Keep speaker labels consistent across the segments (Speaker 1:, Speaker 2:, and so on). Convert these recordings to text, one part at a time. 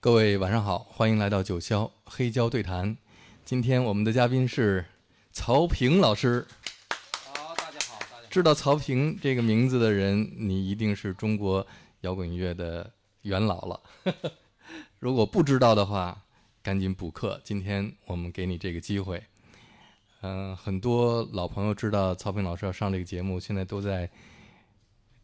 Speaker 1: 各位晚上好，欢迎来到九霄黑胶对谈。今天我们的嘉宾是曹平老师。
Speaker 2: 好，大家好，大家好。
Speaker 1: 知道曹平这个名字的人，你一定是中国摇滚乐的元老了。 如果不知道的话，赶紧补课。今天我们给你这个机会。嗯、很多老朋友知道曹平老师要上这个节目，现在都在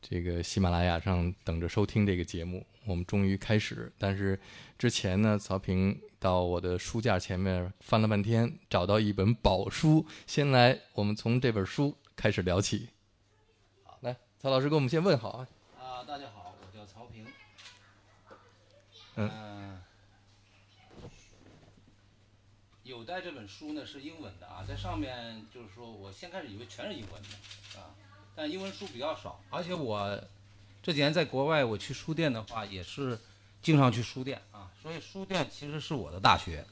Speaker 1: 这个喜马拉雅上等着收听这个节目。我们终于开始，但是之前呢，曹平到我的书架前面翻了半天，找到一本宝书。先来，我们从这本书开始聊起。好，来，曹老师给我们先问好啊。
Speaker 2: 啊，大家好，我叫曹平。
Speaker 1: 嗯
Speaker 2: 呃有带这本书呢是英文的啊，在上面就是说我先开始以为全是英文的啊，但英文书比较少，而且我这几年在国外，我去书店的话也是经常去书店啊，所以书店其实是我的大学。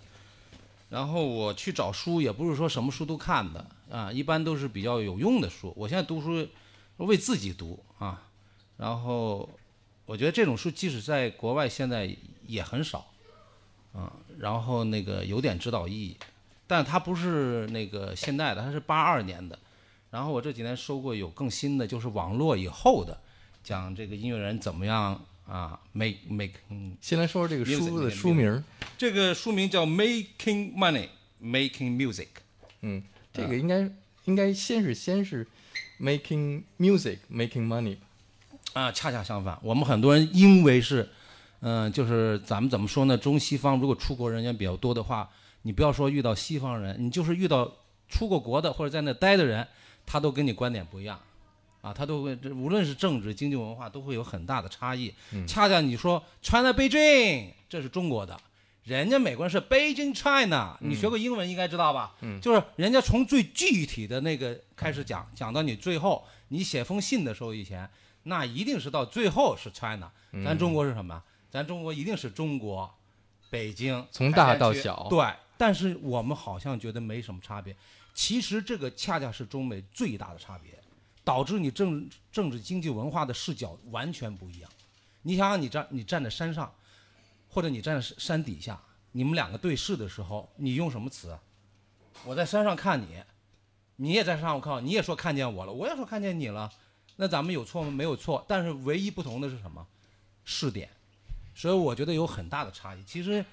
Speaker 2: 然后我去找书，也不是说什么书都看的啊，一般都是比较有用的书。我现在读书为自己读啊，然后我觉得这种书即使在国外现在也很少，啊，然后那个有点指导意义，但它不是那个现代的，它是八二年的。然后我这几年收过有更新的，就是网络以后的，讲这个音乐人怎么样啊，make make，嗯
Speaker 1: 先来说说这个
Speaker 2: Music，
Speaker 1: 书的
Speaker 2: music，
Speaker 1: 书名啊儿，
Speaker 2: 这个书名叫 Making Money，Making Music。
Speaker 1: 嗯，这个应该应该先是先是 making music making money，
Speaker 2: 啊，恰恰相反，我们很多人因为是，嗯、就是咱们怎么说呢？中西方如果出国人员比较多的话，你不要说遇到西方人，你就是遇到出过国的或者在那待的人，他都跟你观点不一样，啊，他都会这无论是政治、经济、文化都会有很大的差异。
Speaker 1: 嗯
Speaker 2: 恰恰你说 China Beijing，这是中国的。人家美国人是 Beijing China，你
Speaker 1: 嗯
Speaker 2: 学过英文应该知道吧？嗯，就是人家从最具体的那个开始讲，讲到你最后，你写封信的时候以前，那一定是到最后是 China，咱
Speaker 1: 嗯
Speaker 2: 中国是什么？咱中国一定是中国，北京
Speaker 1: 从大
Speaker 2: 海淀
Speaker 1: 到
Speaker 2: 区
Speaker 1: 小
Speaker 2: 对，但是我们好像觉得没什么差别，其实这个恰恰是中美最大的差别，导致你政政治、经济、文化的视角完全不一样。你想想，你站你站在山上，或者你站在山山底下，你们两个对视的时候，你用什么词？我在山上看你，你也在山上看我，你也说看见我了，我也说看见你了，那咱们有错吗？没有错，但是唯一不同的是什么？试点，所以我觉得有很大的差异。其实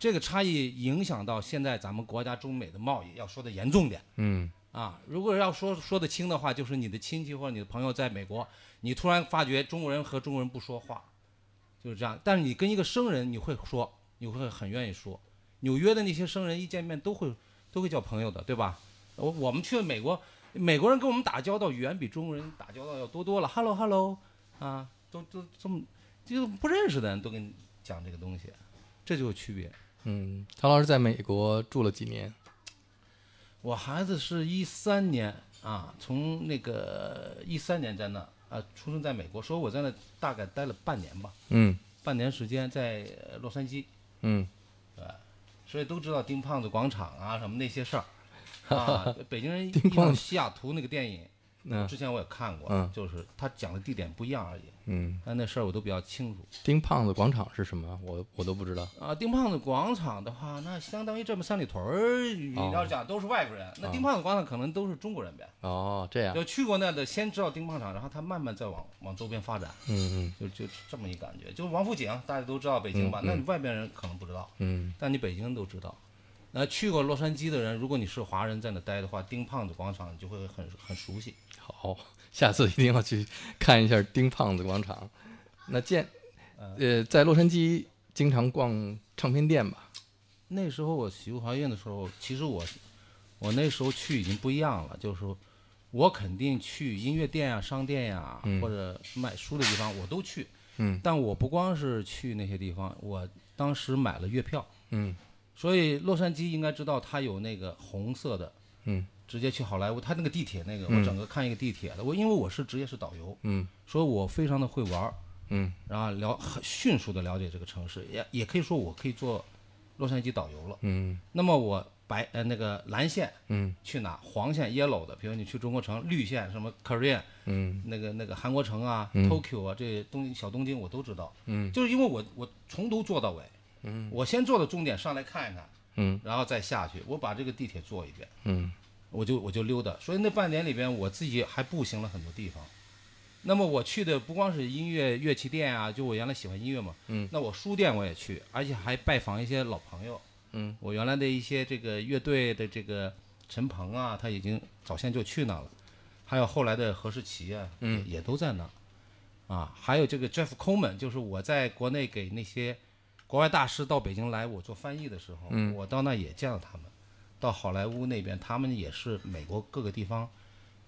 Speaker 2: 这个差异影响到现在咱们国家中美的贸易，要说的严重点。
Speaker 1: 嗯，
Speaker 2: 啊，如果要说说得清的话，就是你的亲戚或者你的朋友在美国，你突然发觉中国人和中国人不说话，就是这样。但是你跟一个生人，你会说，你会很愿意说。纽约的那些生人一见面都会都会叫朋友的，对吧？我我们去了美国，美国人跟我们打交道远比中国人打交道要多多了。Hello Hello，啊，都都这么就不认识的人都跟你讲这个东西，这就是区别。
Speaker 1: 嗯，曹老师在美国住了几年？
Speaker 2: 我孩子是一三年啊，从那个一三年在那啊，出生在美国，所以我在那大概待了半年吧，
Speaker 1: 嗯
Speaker 2: 半年时间在呃洛杉矶，
Speaker 1: 嗯，
Speaker 2: 所以都知道丁胖子广场啊什么那些事儿。 啊，北京人
Speaker 1: 丁胖子
Speaker 2: 印西雅图那个电影，
Speaker 1: 嗯
Speaker 2: 之前我也看过，
Speaker 1: 嗯
Speaker 2: 就是他讲的地点不一样而已，
Speaker 1: 嗯，
Speaker 2: 但那事儿我都比较清楚。
Speaker 1: 丁胖子广场是什么？我我都不知道。
Speaker 2: 啊，丁胖子广场的话，那相当于这么三里屯儿，你
Speaker 1: 哦
Speaker 2: 要讲都是外国人，那丁胖子广场可能都是中国人呗。
Speaker 1: 哦，这样，
Speaker 2: 要去过那的，先知道丁胖场，然后他慢慢再往往周边发展，
Speaker 1: 嗯
Speaker 2: 就就这么一感觉。就是王府井，大家都知道北京吧？那你外边人可能不知道，
Speaker 1: 嗯
Speaker 2: 但你北京都知道。那去过洛杉矶的人，如果你是华人在那待的话，丁胖子广场你就会很很熟悉。
Speaker 1: 嗯，好，下次一定要去看一下丁胖子广场。那见，呃，在洛杉矶经常逛唱片店吧？
Speaker 2: 那时候我媳妇怀孕的时候，其实我我那时候去已经不一样了，就是说我肯定去音乐店呀、啊商店呀、或者买书的地方我都去。
Speaker 1: 嗯，
Speaker 2: 但我不光是去那些地方，我当时买了月票。
Speaker 1: 嗯，
Speaker 2: 所以洛杉矶应该知道它有那个红色的，
Speaker 1: 嗯，
Speaker 2: 直接去好莱坞，它那个地铁那个，我整个看一个地铁的，我因为我是职业是导游，
Speaker 1: 嗯
Speaker 2: 所以我非常的会玩儿，
Speaker 1: 嗯，
Speaker 2: 然后了很迅速的了解这个城市，也也可以说我可以做洛杉矶导游了。
Speaker 1: 嗯
Speaker 2: 那么我白呃那个蓝线
Speaker 1: 嗯
Speaker 2: 去哪，黄线 yellow 的，比如你去中国城，绿线什么 Korean
Speaker 1: 嗯
Speaker 2: 那个那个韩国城啊、Tokyo 啊，这些东小东京我都知道，
Speaker 1: 嗯，
Speaker 2: 就是因为我我从头做到尾，
Speaker 1: 嗯
Speaker 2: 我先坐到终点上来看一看，
Speaker 1: 嗯
Speaker 2: 然后再下去，我把这个地铁坐一遍，
Speaker 1: 嗯
Speaker 2: 我就我就溜达。所以那半年里边，我自己还步行了很多地方。那么我去的不光是音乐乐器店啊，就我原来喜欢音乐嘛，
Speaker 1: 嗯
Speaker 2: 那我书店我也去，而且还拜访一些老朋友。
Speaker 1: 嗯，
Speaker 2: 我原来的一些这个乐队的这个陈鹏啊，他已经早先就去那了，还有后来的何士奇啊，
Speaker 1: 嗯
Speaker 2: 也也都在那儿啊，还有这个 Jeff Coleman，就是我在国内给那些国外大师到北京来我做翻译的时候，
Speaker 1: 嗯
Speaker 2: 我到那也见了他们，到好莱坞那边，他们也是美国各个地方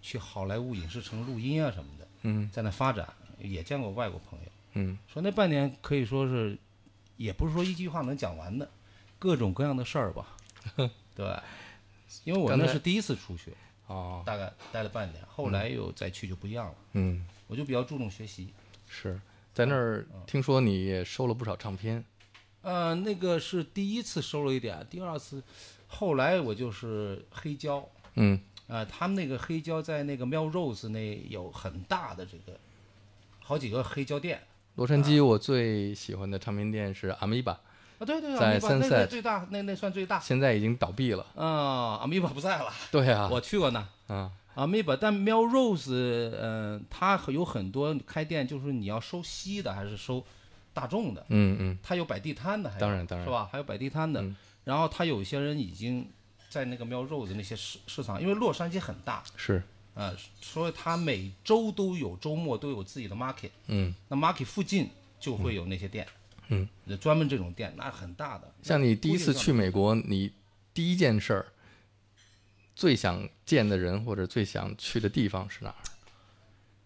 Speaker 2: 去好莱坞影视城录音啊什么的，
Speaker 1: 嗯
Speaker 2: 在那发展，也见过外国朋友。
Speaker 1: 嗯
Speaker 2: 说那半年可以说是，也不是说一句话能讲完的，各种各样的事儿吧，对吧，因为我
Speaker 1: 刚
Speaker 2: 那
Speaker 1: 才
Speaker 2: 是第一次出去，
Speaker 1: 哦
Speaker 2: 大概待了半年，后来又再去就不一样了。
Speaker 1: 嗯
Speaker 2: 我就比较注重学习，
Speaker 1: 是嗯在那儿听说你也收了不少唱片，
Speaker 2: 呃，那个是第一次收了一点，第二次，后来我就是黑胶，
Speaker 1: 嗯
Speaker 2: 啊，他们那个黑胶在那个 Melrose 那有很大的这个，好几个黑胶店
Speaker 1: 洛杉矶我最喜欢的唱片店是 Amoeba，
Speaker 2: 啊，对对啊，
Speaker 1: 在
Speaker 2: Amoeba，那那
Speaker 1: Sunset
Speaker 2: 最大，那那算最大
Speaker 1: 现在已经倒闭了。
Speaker 2: 啊，阿米巴不在了，
Speaker 1: 对啊，
Speaker 2: 我去过那。
Speaker 1: 啊
Speaker 2: 啊，Maybe，但 Melrose，呃，它有很多开店，就是你要收西的还是收大众的，
Speaker 1: 嗯嗯，
Speaker 2: 它有摆地摊的，还有
Speaker 1: 当然当然
Speaker 2: 是吧？还有摆地摊的。
Speaker 1: 嗯
Speaker 2: 然后他有一些人已经在那个 Melrose 那些市市场，因为洛杉矶很大，
Speaker 1: 是
Speaker 2: 呃，所以他每周都有周末都有自己的 market，
Speaker 1: 嗯，
Speaker 2: 那 market 附近就会有那些店，
Speaker 1: 嗯，
Speaker 2: 专门这种店那很大的。
Speaker 1: 像你第一次
Speaker 2: 估计
Speaker 1: 去美国，你第一件事儿最想见的人或者最想去的地方是哪儿？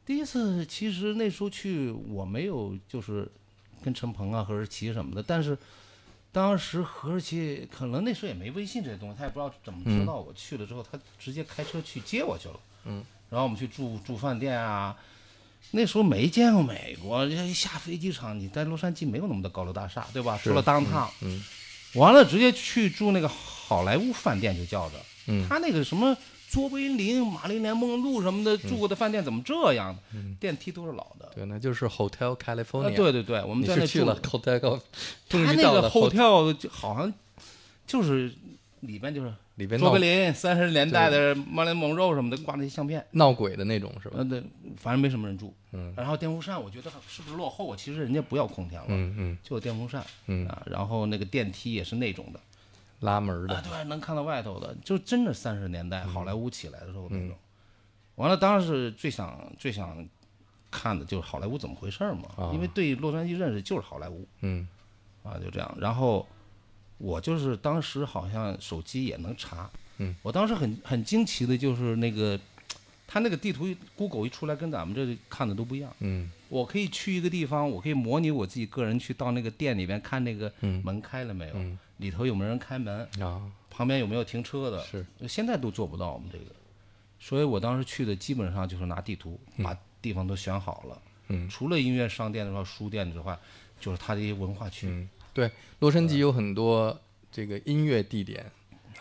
Speaker 2: 第一次其实那时候去我没有就是跟陈鹏啊、何士奇什么的，但是当时何士奇可能那时候也没微信这些东西，他也不知道怎么
Speaker 1: 嗯
Speaker 2: 知道我去了之后，他直接开车去接我去了。嗯，然后我们去住住饭店啊。那时候没见过美国，一下飞机场，你在洛杉矶没有那么多高楼大厦，对吧？除了当趟、
Speaker 1: 嗯
Speaker 2: 完了直接去住那个好莱坞饭店就叫着，
Speaker 1: 嗯
Speaker 2: 他那个什么卓别林、玛丽莲梦露什么的
Speaker 1: 嗯
Speaker 2: 住过的饭店怎么这样呢？电梯都是老的。
Speaker 1: 对，那就是 Hotel
Speaker 2: 啊，
Speaker 1: California。，
Speaker 2: 对对对，我们
Speaker 1: 你
Speaker 2: 在
Speaker 1: 是
Speaker 2: 那住
Speaker 1: 去了 Hotel，Cal- 终
Speaker 2: 他
Speaker 1: 于
Speaker 2: 那
Speaker 1: 到
Speaker 2: 个
Speaker 1: 了 hotel
Speaker 2: hotel 就好像就是里边就是
Speaker 1: 里边
Speaker 2: 卓
Speaker 1: 闹
Speaker 2: 别林三十年代的玛丽莲梦露什么的挂那些相片，
Speaker 1: 闹鬼的那种是吧？
Speaker 2: 呃，对，反正没什么人住。嗯，然后电风扇，我觉得是不是落后啊？其实人家不要空调了，
Speaker 1: 嗯嗯，
Speaker 2: 就有电风扇。
Speaker 1: 嗯
Speaker 2: 啊，然后那个电梯也是那种的。
Speaker 1: 拉门
Speaker 2: 啊，
Speaker 1: 的，嗯
Speaker 2: 对，能看到外头的，就真的三十年代好莱坞起来的时候那种。完了，当时最想最想看的就是好莱坞怎么回事儿嘛，
Speaker 1: 啊
Speaker 2: 因为对洛杉矶认识就是好莱坞
Speaker 1: 嗯
Speaker 2: 啊，就这样。然后我就是当时好像手机也能查，
Speaker 1: 嗯，
Speaker 2: 我当时很很惊奇的就是那个。它那个地图 Google 一出来，跟咱们这里看的都不一样。
Speaker 1: 嗯
Speaker 2: 我可以去一个地方，我可以模拟我自己个人去到那个店里边看那个门开了没有，里头有没有人开门，
Speaker 1: 嗯啊
Speaker 2: 旁边有没有停车的，
Speaker 1: 是
Speaker 2: 现在都做不到我们这个，所以我当时去的基本上就是拿地图把地方都选好了，
Speaker 1: 嗯
Speaker 2: 除了音乐商店的话、书店之外，就是它这些文化区、
Speaker 1: 嗯，对，洛杉矶有很多这个音乐地点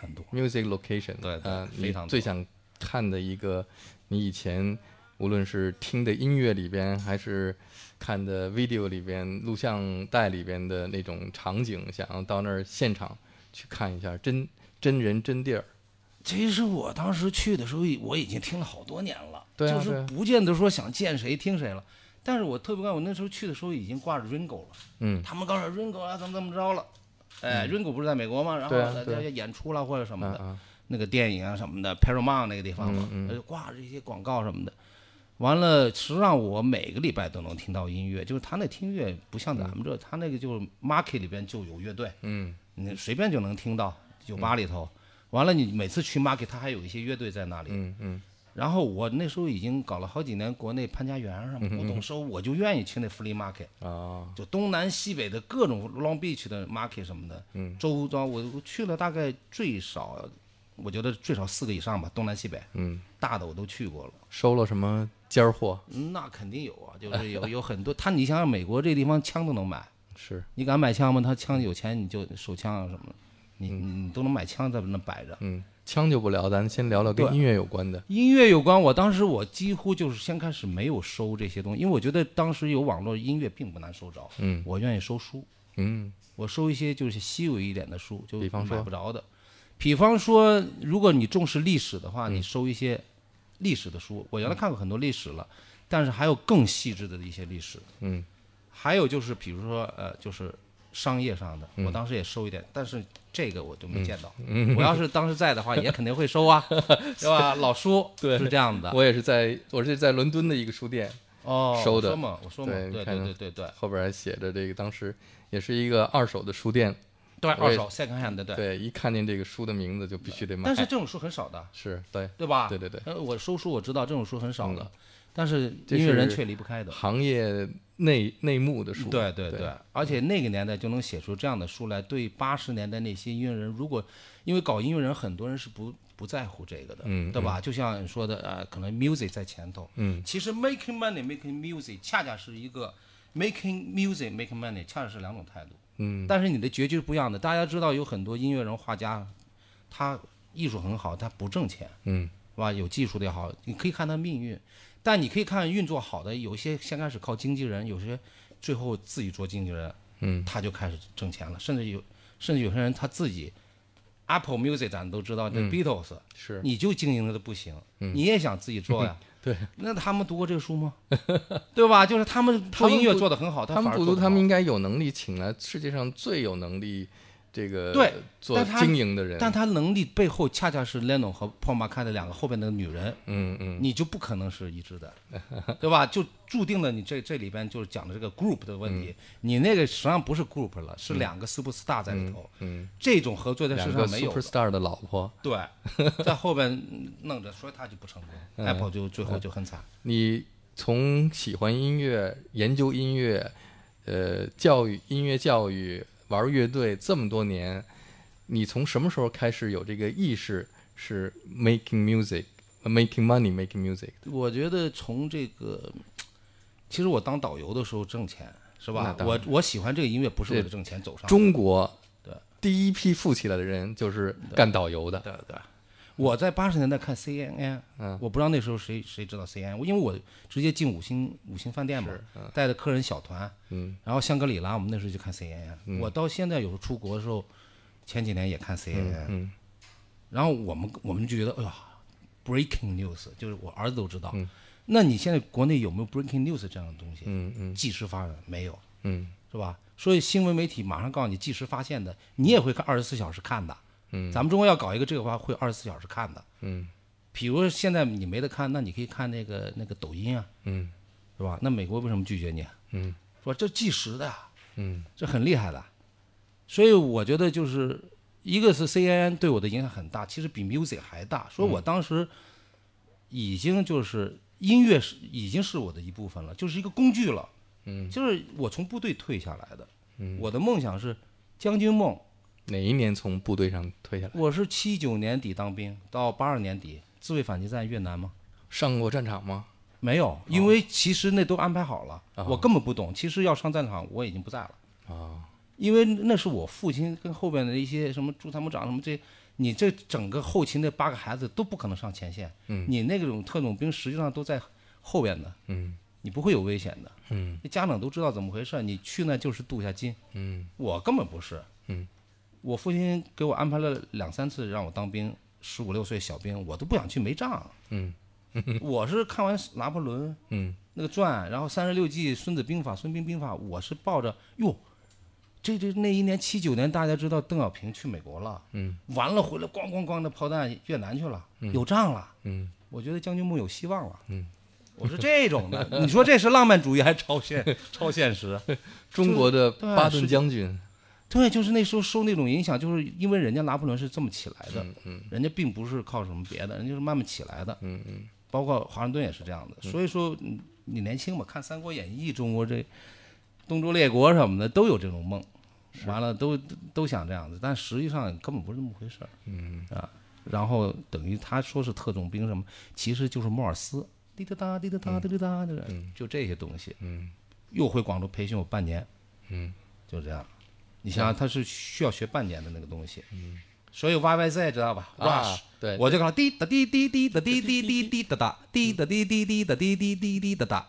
Speaker 2: 很多，
Speaker 1: music location，
Speaker 2: 对对
Speaker 1: 呃，
Speaker 2: 非
Speaker 1: 你
Speaker 2: 常
Speaker 1: 最
Speaker 2: 多
Speaker 1: 想看的一个，你以前无论是听的音乐里边，还是看的 video 里边、录像带里边的那种场景，想要到那儿现场去看一下真真人真地儿。
Speaker 2: 其实我当时去的时候，我已经听了好多年了，
Speaker 1: 对啊
Speaker 2: 就
Speaker 1: 对
Speaker 2: 是
Speaker 1: 啊
Speaker 2: 不见得说想见谁听谁了。但是我特别怪，我那时候去的时候已经挂着 Ringo 了，
Speaker 1: 嗯
Speaker 2: 他们告诉我 Ringo 啊怎么怎么着了，哎、r i n g o 不是在美国吗？然后
Speaker 1: 对啊
Speaker 2: 在
Speaker 1: 对啊
Speaker 2: 在演出了或者什
Speaker 1: 啊
Speaker 2: 么的，
Speaker 1: 啊，
Speaker 2: 那个电影啊什么的，Paramount 那个地方嘛，
Speaker 1: 嗯
Speaker 2: 呃挂着一些广告什么的。完了，实际上我每个礼拜都能听到音乐，就是他那听乐不像咱们这，他那个就是 market 里边就有乐队，
Speaker 1: 嗯
Speaker 2: 你随便就能听到酒吧里头。完了，你每次去 market，他还有一些乐队在那里。
Speaker 1: 嗯嗯
Speaker 2: 然后我那时候已经搞了好几年国内潘家园啊
Speaker 1: 嗯
Speaker 2: 什么不懂收，我就愿意去那 flea market。
Speaker 1: 啊，
Speaker 2: 就东南西北的各种 Long Beach 的 market 什么的，嗯，周遭我我去了大概最少，我觉得最少四个以上吧，东南西北，
Speaker 1: 嗯，
Speaker 2: 大的我都去过了，
Speaker 1: 收了什么尖儿货？
Speaker 2: 那肯定有啊，就是有有很多，他你想想美国这地方枪都能买，
Speaker 1: 是，
Speaker 2: 你敢买枪吗？他枪有钱你就手枪啊什么的，你你都能买枪在那摆着。
Speaker 1: 嗯，枪就不聊，咱先聊聊跟
Speaker 2: 对
Speaker 1: 音乐有关的。
Speaker 2: 音乐有关，我当时我几乎就是先开始没有收这些东西，因为我觉得当时有网络音乐并不难收着，
Speaker 1: 嗯
Speaker 2: 我愿意收书，
Speaker 1: 嗯
Speaker 2: 我收一些就是稀有一点的书，就
Speaker 1: 比方说
Speaker 2: 买不着的。比方说，如果你重视历史的
Speaker 1: 嗯
Speaker 2: 话，你收一些历史的书。我原来看过很多历史了，但是还有更细致的一些历史。
Speaker 1: 嗯，
Speaker 2: 还有就是，比如说呃，就是商业上
Speaker 1: 嗯
Speaker 2: 的，我当时也收一点，但是这个我就没见到。我要是当时 在的话，也肯定会收啊，对吧？老叔，
Speaker 1: 对
Speaker 2: 是这样的。
Speaker 1: 我也是在我是在伦敦的一个书店，
Speaker 2: 哦，
Speaker 1: 收的
Speaker 2: 我说嘛，我说嘛，
Speaker 1: 对
Speaker 2: 对
Speaker 1: 你
Speaker 2: 对
Speaker 1: 看
Speaker 2: 对对对
Speaker 1: 后边还写着这个当时也是一个二手的书店，
Speaker 2: 对，
Speaker 1: 我
Speaker 2: 二
Speaker 1: 也
Speaker 2: 手 second hand 的对。
Speaker 1: 对，一看见这个书的名字就必须得买。
Speaker 2: 但是这种书很少的，
Speaker 1: 是对
Speaker 2: 对吧？
Speaker 1: 对对对，
Speaker 2: 呃，我收书我知道这种书很少的，但是
Speaker 1: 这
Speaker 2: 音乐人
Speaker 1: 是
Speaker 2: 却离不开的。
Speaker 1: 行业内内幕的书，
Speaker 2: 对对
Speaker 1: 对
Speaker 2: 对，而且那个年代就能写出这样的书来，对八十年代那些音乐人，如果因为搞音乐人，很多人是不不在乎这个的，
Speaker 1: 嗯
Speaker 2: 对吧？就像你说的，呃，可能 music 在前头，
Speaker 1: 嗯，
Speaker 2: 其实 making money making music 恰恰是一个 making music making money 恰恰是两种态度，
Speaker 1: 嗯，
Speaker 2: 但是你的结局是不一样的。大家知道有很多音乐人、画家，他艺术很好，他不挣钱，
Speaker 1: 嗯，
Speaker 2: 是吧？有技术的也好，你可以看他命运，但你可以看运作好的，有些先开始靠经纪人，有些最后自己做经纪人，
Speaker 1: 嗯，
Speaker 2: 他就开始挣钱了，甚至有甚至有些人他自己。Apple Music 咱都知道，这 Beatles，、
Speaker 1: 嗯是嗯
Speaker 2: 你就经营的不行，你也想自己 做呀？
Speaker 1: 对，
Speaker 2: 那他们读过这个书吗？对吧？就是他们做音乐做得很 好，
Speaker 1: 他
Speaker 2: 反
Speaker 1: 们
Speaker 2: 而
Speaker 1: 不
Speaker 2: 做
Speaker 1: 如
Speaker 2: 得
Speaker 1: 他们
Speaker 2: 好
Speaker 1: 应该有能力请来世界上最有能力这个
Speaker 2: 对
Speaker 1: 做
Speaker 2: 但他
Speaker 1: 经营的人，
Speaker 2: 但他能力背后恰恰是 Lennon 和 Paul McCartney 两个后边的女人，
Speaker 1: 嗯嗯
Speaker 2: 你就不可能是一致的， 对吧？就注定了你这这里边就是讲的这个 group 的问
Speaker 1: 嗯
Speaker 2: 题，你那个实际上不是 group 了，是两个 superstar 在里头，
Speaker 1: 嗯，
Speaker 2: 这种合作在
Speaker 1: 两
Speaker 2: 世
Speaker 1: 个
Speaker 2: 上没有的。
Speaker 1: superstar 的老婆，
Speaker 2: 对，在后边弄着，所以他就不成功、a
Speaker 1: 嗯
Speaker 2: p p l e 就最后就很惨。
Speaker 1: 你从喜欢音乐、研究音乐、呃，教育音乐教育、玩乐队这么多年，你从什么时候开始有这个意识是 making music、making money、making music？
Speaker 2: 我觉得从这个，其实我当导游的时候挣钱是
Speaker 1: 那
Speaker 2: 吧？
Speaker 1: 当
Speaker 2: 我我喜欢这个音乐不是为了挣钱走上
Speaker 1: 中国
Speaker 2: 啊对
Speaker 1: 第一批富起来的人就是干导游的，
Speaker 2: 对对。我在八十年代看 CNN，
Speaker 1: 嗯
Speaker 2: 我不知道那时候谁谁知道 CNN，因为我直接进五星五星饭店嘛，带着客人小团，
Speaker 1: 嗯，
Speaker 2: 然后香格里拉，我们那时候就看 CNN，、我到现在有时候出国的时候，前几年也看 CNN，、
Speaker 1: 嗯
Speaker 2: 然后我们我们就觉得，哎呀，breaking news，就是我儿子都知道，那你现在国内有没有 breaking news 这样的东西？
Speaker 1: 嗯嗯
Speaker 2: 即时发展没有，
Speaker 1: 嗯
Speaker 2: 是吧？所以新闻媒体马上告诉你即时发现的，你也会看二十四小时看的。嗯，咱们中国要搞一个这个的话，会二十四小时看的。
Speaker 1: 嗯
Speaker 2: 比如说现在你没得看，那你可以看那个那个抖音啊，
Speaker 1: 嗯
Speaker 2: 是吧？那美国为什么拒绝你？啊
Speaker 1: 嗯，
Speaker 2: 说这即时的啊，
Speaker 1: 嗯
Speaker 2: 这很厉害的。所以我觉得就是一个是 CNN 对我的影响很大，其实比 music 还大。所
Speaker 1: 嗯
Speaker 2: 以我当时已经就是音乐是已经是我的一部分了，就是一个工具了。嗯，就是我从部队退下来的。嗯，我的梦想是将军梦。
Speaker 1: 哪一年从部队上退下来？
Speaker 2: 我是七九年底当兵，到八二年底自卫反击战越南吗？
Speaker 1: 上过战场吗？
Speaker 2: 没
Speaker 1: 哦
Speaker 2: 有，因为其实那都安排好了，我根本不懂。其实要上战场，我已经不在了。
Speaker 1: 啊，
Speaker 2: 因为那是我父亲跟后边的一些什么驻参谋长什么这，你这整个后勤那八个孩子都不可能上前线，嗯，你那种特种兵实际上都在后边的，
Speaker 1: 嗯
Speaker 2: 你不会有危险的，
Speaker 1: 嗯，
Speaker 2: 家长都知道怎么回事，你去那就是镀一下金，
Speaker 1: 嗯
Speaker 2: 我根本不是，
Speaker 1: 嗯，
Speaker 2: 我父亲给我安排了两三次让我当兵，十五六岁小兵，我都不想去，没仗，
Speaker 1: 嗯，
Speaker 2: 我是看完拿破仑，
Speaker 1: 嗯
Speaker 2: 那个传，然后三十六计、孙子兵法、孙膑兵法，我是抱着哟，这这那一年七九年，大家知道邓小平去美国了，
Speaker 1: 嗯，
Speaker 2: 完了回来咣咣咣的炮弹越南去了，有仗了，
Speaker 1: 嗯
Speaker 2: 我觉得将军梦有希望了，
Speaker 1: 嗯，
Speaker 2: 我是这种的，你说这是浪漫主义还是超 现超现实？啊
Speaker 1: 中国的
Speaker 2: 对
Speaker 1: 巴顿
Speaker 2: 是
Speaker 1: 将军，
Speaker 2: 对，就是那时候受那种影响，就是因为人家拿破仑是这么起来的，
Speaker 1: 嗯嗯
Speaker 2: 人家并不是靠什么别的，人家就是慢慢起来的，
Speaker 1: 嗯嗯
Speaker 2: 包括华盛顿也是这样的。所以说，你你年轻嘛，看《三国演义》，中国这东周列国什么的都有这种梦，完了都都想这样子，但实际上根本不是那么回事儿。嗯啊，然后等于他说是特种兵什么，其实就是莫尔斯，滴答答滴答答滴答答，就是就这些东西。
Speaker 1: 嗯，
Speaker 2: 又回广州培训我半年，
Speaker 1: 嗯，
Speaker 2: 就这样。你想想，他是需要学半年的那个东西。嗯，所以 YYZ 知道吧？Rush
Speaker 1: 啊。，对，
Speaker 2: 我就告诉他滴答滴滴滴答滴滴滴滴答答滴答滴滴滴答滴 滴滴滴答答。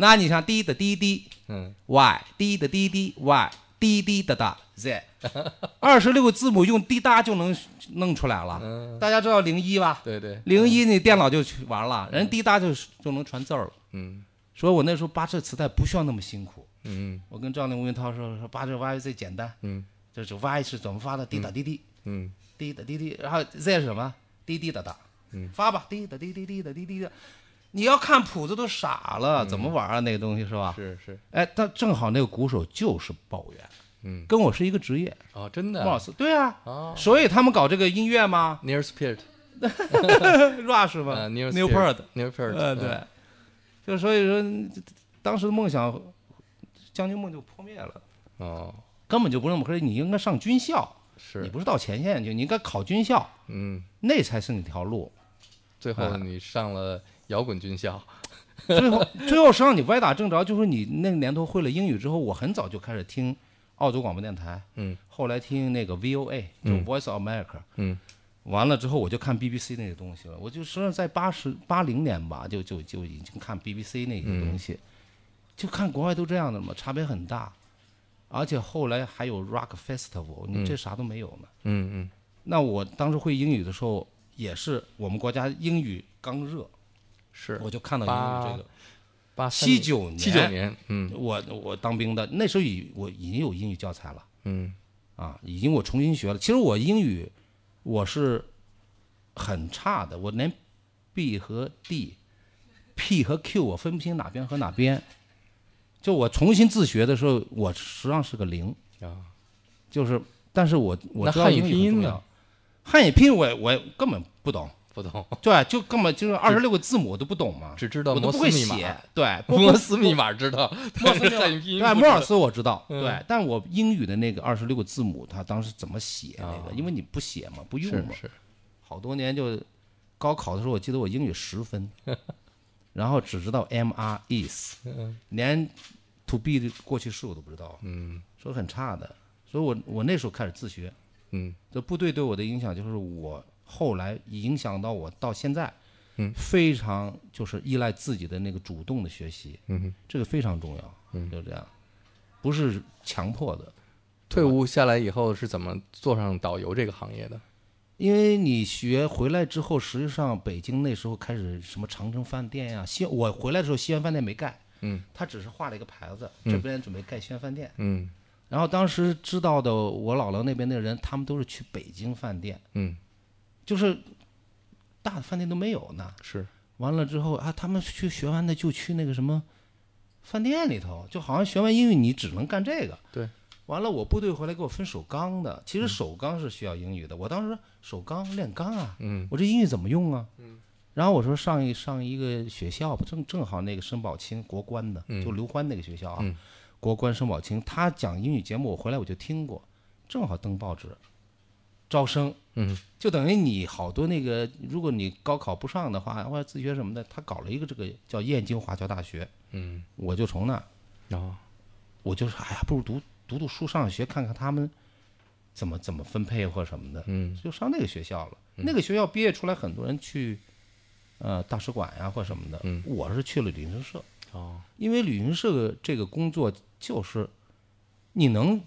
Speaker 2: 那你像滴答滴滴
Speaker 1: 嗯
Speaker 2: ，y 滴答滴滴 y 滴滴答答 Z，二十六个字母用滴答就能弄出来了。
Speaker 1: 嗯，
Speaker 2: 大家知道零一吧？
Speaker 1: 对对，
Speaker 2: 零一你电脑就去玩了，人滴答就就能传字儿了。
Speaker 1: 嗯
Speaker 2: 所以我那时候扒这磁带不需要那么辛苦。
Speaker 1: 嗯
Speaker 2: 我跟赵丽、吴云涛说说扒这 Y 最简单，
Speaker 1: 嗯
Speaker 2: 这是 Y 是怎么发的？滴答滴滴
Speaker 1: 嗯
Speaker 2: 滴答滴滴，然后 Z 是什么？滴滴答答，
Speaker 1: 嗯
Speaker 2: 发吧，滴答滴滴滴答滴滴的。你要看谱子都傻了，怎么玩啊？那个东西是吧
Speaker 1: 嗯，？是是，
Speaker 2: 哎，但正好那个鼓手就是抱怨，
Speaker 1: 嗯，
Speaker 2: 跟我是一个职业，
Speaker 1: 哦，真
Speaker 2: 不
Speaker 1: 的
Speaker 2: 好
Speaker 1: 啊
Speaker 2: 意思，对啊，
Speaker 1: 哦
Speaker 2: 所以他们搞这个音乐吗
Speaker 1: ，Near Spirit，
Speaker 2: ？Rush
Speaker 1: 呃
Speaker 2: 吗
Speaker 1: n e a r
Speaker 2: p a r d
Speaker 1: Near Spirit，嗯
Speaker 2: 呃，对，就所以说，当时的梦想，将军梦就破灭了，
Speaker 1: 哦，
Speaker 2: 根本就不是那么回事。你应该上军校，你
Speaker 1: 是，
Speaker 2: 不是到前线去，你应该考军校，
Speaker 1: 嗯，
Speaker 2: 那才是你条路。
Speaker 1: 最
Speaker 2: 啊
Speaker 1: 后你上了摇滚军校，
Speaker 2: 最后，最后实际上你歪打正着，就是你那个年头会了英语之后，我很早就开始听澳洲广播电台，
Speaker 1: 嗯，
Speaker 2: 后来听那个 VOA，就 Voice of America，
Speaker 1: 嗯，
Speaker 2: 完了之后我就看 BBC 那个东西了，我就实际上在八十八零年吧，就就就已经看 BBC 那个东西，
Speaker 1: 嗯
Speaker 2: 就看国外都这样的嘛，差别很大，而且后来还有 Rock Festival，你这啥都没有呢。
Speaker 1: 嗯嗯，
Speaker 2: 那我当时会英语的时候，也是我们国家英语刚热，
Speaker 1: 是
Speaker 2: 我就看到英语这个。
Speaker 1: 八
Speaker 2: 七九年，
Speaker 1: 七九年，嗯
Speaker 2: 我我当兵的那时候已我已经有英语教材了
Speaker 1: 嗯
Speaker 2: 啊，已经我重新学了。其实我英语我是很差的，我连 B 和 D、P 和 Q 我分不清哪边和哪边。就我重新自学的时候，我实际上是个零，
Speaker 1: 啊，
Speaker 2: 就是但是我我
Speaker 1: 那
Speaker 2: 知道
Speaker 1: 汉语
Speaker 2: 英语
Speaker 1: 拼
Speaker 2: 很
Speaker 1: 音
Speaker 2: 重
Speaker 1: 呢
Speaker 2: 要。汉语拼音我也我也根本不懂，
Speaker 1: 不懂，
Speaker 2: 对，啊就根本就是二十六个字母我都不懂嘛，
Speaker 1: 只知道
Speaker 2: 我
Speaker 1: 摩
Speaker 2: 都不
Speaker 1: 斯
Speaker 2: 会
Speaker 1: 密
Speaker 2: 写
Speaker 1: 码，，
Speaker 2: 对，不
Speaker 1: 摩斯密码知道，
Speaker 2: 莫
Speaker 1: 但
Speaker 2: 斯
Speaker 1: 是
Speaker 2: 密码
Speaker 1: 汉语拼音
Speaker 2: 对，
Speaker 1: 不
Speaker 2: 莫
Speaker 1: 知道
Speaker 2: 尔斯我知道，
Speaker 1: 嗯
Speaker 2: 对，但我英语的那个二十六个字母，它当时怎么写那个？因为你不写嘛，不用嘛
Speaker 1: 哦是，是，
Speaker 2: 好多年就高考的时候，我记得我英语 十分，然后只知道 am are is，连 to be 的过去式我都不知道，
Speaker 1: 嗯
Speaker 2: 所以很差的。所以我我那时候开始自学，
Speaker 1: 嗯
Speaker 2: 这部队对我的影响就是我后来影响到我到现在，
Speaker 1: 嗯，
Speaker 2: 非常就是依赖自己的那个主动的学习，
Speaker 1: 嗯哼。
Speaker 2: 这个非常重要，嗯，就这样，不是强迫的，
Speaker 1: 退伍下来以后是怎么做上导游这个行业的？
Speaker 2: 因为你学回来之后，实际上北京那时候开始什么长城饭店呀、西我回来的时候西安饭店没盖，
Speaker 1: 嗯，
Speaker 2: 他只是画了一个牌子，这边准备盖西安饭店。
Speaker 1: 嗯
Speaker 2: 然后当时知道的，我姥姥那边的人，他们都是去北京饭店，
Speaker 1: 嗯，
Speaker 2: 就是大的饭店都没有呢。
Speaker 1: 是，
Speaker 2: 完了之后啊，他们去学完的就去那个什么饭店里头，就好像学完英语你只能干这个。
Speaker 1: 对。嗯
Speaker 2: 完了，我部队回来给我分首钢的，其实首钢是需要英语的。我当时说首钢练钢啊，
Speaker 1: 嗯
Speaker 2: 我这英语怎么用啊？嗯。然后我说上一上一个学校吧，正正好那个申宝清国关的，
Speaker 1: 嗯
Speaker 2: 就刘欢那个学校啊，国关申宝清，他讲英语节目，我回来我就听过，正好登报纸，招生，
Speaker 1: 嗯，
Speaker 2: 就等于你好多那个，如果你高考不上的话，或者自学什么的，他搞了一个这个叫燕京华侨大学，
Speaker 1: 嗯，
Speaker 2: 我就从那
Speaker 1: 然
Speaker 2: 我就说，哎呀，不如读读读书，上上学，看看他们怎么怎么分配或什么的，
Speaker 1: 嗯，
Speaker 2: 就上那个学校了。那个学校毕业出来，很多人去呃大使馆呀、或什么的，
Speaker 1: 嗯
Speaker 2: 我是去了旅行社，
Speaker 1: 哦，
Speaker 2: 因为旅行社这个工作就是你能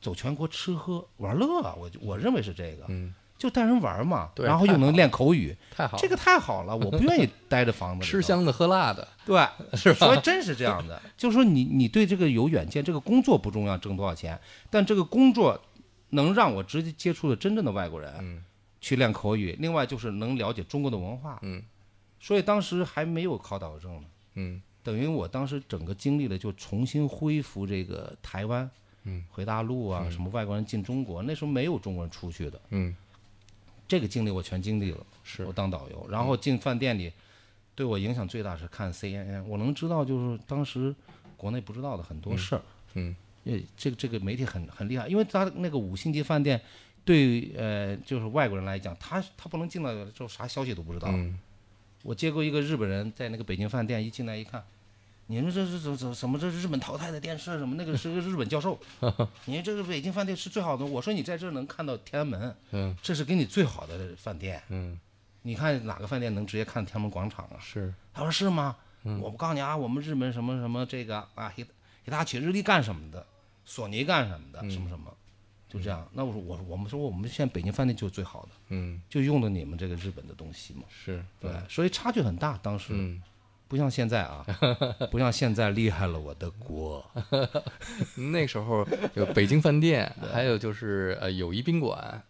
Speaker 2: 走全国吃喝玩乐啊，我就我认为是这个，
Speaker 1: 嗯，
Speaker 2: 就带人玩嘛，
Speaker 1: 对
Speaker 2: 然后又能练口语，
Speaker 1: 太好了，
Speaker 2: 这个太好了，我不 愿意待着房子里头
Speaker 1: 吃，香的喝辣的，
Speaker 2: 对，
Speaker 1: 是吧？
Speaker 2: 所以真是这样的，就是说你你对这个有远见，这个工作不重要挣多少钱，但这个工作能让我直接接触的真正的外国人，
Speaker 1: 嗯
Speaker 2: 去练口语，另外就是能了解中国的文化，
Speaker 1: 嗯，
Speaker 2: 所以当时还没有考导游证呢。
Speaker 1: 嗯
Speaker 2: 等于我当时整个经历了，就重新恢复这个台湾，
Speaker 1: 嗯，
Speaker 2: 回大陆啊，什么外国人进中国，那时候没有中国人出去的，
Speaker 1: 嗯，
Speaker 2: 这个经历我全经历了。
Speaker 1: 是嗯
Speaker 2: 我当导游，然后进饭店里，对我影响最大是看 CNN，我能知道就是当时国内不知道的很多事儿。
Speaker 1: 嗯
Speaker 2: 因为这个这个媒体很很厉害，因为他那个五星级饭店对呃就是外国人来讲，他他不能进来之后啥消息都不知道。
Speaker 1: 嗯
Speaker 2: 我接过一个日本人在那个北京饭店一进来一看，你们这是怎怎什么这是日本淘汰的电视什么那个是个日本教 授，你们这个北京饭店是最好的。我说你在这儿能看到天安门，
Speaker 1: 嗯，
Speaker 2: 这是给你最好的饭店。
Speaker 1: 嗯，
Speaker 2: 你看哪个饭店能直接看天安门广场啊？
Speaker 1: 是，
Speaker 2: 他说
Speaker 1: 嗯
Speaker 2: 是吗？我不告诉你啊，我们日本什么什么这个啊，一一大曲日历干什么的，索尼干什么的，
Speaker 1: 嗯
Speaker 2: 什么什么，就这样。那我说我我们说我们现在北京饭店就是最好的，
Speaker 1: 嗯，
Speaker 2: 就用的你们这个日本的东西嘛。
Speaker 1: 是
Speaker 2: 对，，所以差距很大。当时
Speaker 1: 嗯，
Speaker 2: 不像现在 啊，不像现在厉害了我的国。嗯
Speaker 1: 那时候有北京饭 店，还有就是呃友谊宾馆，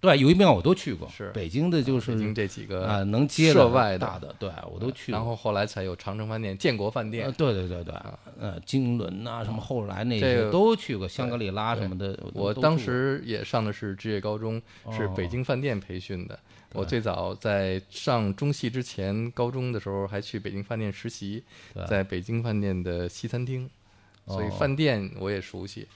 Speaker 2: 对，有一边我都去过，
Speaker 1: 是
Speaker 2: 北京的就
Speaker 1: 北京
Speaker 2: 是
Speaker 1: 这几个
Speaker 2: 啊，能接
Speaker 1: 涉
Speaker 2: 的
Speaker 1: 外的啊
Speaker 2: 大的，对我都去过。
Speaker 1: 然后后来才有长城饭店、建国饭
Speaker 2: 呃，
Speaker 1: 店。
Speaker 2: 对对对对，呃，金轮呐、什么后来那
Speaker 1: 啊这
Speaker 2: 些
Speaker 1: 个
Speaker 2: 都去过，香格里拉什么的，都
Speaker 1: 我
Speaker 2: 都
Speaker 1: 当
Speaker 2: 住过哦
Speaker 1: 时也上的是职业高中，是北京饭店培训的。我最早在上中戏之前，高中的时候还去北京饭店实习，
Speaker 2: 对
Speaker 1: 在北京饭店的西餐厅，所以
Speaker 2: 哦
Speaker 1: 饭店我也熟悉。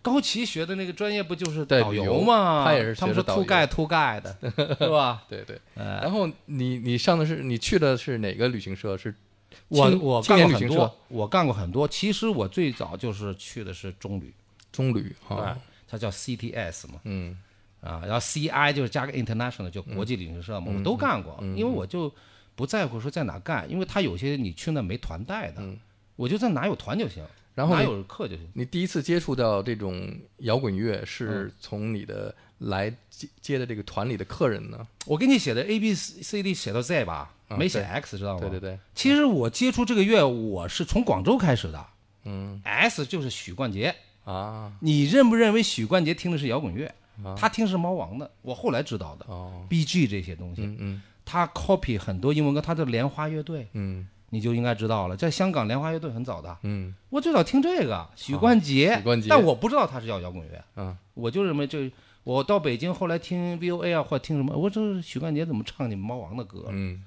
Speaker 2: 高奇学的那个专业不就是
Speaker 1: 对
Speaker 2: 导
Speaker 1: 旅
Speaker 2: 游
Speaker 1: 游
Speaker 2: 吗？
Speaker 1: 他也是
Speaker 2: 他们
Speaker 1: 学
Speaker 2: 说
Speaker 1: 的导
Speaker 2: to
Speaker 1: 游
Speaker 2: guy to guy 的，是吧？
Speaker 1: 对对，
Speaker 2: 哎
Speaker 1: 然后你你上的是你去的是哪个旅行社？是
Speaker 2: 我
Speaker 1: 青
Speaker 2: 我
Speaker 1: 青
Speaker 2: 干
Speaker 1: 年
Speaker 2: 过
Speaker 1: 旅行
Speaker 2: 很
Speaker 1: 社
Speaker 2: 多，我干过很多。其实我最早就是去的是中旅，
Speaker 1: 中旅啊
Speaker 2: 对，，它叫 CTS 嘛，
Speaker 1: 嗯
Speaker 2: 啊，然后 CI 就是加个 international，就国际旅行社嘛，
Speaker 1: 嗯
Speaker 2: 我都干过，因为我就不在乎说在哪干，因为他有些你去那没团带的，我就在哪有团就行，
Speaker 1: 嗯然后
Speaker 2: 哪
Speaker 1: 你
Speaker 2: 有课就行。
Speaker 1: 你第一次接触到这种摇滚乐，
Speaker 2: 嗯
Speaker 1: 是从你的来接接的这个团里的客人呢？
Speaker 2: 我给你写的 A B C D 写到 Z 吧，没写 X 知道吗？
Speaker 1: 啊对对对，
Speaker 2: 其实我接触这个乐，我是从广州开始的。嗯，S 就是许冠杰。
Speaker 1: 啊，
Speaker 2: 你认不认为许冠杰听的是摇滚乐？他听是猫王的，我后来知道的。
Speaker 1: 哦，
Speaker 2: B G 这些东西，
Speaker 1: 嗯嗯
Speaker 2: 他 copy 很多英文歌，他的莲花乐队
Speaker 1: 嗯
Speaker 2: 你就应该知道了，在香港莲花乐队很早的。
Speaker 1: 嗯哦
Speaker 2: 我最早听这个许冠杰，
Speaker 1: 许冠杰
Speaker 2: 但我不知道他是叫摇滚乐，
Speaker 1: 啊，
Speaker 2: 我就认为这。我到北京后来听 V O A 啊，或者听什么，我这许冠杰怎么唱你们猫王的歌了？
Speaker 1: 嗯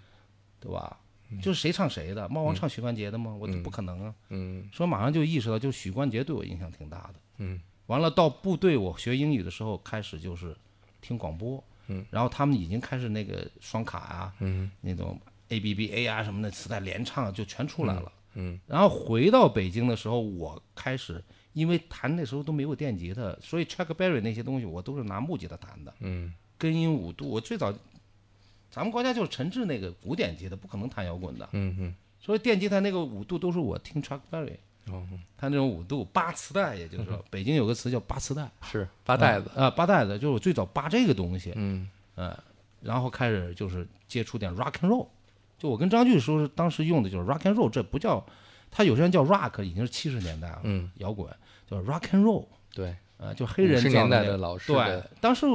Speaker 2: 对吧？就是谁唱谁的，猫王唱许冠杰的吗？我不可能啊！
Speaker 1: 嗯
Speaker 2: 所以马上就意识到，就是许冠杰对我影响挺大的。
Speaker 1: 嗯，
Speaker 2: 完了到部队，我学英语的时候开始就是听广播，嗯，然后他们已经开始那个双卡啊，嗯，那种 A B B A 啊什么的磁带联唱就全出来了，
Speaker 1: 嗯，
Speaker 2: 然后回到北京的时候，我开始因为弹那时候都没有电吉他，所以 Chuck Berry 那些东西我都是拿木吉他弹的，
Speaker 1: 嗯，
Speaker 2: 根音五度，我最早咱们国家就是陈志那个古典吉他，不可能弹摇滚的，
Speaker 1: 嗯嗯，
Speaker 2: 所以电吉他那个五度都是我听 Chuck Berry，
Speaker 1: 哦，
Speaker 2: 他那种五度八磁带，也就是说北京有个词叫八磁带。
Speaker 1: 是嗯八袋子，
Speaker 2: 啊，扒袋子就是我最早扒这个东西，啊
Speaker 1: 嗯
Speaker 2: 然后开始就是接触点 rock and roll。就我跟张炬说，当时用的就是 rock and roll，这不叫，他有些人叫 rock，已经是七十年代了，
Speaker 1: 嗯，
Speaker 2: 摇滚叫 rock and roll，
Speaker 1: 对，
Speaker 2: 呃，就黑人
Speaker 1: 50
Speaker 2: 叫
Speaker 1: 年代
Speaker 2: 那
Speaker 1: 的
Speaker 2: 个
Speaker 1: 老式
Speaker 2: 对
Speaker 1: 的，嗯
Speaker 2: 当时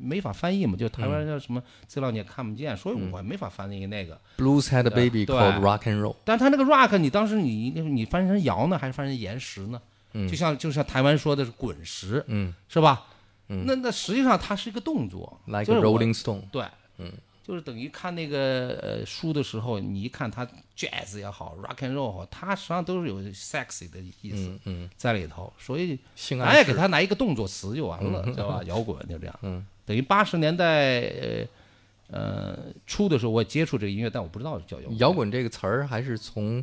Speaker 2: 没法翻译嘛，就台湾叫什么资料你也看不见，所以我也没法翻译那个。
Speaker 1: Blues had a
Speaker 2: 对
Speaker 1: baby
Speaker 2: 对
Speaker 1: called rock and roll，
Speaker 2: 但他那个 rock，你当时你你你翻译成摇呢，还是翻译成岩石呢？
Speaker 1: 嗯
Speaker 2: 就像就像台湾说的是滚石，
Speaker 1: 嗯
Speaker 2: 是吧？
Speaker 1: 嗯
Speaker 2: 那那实际上它是一个动作
Speaker 1: ，like
Speaker 2: 就
Speaker 1: a
Speaker 2: 是我
Speaker 1: Rolling Stone，
Speaker 2: 对，嗯，就是等于看那个呃书的时候，你一看他 jazz 也好，rock and roll 也好，他实际上都是有 sexy 的意思
Speaker 1: 嗯嗯，
Speaker 2: 在里头，所以
Speaker 1: 性
Speaker 2: 咱也
Speaker 1: 暗
Speaker 2: 给
Speaker 1: 示，
Speaker 2: 他拿一个动作词就完
Speaker 1: 嗯
Speaker 2: 了，知道吧？摇滚就这样，嗯，等于八十年代呃呃初的时候，我接触这个音乐，但我不知道叫摇滚，
Speaker 1: 摇滚这个词儿还是从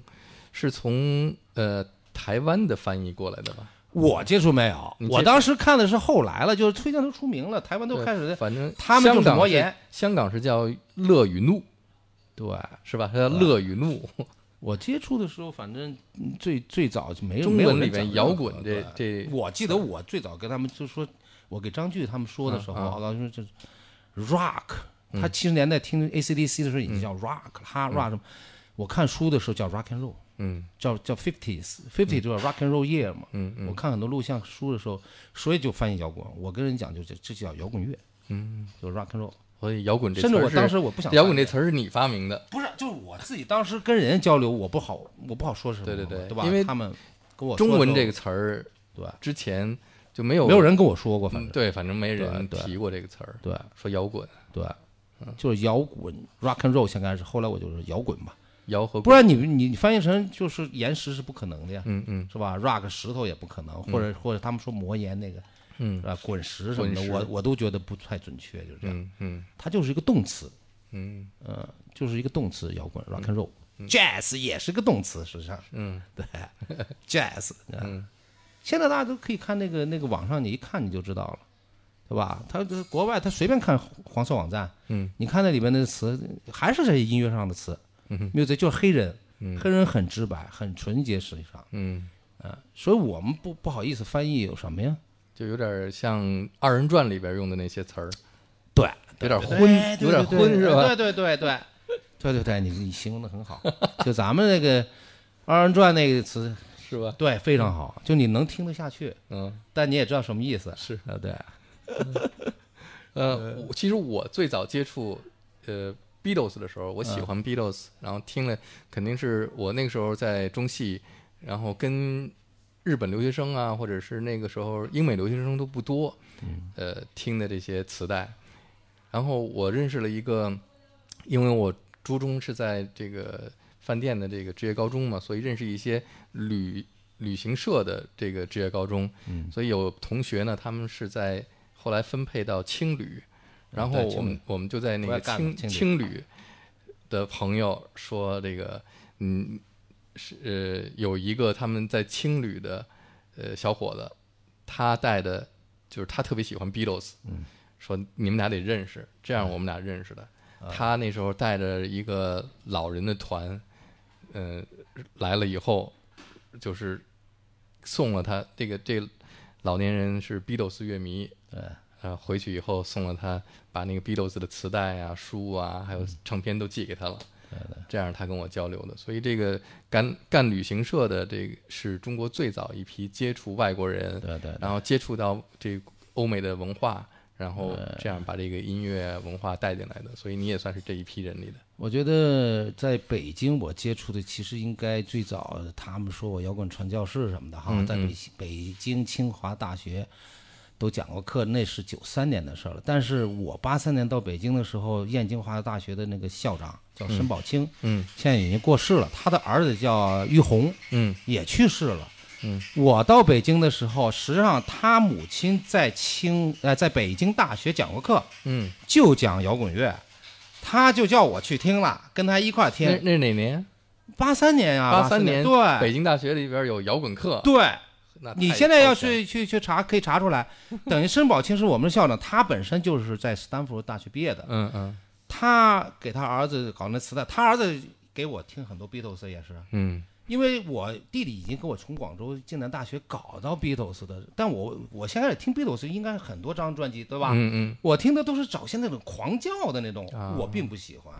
Speaker 1: 是从呃台湾的翻译过来的吧？
Speaker 2: 我接触没有
Speaker 1: 你，接触
Speaker 2: 我当时看的是后来了，就是崔健都出名了，台湾都
Speaker 1: 对
Speaker 2: 开始
Speaker 1: 反正
Speaker 2: 他们就
Speaker 1: 香
Speaker 2: 是
Speaker 1: 港
Speaker 2: 魔
Speaker 1: 是
Speaker 2: 岩，
Speaker 1: 香港是叫乐与怒，
Speaker 2: 对。
Speaker 1: 是吧？它叫乐与怒。
Speaker 2: 我接触的时候，反正嗯最最早就没有
Speaker 1: 中
Speaker 2: 没有
Speaker 1: 文
Speaker 2: 人
Speaker 1: 里边
Speaker 2: 讲
Speaker 1: 摇
Speaker 2: 任
Speaker 1: 滚
Speaker 2: 何
Speaker 1: 这
Speaker 2: 对
Speaker 1: 这
Speaker 2: 我记得我最早跟他们就说，我给张炬他们说的时候，
Speaker 1: 嗯嗯
Speaker 2: 我当时就是 rock，他
Speaker 1: 嗯
Speaker 2: 七十年代听 ACDC 的时候已经叫 rock 了，哈 rock 什么，我看书的时候叫 rock and roll，
Speaker 1: 嗯，
Speaker 2: 叫叫 fifties，fifty 就叫 rock and roll year 嘛，嗯我看很多录像书的时候，所以就翻译摇滚，我跟人讲就这这就叫摇滚乐，嗯，就 rock and roll，
Speaker 1: 所以摇滚这
Speaker 2: 甚至
Speaker 1: 词儿
Speaker 2: 我
Speaker 1: 是
Speaker 2: 当时我不想
Speaker 1: 摇滚
Speaker 2: 翻译
Speaker 1: 这词儿是你发明的，
Speaker 2: 不是，就是我自己当时跟人交流，我不好，我不好说什么，
Speaker 1: 对对对
Speaker 2: 对，吧？
Speaker 1: 因为
Speaker 2: 他们跟我说
Speaker 1: 中
Speaker 2: 的
Speaker 1: 文
Speaker 2: 时候
Speaker 1: 这个词儿
Speaker 2: 对
Speaker 1: 之前就没有
Speaker 2: 没有人跟我说过，反
Speaker 1: 嗯
Speaker 2: 正
Speaker 1: 对，反正没人
Speaker 2: 对对
Speaker 1: 提过这个词儿，
Speaker 2: 对
Speaker 1: 说摇滚、
Speaker 2: 对，
Speaker 1: 嗯
Speaker 2: 就是摇滚 rock and roll 先开始，后来我就是摇滚嘛，
Speaker 1: 摇和
Speaker 2: 不然你你你翻译成就是岩石是不可能的呀，
Speaker 1: 嗯嗯
Speaker 2: 是吧？rock 石头也不可能，或者或者他们说魔岩那个。
Speaker 1: 嗯
Speaker 2: 是吧？滚石什么
Speaker 1: 滚
Speaker 2: 的，
Speaker 1: 石
Speaker 2: 我我都觉得不太准确，就是这样。
Speaker 1: 嗯嗯
Speaker 2: 它就是一个动词，
Speaker 1: 嗯
Speaker 2: 呃，就是一个动词，摇滚 rock and roll、jazz 也是个动词，实际上，
Speaker 1: 嗯，
Speaker 2: 对，jazz，嗯，现在大家都可以看那个那个网上，你一看你就知道了，对吧？他就是国外，他随便看黄色网站，
Speaker 1: 嗯，
Speaker 2: 你看那里面的词，还是这些音乐上的词，嗯，music 就是黑人，黑人很直白，很纯洁，实际上，
Speaker 1: 嗯
Speaker 2: 呃，所以我们不不好意思翻译有什么呀？
Speaker 1: 就有点像二人转里边用的那些词儿，
Speaker 2: 对，
Speaker 1: 有点
Speaker 2: 对
Speaker 1: 昏，
Speaker 2: 对
Speaker 1: 有点
Speaker 2: 对
Speaker 1: 昏
Speaker 2: 对
Speaker 1: 是吧？
Speaker 2: 对对对对， 对对对，你你形容的很 好。就咱们那个二人转那个词，
Speaker 1: 是吧？
Speaker 2: 对，非常好，就你能听得下去，
Speaker 1: 嗯，
Speaker 2: 但你也知道什么意思。
Speaker 1: 是。
Speaker 2: 呃，对，
Speaker 1: 啊呃，我其实我最早接触呃 Beatles 的时候，我喜欢 Beatles，、然后听了肯定是我那个时候在中戏，然后跟日本留学生啊，或者是那个时候英美留学生都不多，呃，听的这些磁带。然后我认识了一个，因为我初中是在这个饭店的这个职业高中嘛，所以认识一些旅旅行社的这个职业高中，
Speaker 2: 嗯
Speaker 1: 所以有同学呢，他们是在后来分配到青旅，然后
Speaker 2: 哦对青旅
Speaker 1: 我们我们就在那
Speaker 2: 我
Speaker 1: 个
Speaker 2: 也干过
Speaker 1: 青
Speaker 2: 青
Speaker 1: 青旅的朋友说这个，嗯，是呃有一个他们在青旅的呃小伙子，他带的就是他特别喜欢 Beatles，说
Speaker 2: 嗯
Speaker 1: 你们俩得认识，这样我们俩认识的。
Speaker 2: 啊
Speaker 1: 他那时候带着一个老人的团，呃，来了以后，就是送了他这个这个老年人是 Beatles 乐迷，
Speaker 2: 对，
Speaker 1: 呃，回去以后送了他把那个 Beatles 的磁带啊、书啊，还有唱片都寄给他了。
Speaker 2: 嗯
Speaker 1: 这样他跟我交流的，所以这个干干旅行社的这个是中国最早一批接触外国人，
Speaker 2: 对对对
Speaker 1: 然后接触到这个欧美的文化，然后
Speaker 2: 嗯
Speaker 1: 这样把这个音乐文化带进来的，所以你也算是这一批人里的。
Speaker 2: 我觉得在北京，我接触的其实应该最早，他们说我摇滚传教士什么的哈，在北北京清华大学都讲过课，那是九三年的事儿了。但是我八三年到北京的时候，燕京华大学的那个校长叫申宝清，
Speaker 1: 嗯
Speaker 2: 现在已经过世了，他的儿子叫于红，
Speaker 1: 嗯
Speaker 2: 也去世了。
Speaker 1: 嗯，
Speaker 2: 我到北京的时候，实际上他母亲在清呃在北京大学讲过课，
Speaker 1: 嗯，
Speaker 2: 就讲摇滚乐，他就叫我去听了，跟他一块儿
Speaker 1: 那
Speaker 2: 听。
Speaker 1: 嗯那是哪年？
Speaker 2: 八三年啊，
Speaker 1: 八
Speaker 2: 三
Speaker 1: 年，北
Speaker 2: 对
Speaker 1: 京大学里边有摇滚课。
Speaker 2: 对，
Speaker 1: 那太
Speaker 2: 你现在要
Speaker 1: 超前了
Speaker 2: 去去去查，可以查 出来。等于申宝清是我们的校长，他本身就是在斯坦福大学毕业的，
Speaker 1: 嗯嗯
Speaker 2: 他给他儿子搞那磁带，他儿子给我听很多 Beatles 也是，
Speaker 1: 嗯
Speaker 2: 因为我弟弟已经给我从广州暨南大学搞到 Beatles 的，但我我现在听 Beatles 应该很多张专辑，对吧？
Speaker 1: 嗯啊嗯，
Speaker 2: 我听的都是早先那种狂叫的那种，我并不喜欢。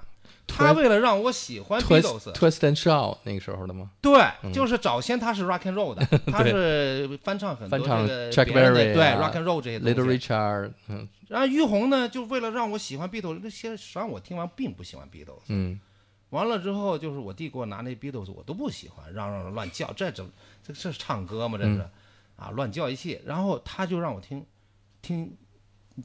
Speaker 1: 突然
Speaker 2: 他为了让我喜欢
Speaker 1: Twist
Speaker 2: Beatles，
Speaker 1: Twist and Shout 那个时候的吗？嗯
Speaker 2: 对，就是早先他是 rock and roll 的，他是翻唱很多
Speaker 1: 翻唱
Speaker 2: 这个
Speaker 1: Chuck
Speaker 2: 别人的
Speaker 1: Berry
Speaker 2: 对
Speaker 1: 啊
Speaker 2: rock and roll 这些
Speaker 1: Little
Speaker 2: 东西。
Speaker 1: Richard，嗯
Speaker 2: 然后于红呢，就为了让我喜欢 Beatles，那些实际上我听完并不喜欢 Beatles。
Speaker 1: 嗯，
Speaker 2: 完了之后，就是我弟给我拿那 Beatles，我都不喜欢，嚷嚷着乱叫，这怎么这这是唱歌吗？这是、
Speaker 1: 嗯
Speaker 2: 啊，乱叫一气。然后他就让我听，听，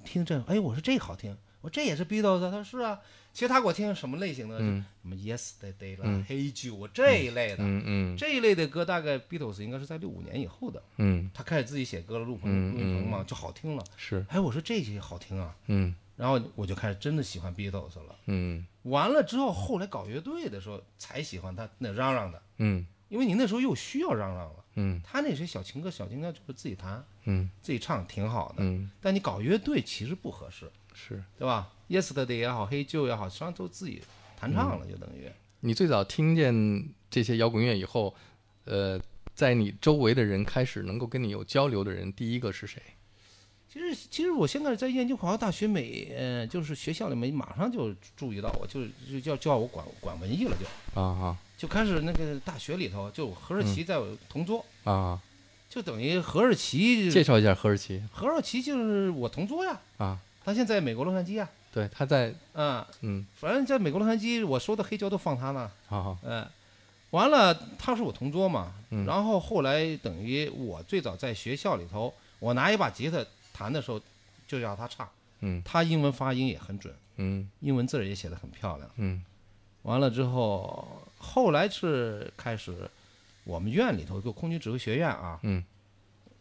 Speaker 2: 听这，哎，我说这好听，我这也是 Beatles，啊他说是啊。其实他给我听什么类型的，什么 Yesterday 啦、Hey Jude 这一类的，
Speaker 1: 嗯嗯
Speaker 2: 这一类的歌大概 Beatles 应该是在六五年以后的，
Speaker 1: 嗯，
Speaker 2: 他开始自己写歌了，录
Speaker 1: 嗯
Speaker 2: 棚录棚嘛，就好听了。
Speaker 1: 是，
Speaker 2: 哎，我说这些好听啊，
Speaker 1: 嗯
Speaker 2: 然后我就开始真的喜欢 Beatles 了。
Speaker 1: 嗯
Speaker 2: 完了之后，后来搞乐队的时候才喜欢他那嚷嚷的，
Speaker 1: 嗯
Speaker 2: 因为你那时候又需要嚷嚷了。
Speaker 1: 嗯
Speaker 2: 他那些小情歌、小情调就是自己弹、
Speaker 1: 嗯
Speaker 2: 自己唱挺好的，
Speaker 1: 嗯，
Speaker 2: 但你搞乐队其实不合适，
Speaker 1: 是。
Speaker 2: 对吧？Yesterday 也好，黑旧也好，实际上都自己弹唱
Speaker 1: 嗯
Speaker 2: 了，就等于。
Speaker 1: 你最早听见这些摇滚乐以后，呃，在你周围的人开始能够跟你有交流的人，第一个是谁？
Speaker 2: 其实，其实我现在在燕京华大学美，呃，就是学校里面马上就注意到我，就就叫叫我管管文艺了就，
Speaker 1: 啊啊
Speaker 2: 就开始那个大学里头，就何
Speaker 1: 嗯
Speaker 2: 士奇在我同桌，
Speaker 1: 啊！
Speaker 2: 就等于何士奇，
Speaker 1: 介绍一下何士奇
Speaker 2: 何士奇就是我同桌呀。
Speaker 1: 啊，
Speaker 2: 他现在在美国洛杉矶啊，
Speaker 1: 对，他在
Speaker 2: 嗯，
Speaker 1: 嗯，
Speaker 2: 反正在美国洛杉矶，我收的黑胶都放他那，
Speaker 1: 好好，
Speaker 2: 嗯，完了，他是我同桌嘛，
Speaker 1: 嗯
Speaker 2: 然后后来等于我最早在学校里头，我拿一把吉他弹的时候，就让他唱，
Speaker 1: 嗯
Speaker 2: 他英文发音也很准，
Speaker 1: 嗯
Speaker 2: 英文字儿也写得很漂亮。
Speaker 1: 嗯
Speaker 2: 完了之后，后来是开始我们院里头就空军指挥学院啊，
Speaker 1: 嗯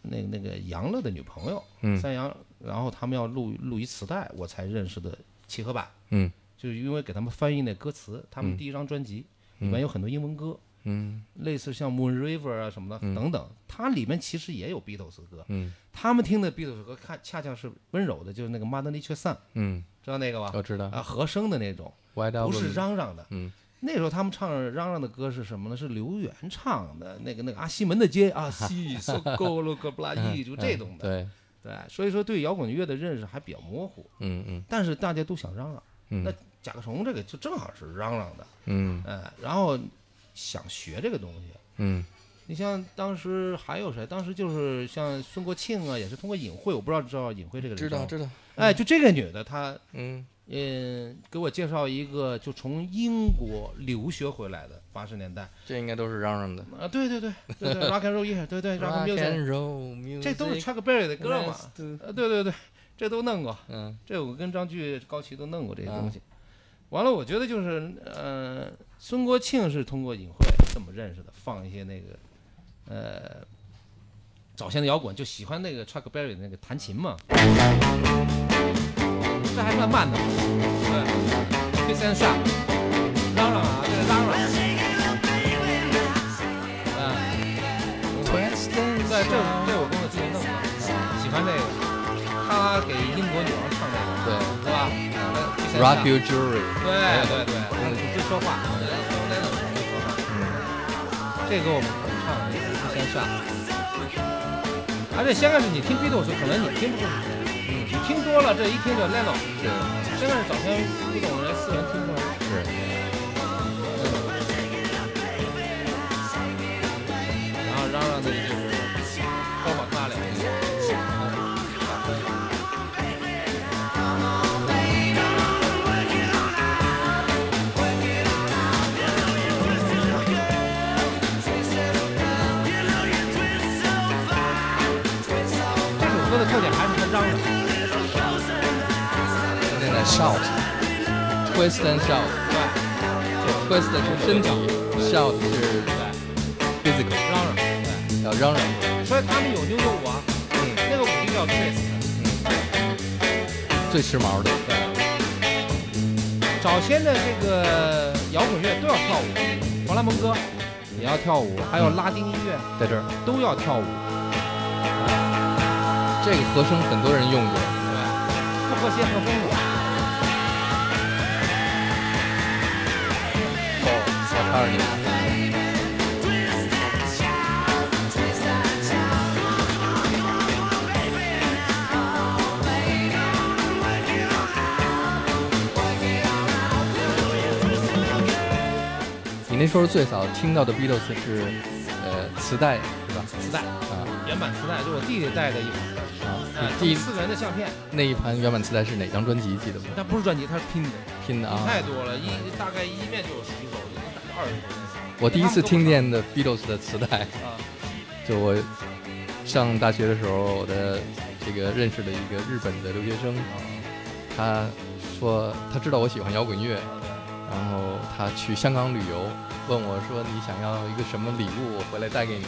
Speaker 2: 那那个杨乐的女朋友，
Speaker 1: 嗯
Speaker 2: 三阳，然后他们要录录一磁带，我才认识的契合版。
Speaker 1: 嗯，
Speaker 2: 就是因为给他们翻译那歌词，他们
Speaker 1: 嗯
Speaker 2: 第一张专辑、
Speaker 1: 嗯
Speaker 2: 里面有很多英文歌，
Speaker 1: 嗯
Speaker 2: 类似像 Moon River 啊什么的、
Speaker 1: 嗯
Speaker 2: 等等，它里面其实也有 Beatles 的歌。
Speaker 1: 嗯
Speaker 2: 他们听的 Beatles 歌，看恰恰是温柔的，就是那个《Mother Nature Sun》，
Speaker 1: 嗯，
Speaker 2: 知道那个吧？啊
Speaker 1: 我知道
Speaker 2: 啊，和声的那种，
Speaker 1: ，White
Speaker 2: 不是
Speaker 1: Album，
Speaker 2: 嚷嚷的。
Speaker 1: 嗯
Speaker 2: 那时候他们唱嚷嚷的歌是什么呢？是刘源唱的那个那个啊西门的街 啊西 so go l o k 不拉一就这种的，
Speaker 1: 对，
Speaker 2: 对，所以说对摇滚乐的认识还比较模糊，
Speaker 1: 嗯嗯
Speaker 2: 但是大家都想嚷嚷。
Speaker 1: 嗯，
Speaker 2: 那甲壳虫这个就正好是嚷嚷的，
Speaker 1: 嗯
Speaker 2: 哎，然后想学这个东西。
Speaker 1: 嗯
Speaker 2: 你像当时还有谁？当时就是像孙国庆啊，也是通过隐晦，我不知道知道隐晦这个人
Speaker 1: 知道
Speaker 2: 吗
Speaker 1: 知道，
Speaker 2: 哎，就这个女的，她
Speaker 1: 嗯
Speaker 2: 嗯给我介绍一个，就从英国留学回来的，八十年代
Speaker 1: 这应该都是嚷嚷的。
Speaker 2: 啊，对对对 对对，Rock and Roll Year，对对
Speaker 1: Rock
Speaker 2: Rock and Music，
Speaker 1: and roll music，
Speaker 2: 这都是 Chuck Berry 的歌嘛，
Speaker 1: Let's do-
Speaker 2: 呃，对对对，这都弄过，
Speaker 1: 嗯
Speaker 2: 这我跟张炬、高旗都弄过这些东西。完了，我觉得就是，呃，孙国庆是通过隐晦这么认识的，放一些那个，呃，早先的摇滚，就喜欢那个 Chuck Berry 的那个弹琴嘛，这还算慢的，对，非常下，嚷嚷啊，这个嚷嚷，嗯，对，这这我跟我之前弄过，喜欢这个，他给英国女王唱这个。
Speaker 1: 对
Speaker 2: 对吧？呃之前的
Speaker 1: ，Rock Your Jury，
Speaker 2: 对对对，他就不说话，对对对不说
Speaker 1: 嗯
Speaker 2: 话。这个我们唱的也是不先上。而且先开始你听 Beatles，可能你听不出，你听多了这一听就 Leno。
Speaker 1: 是
Speaker 2: 先开始早先不懂人四人听不出来。
Speaker 1: 是，
Speaker 2: 然后嚷嚷的就是高仿大脸。这首歌的特点还是它嚷嚷，
Speaker 1: 现在在 shout，twist and shout，twist
Speaker 2: 对，
Speaker 1: 是身体，shout 是 physical，
Speaker 2: 嚷嚷，对。
Speaker 1: 要嚷嚷。
Speaker 2: 所以他们有扭有舞啊，那个舞就叫 twist。
Speaker 1: 最时髦的，
Speaker 2: 早先的这个摇滚乐都要跳舞，弗拉门戈也要跳舞，还有拉丁音乐
Speaker 1: 在这儿，
Speaker 2: 都要跳舞。
Speaker 1: 这个和声很多人用过，
Speaker 2: 对，不和谐和风舞。
Speaker 1: 我告诉你们，你那时候最早听到的 Beatles 是呃磁带是吧？
Speaker 2: 磁带，
Speaker 1: 啊
Speaker 2: 原版磁带就是我弟弟带的一盘，
Speaker 1: 啊
Speaker 2: 呃，
Speaker 1: 第一
Speaker 2: 四个人的相片，
Speaker 1: 那一盘原版磁带是哪张专辑记得吗？
Speaker 2: 那不是专辑，它是拼的，
Speaker 1: 拼的啊！
Speaker 2: 太多了，一大概一面就有十首，二十首。
Speaker 1: 我第一次听见的 Beatles 的磁带，
Speaker 2: 啊，
Speaker 1: 就我上大学的时候，我的这个认识的一个日本的留学生，他说他知道我喜欢摇滚乐，然后他去香港旅游，问我说你想要一个什么礼物，我回来带给你。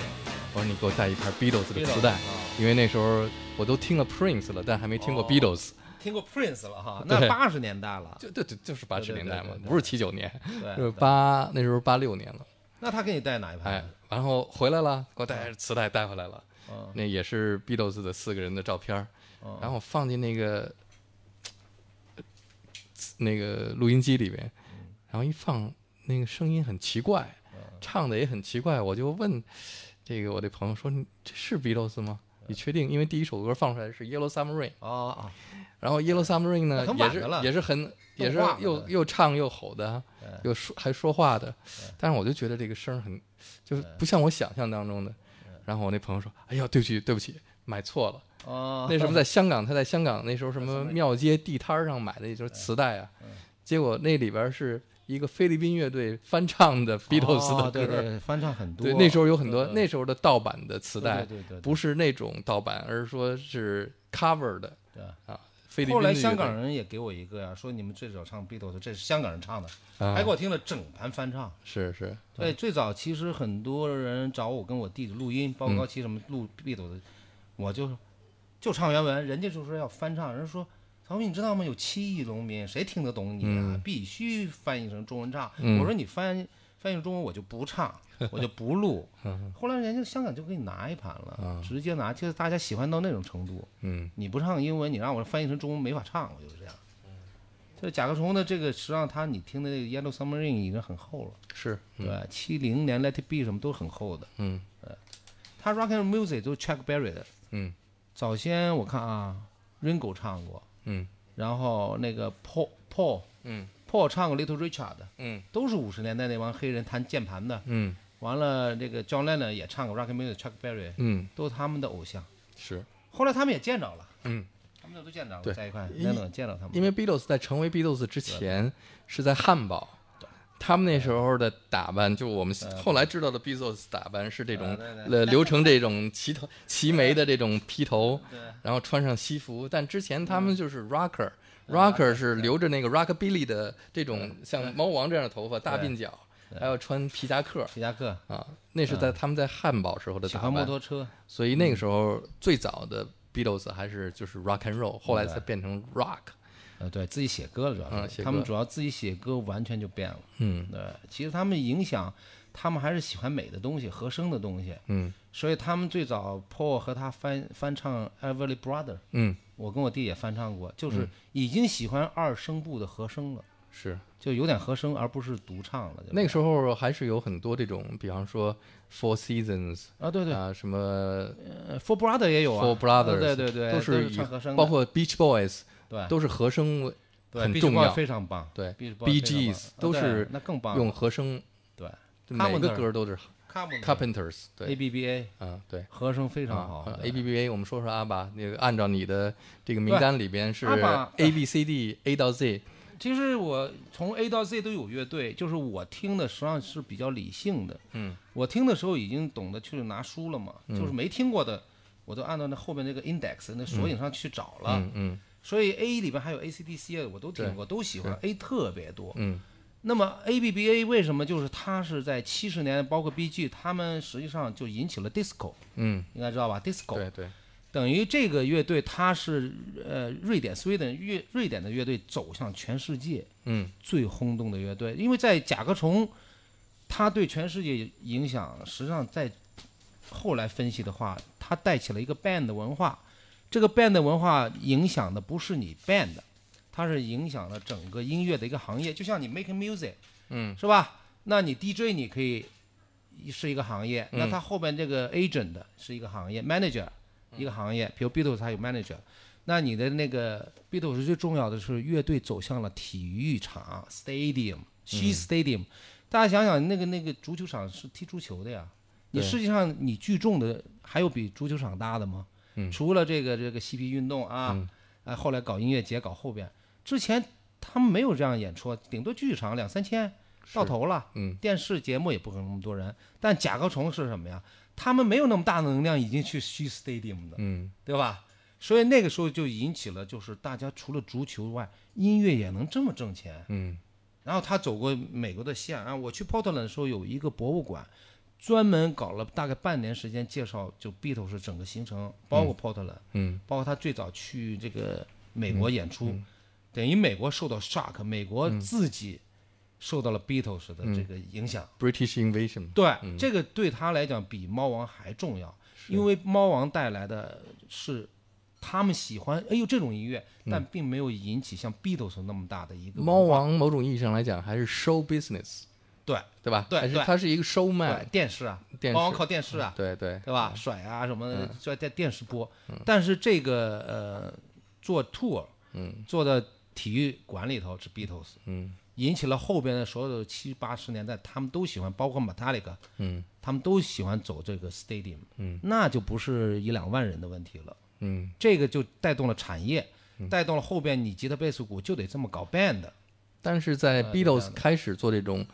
Speaker 1: 我说你给我带一盘 Beatles 的磁带，因为那时候我都听了 Prince 了，但还没听过
Speaker 2: 哦
Speaker 1: Beatles。
Speaker 2: 听过 Prince 了哈，
Speaker 1: 对
Speaker 2: 那八十年代了，
Speaker 1: 就对对，就是八十
Speaker 2: 对对
Speaker 1: 年代嘛
Speaker 2: 对对，对
Speaker 1: 不是七九年，就是
Speaker 2: 对，
Speaker 1: 八那时候八六年了。
Speaker 2: 那他给你带哪一
Speaker 1: 哎
Speaker 2: 盘？，
Speaker 1: 然后回来了，给我带着磁带带回来了，
Speaker 2: 嗯
Speaker 1: 那也是 Beatles 的四个人的照片儿，
Speaker 2: 嗯
Speaker 1: 然后放进那个呃那个录音机里边，
Speaker 2: 嗯
Speaker 1: 然后一放，那个声音很奇怪，唱的也很奇怪，我就问这个我的朋友说：“你这是 Beatles 吗？”
Speaker 2: 嗯
Speaker 1: 你确定？因为第一首歌放出来是《Yellow Submarine》，
Speaker 2: 哦，
Speaker 1: 然后《Yellow Submarine》呢
Speaker 2: 很
Speaker 1: 也
Speaker 2: 晚的
Speaker 1: 是
Speaker 2: 了
Speaker 1: 也是很也是
Speaker 2: 动画嘛
Speaker 1: 又
Speaker 2: 对
Speaker 1: 又唱又吼的，
Speaker 2: 对
Speaker 1: 又说还说话的，但是我就觉得这个声儿很就是不像我想象当中的。然后我那朋友说：“哎呀，对不起，对不起，买错了。”
Speaker 2: 哦，
Speaker 1: 那时候在香港，他在香港那时候什么庙街地摊儿上买的，也就是磁带啊。
Speaker 2: 嗯
Speaker 1: 结果那里边儿是一个菲律宾乐队翻唱的 Beatles 的歌
Speaker 2: 哦对
Speaker 1: 儿，
Speaker 2: 对，翻唱很多。
Speaker 1: 对，那时候有很多
Speaker 2: 对对
Speaker 1: 那时候的盗版的磁带，
Speaker 2: 对对对对
Speaker 1: 不是那种盗版，而是说是 cover 的
Speaker 2: 对
Speaker 1: 啊。菲律宾
Speaker 2: 后
Speaker 1: 的乐
Speaker 2: 来
Speaker 1: 队
Speaker 2: 香港人也给我一个呀、说你们最早唱 Beatles，这是香港人唱的，
Speaker 1: 啊
Speaker 2: 还给我听了整盘翻唱。
Speaker 1: 是是，
Speaker 2: 对，最早其实很多人找我跟我弟弟录音，包括高七什么录 Beatles，、我就就唱原文，人家就说要翻唱，人家说。曹斌，你知道吗？有七亿农民，谁听得懂你啊？必须翻译成中文唱。我说你翻翻译成中文，我就不唱，我就不录。后来人家香港就给你拿一盘了，直接拿，就是大家喜欢到那种程度。
Speaker 1: 嗯，
Speaker 2: 你不唱英文，你让我翻译成中文没法唱，我就是这样。这甲壳虫的这个，实际上它你听的那个《Yellow Submarine》已经很厚了，
Speaker 1: 是，
Speaker 2: 对吧？七零年《Let It Be》什么都很厚的。
Speaker 1: 嗯
Speaker 2: 它 Rock and Music 都是 Chuck Berry 的。
Speaker 1: 嗯
Speaker 2: 早先我看啊，Ringo 唱过，
Speaker 1: 嗯
Speaker 2: 然后那个 Paul Paul
Speaker 1: 嗯
Speaker 2: Paul 唱过 Little Richard，
Speaker 1: 嗯
Speaker 2: 都是五十年代那帮黑人弹键盘的。
Speaker 1: 嗯
Speaker 2: 完了，这个 John Lennon 也唱过 Rock and Music，Chuck Berry
Speaker 1: 嗯，
Speaker 2: 都是他们的偶像。
Speaker 1: 是
Speaker 2: 后来他们也见着了，
Speaker 1: 嗯，
Speaker 2: 他们都见着了。
Speaker 1: 对
Speaker 2: 再一看
Speaker 1: 因
Speaker 2: ，Lennon 见着他们
Speaker 1: 因
Speaker 2: 了，
Speaker 1: 为 Beatles 在成为 Beatles 之前是在汉堡。他们那时候的打扮，就我们后来知道的 Beatles 打扮是这种
Speaker 2: 呃对对
Speaker 1: 呃留成这种齐头齐眉的这种披头，
Speaker 2: 对嗯
Speaker 1: 然后穿上西服。但之前他们就是 rocker，rocker、rocker 是留着那个 rockabilly 的这种像猫王这样的头发，大鬓角，还要穿皮夹克
Speaker 2: 皮夹克，
Speaker 1: 啊，那是在他们在汉堡时候的
Speaker 2: 嗯喜
Speaker 1: 打
Speaker 2: 欢摩
Speaker 1: 扮。
Speaker 2: 托车，
Speaker 1: 所以那
Speaker 2: 嗯
Speaker 1: 个时候最早的 Beatles 还是就是 rock and roll，后来才变成 rock。
Speaker 2: 呃，对自己写歌了，主要
Speaker 1: 嗯
Speaker 2: 是
Speaker 1: 写
Speaker 2: 他们
Speaker 1: 歌
Speaker 2: 主要自己写歌完全就变了。
Speaker 1: 嗯
Speaker 2: 对，其实他们影响，他们还是喜欢美的东西、和声的东西，
Speaker 1: 嗯
Speaker 2: 所以他们最早 Paul 和他翻翻唱《Everly Brother》，
Speaker 1: 嗯，
Speaker 2: 我跟我弟也翻唱过，就是已经喜欢二声部的和声了，
Speaker 1: 是
Speaker 2: 就有点和声而不是独唱了。就
Speaker 1: 那个时候还是有很多这种，比方说 Four Seasons
Speaker 2: 啊，对对、
Speaker 1: 啊，什么
Speaker 2: 呃 f o r Brother 也有啊
Speaker 1: Four Brothers，
Speaker 2: 啊对对对，
Speaker 1: 都
Speaker 2: 都
Speaker 1: 是以
Speaker 2: 唱和声的，哎
Speaker 1: 包括 Beach Boys
Speaker 2: 对
Speaker 1: 都是和声
Speaker 2: 对
Speaker 1: 很
Speaker 2: Beach
Speaker 1: 重
Speaker 2: Boys
Speaker 1: 要
Speaker 2: 非常棒，
Speaker 1: 对
Speaker 2: Beach Boys 非
Speaker 1: Bee
Speaker 2: 常棒
Speaker 1: Gees 都
Speaker 2: 啊对
Speaker 1: 是
Speaker 2: 那更棒了，
Speaker 1: 用和声，
Speaker 2: 对
Speaker 1: 每个
Speaker 2: Carpenter
Speaker 1: 歌都是
Speaker 2: Carpenter
Speaker 1: Carpenters 对
Speaker 2: ABBA
Speaker 1: 啊对。
Speaker 2: 和声非常好
Speaker 1: 啊
Speaker 2: 对
Speaker 1: ，A B B A，我们说说阿爸，那个按照你的这个名
Speaker 2: 对
Speaker 1: 单里边是
Speaker 2: 阿爸
Speaker 1: A B C D A 到 Z，
Speaker 2: 其实我从 A 到 Z 都有乐队，就是我听的实际上是比较理性的。
Speaker 1: 嗯，
Speaker 2: 我听的时候已经懂得去拿书了嘛，就是没听过的，我都按照那后面那个 index 那索引上去找了。
Speaker 1: 嗯嗯
Speaker 2: 所以 A 里边还有 ACDC 啊，我都听过，都喜欢 A 特别多。
Speaker 1: 嗯
Speaker 2: 那么 ABBA 为什么就是它是在七十年代，包括 BG，他们实际上就引起了 disco，
Speaker 1: 嗯，
Speaker 2: 应该知道吧？disco
Speaker 1: 对对，
Speaker 2: 等于这个乐队它是呃瑞典 Sweden 乐瑞典的乐队走向全世界。
Speaker 1: 嗯
Speaker 2: 最轰动的乐队，因为在甲壳虫，它对全世界影响，实际上在后来分析的话，它带起了一个 band 的文化。这个 band 的文化影响的不是你 band，它是影响了整个音乐的一个行业。就像你 making music，
Speaker 1: 嗯，
Speaker 2: 是吧？那你 DJ 你可以是一个行业，那它后边这个 agent 是一个行业，manager 一个行业，比如 Beatles 它有 manager，那你的那个 Beatles 最重要的是乐队走向了体育场 stadium，西
Speaker 1: 嗯
Speaker 2: stadium，、大家想想那个那个足球场是踢足球的呀，你
Speaker 1: 对
Speaker 2: 世界上你聚众的还有比足球场大的吗？
Speaker 1: 嗯
Speaker 2: 除了这个这个嬉皮运动啊，啊后来搞音乐节搞后边，之前他们没有这样演出，顶多剧场两三千到头了。
Speaker 1: 嗯
Speaker 2: 电视节目也不可能那么多人，但甲壳虫是什么呀？他们没有那么大能量，已经去虚 stadium 的，
Speaker 1: 嗯
Speaker 2: 对吧？所以那个时候就引起了，就是大家除了足球外，音乐也能这么挣钱。
Speaker 1: 嗯
Speaker 2: 然后他走过美国的线啊，我去 Portland 的时候有一个博物馆，专门搞了大概半年时间介绍就 Beatles 整个行程，包括 Portland，、
Speaker 1: 嗯
Speaker 2: 包括他最早去这个美国演出，等于美国受到 shock，美国
Speaker 1: 嗯
Speaker 2: 自己受到了 Beatles 的这个影响。
Speaker 1: ，British Invasion，
Speaker 2: 对，这个对他来讲比猫王还重要，因为猫王带来的是他们喜欢，哎呦这种音乐，但
Speaker 1: 嗯
Speaker 2: 并没有引起像 Beatles 那么大的一个
Speaker 1: 猫王某种意义上来讲还是 show business，
Speaker 2: 对
Speaker 1: 对吧？
Speaker 2: 对
Speaker 1: 还是
Speaker 2: 对
Speaker 1: 它是一个 showman，
Speaker 2: 对电视啊，
Speaker 1: 电
Speaker 2: 猫王
Speaker 1: 视
Speaker 2: 靠电视啊，
Speaker 1: 对对
Speaker 2: 对吧？甩啊什么
Speaker 1: 嗯
Speaker 2: 的，就在电视播。但是这个呃，做 tour，嗯，做的体育馆里头是 Beatles，
Speaker 1: 嗯，
Speaker 2: 引起了后边的所有的七八十年代，他们都喜欢，包括 Metallica，
Speaker 1: 嗯，
Speaker 2: 他们都喜欢走这个 stadium，嗯，那就不是一两万人的问题了，
Speaker 1: 嗯
Speaker 2: 这个就带动了产业，带动了后边你吉他、贝斯、鼓就得这么搞 band，
Speaker 1: 但是
Speaker 2: 呃
Speaker 1: 在 Beatles 开始做这种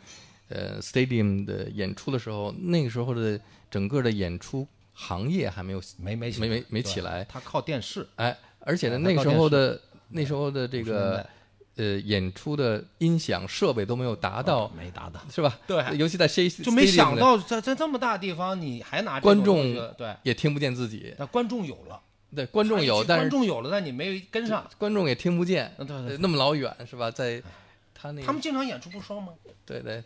Speaker 1: 呃 stadium 的演出的时候，那个时候的整个的演出行业还没有
Speaker 2: 没没起
Speaker 1: 没没没
Speaker 2: 对
Speaker 1: 起来，
Speaker 2: 他靠电视，
Speaker 1: 哎，而且呢，
Speaker 2: 对
Speaker 1: 那个
Speaker 2: 它
Speaker 1: 时
Speaker 2: 靠
Speaker 1: 候的那时候的这
Speaker 2: 50年
Speaker 1: 个
Speaker 2: 代
Speaker 1: 呃演出的音响设备都没有达到，
Speaker 2: 没达到，
Speaker 1: 是吧？
Speaker 2: 哦对，
Speaker 1: 尤其在 C
Speaker 2: 就没想
Speaker 1: 哦 stadium
Speaker 2: 到在在这么大地方你还拿这
Speaker 1: 观
Speaker 2: 种
Speaker 1: 众
Speaker 2: 东西对
Speaker 1: 的。也听不见自己，
Speaker 2: 那观众有了，哎
Speaker 1: 对，观众有，但
Speaker 2: 观
Speaker 1: 是
Speaker 2: 众有了，但你没跟上。
Speaker 1: 观众也听不见，
Speaker 2: 嗯对对哎
Speaker 1: 呃那么老远是吧？在他那个
Speaker 2: 他们经常演出不说吗？
Speaker 1: 对对，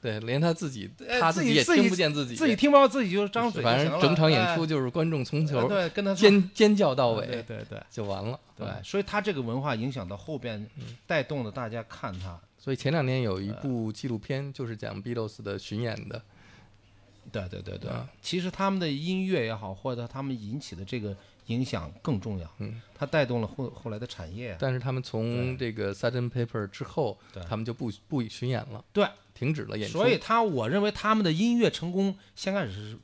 Speaker 1: 对，连他自己
Speaker 2: 哎
Speaker 1: 他
Speaker 2: 自
Speaker 1: 己
Speaker 2: 己
Speaker 1: 也
Speaker 2: 自
Speaker 1: 听
Speaker 2: 己
Speaker 1: 不见自己，
Speaker 2: 自己听不到，自己就张嘴就行
Speaker 1: 反
Speaker 2: 了。
Speaker 1: 正整场演出
Speaker 2: 哎
Speaker 1: 就是观众从
Speaker 2: 哎
Speaker 1: 球
Speaker 2: 对，跟他说
Speaker 1: 尖尖叫嗯到
Speaker 2: 对
Speaker 1: 尾
Speaker 2: 对对
Speaker 1: 就完了。
Speaker 2: 对，所以他这个文化影响到后边，带动了大家看他。
Speaker 1: 所以前两年有一部纪录片，就是讲 Beatles 的巡演的，
Speaker 2: 对对对对
Speaker 1: 啊，
Speaker 2: 其实他们的音乐也好，或者他们引起的这个影响更重要。嗯，它带动了后后来的产业啊。
Speaker 1: 但是他们从这个 Sgt. Pepper 之后，他们就不不巡演了，
Speaker 2: 对，
Speaker 1: 停止了演出。
Speaker 2: 所以他我认为他们的音乐成功先开始是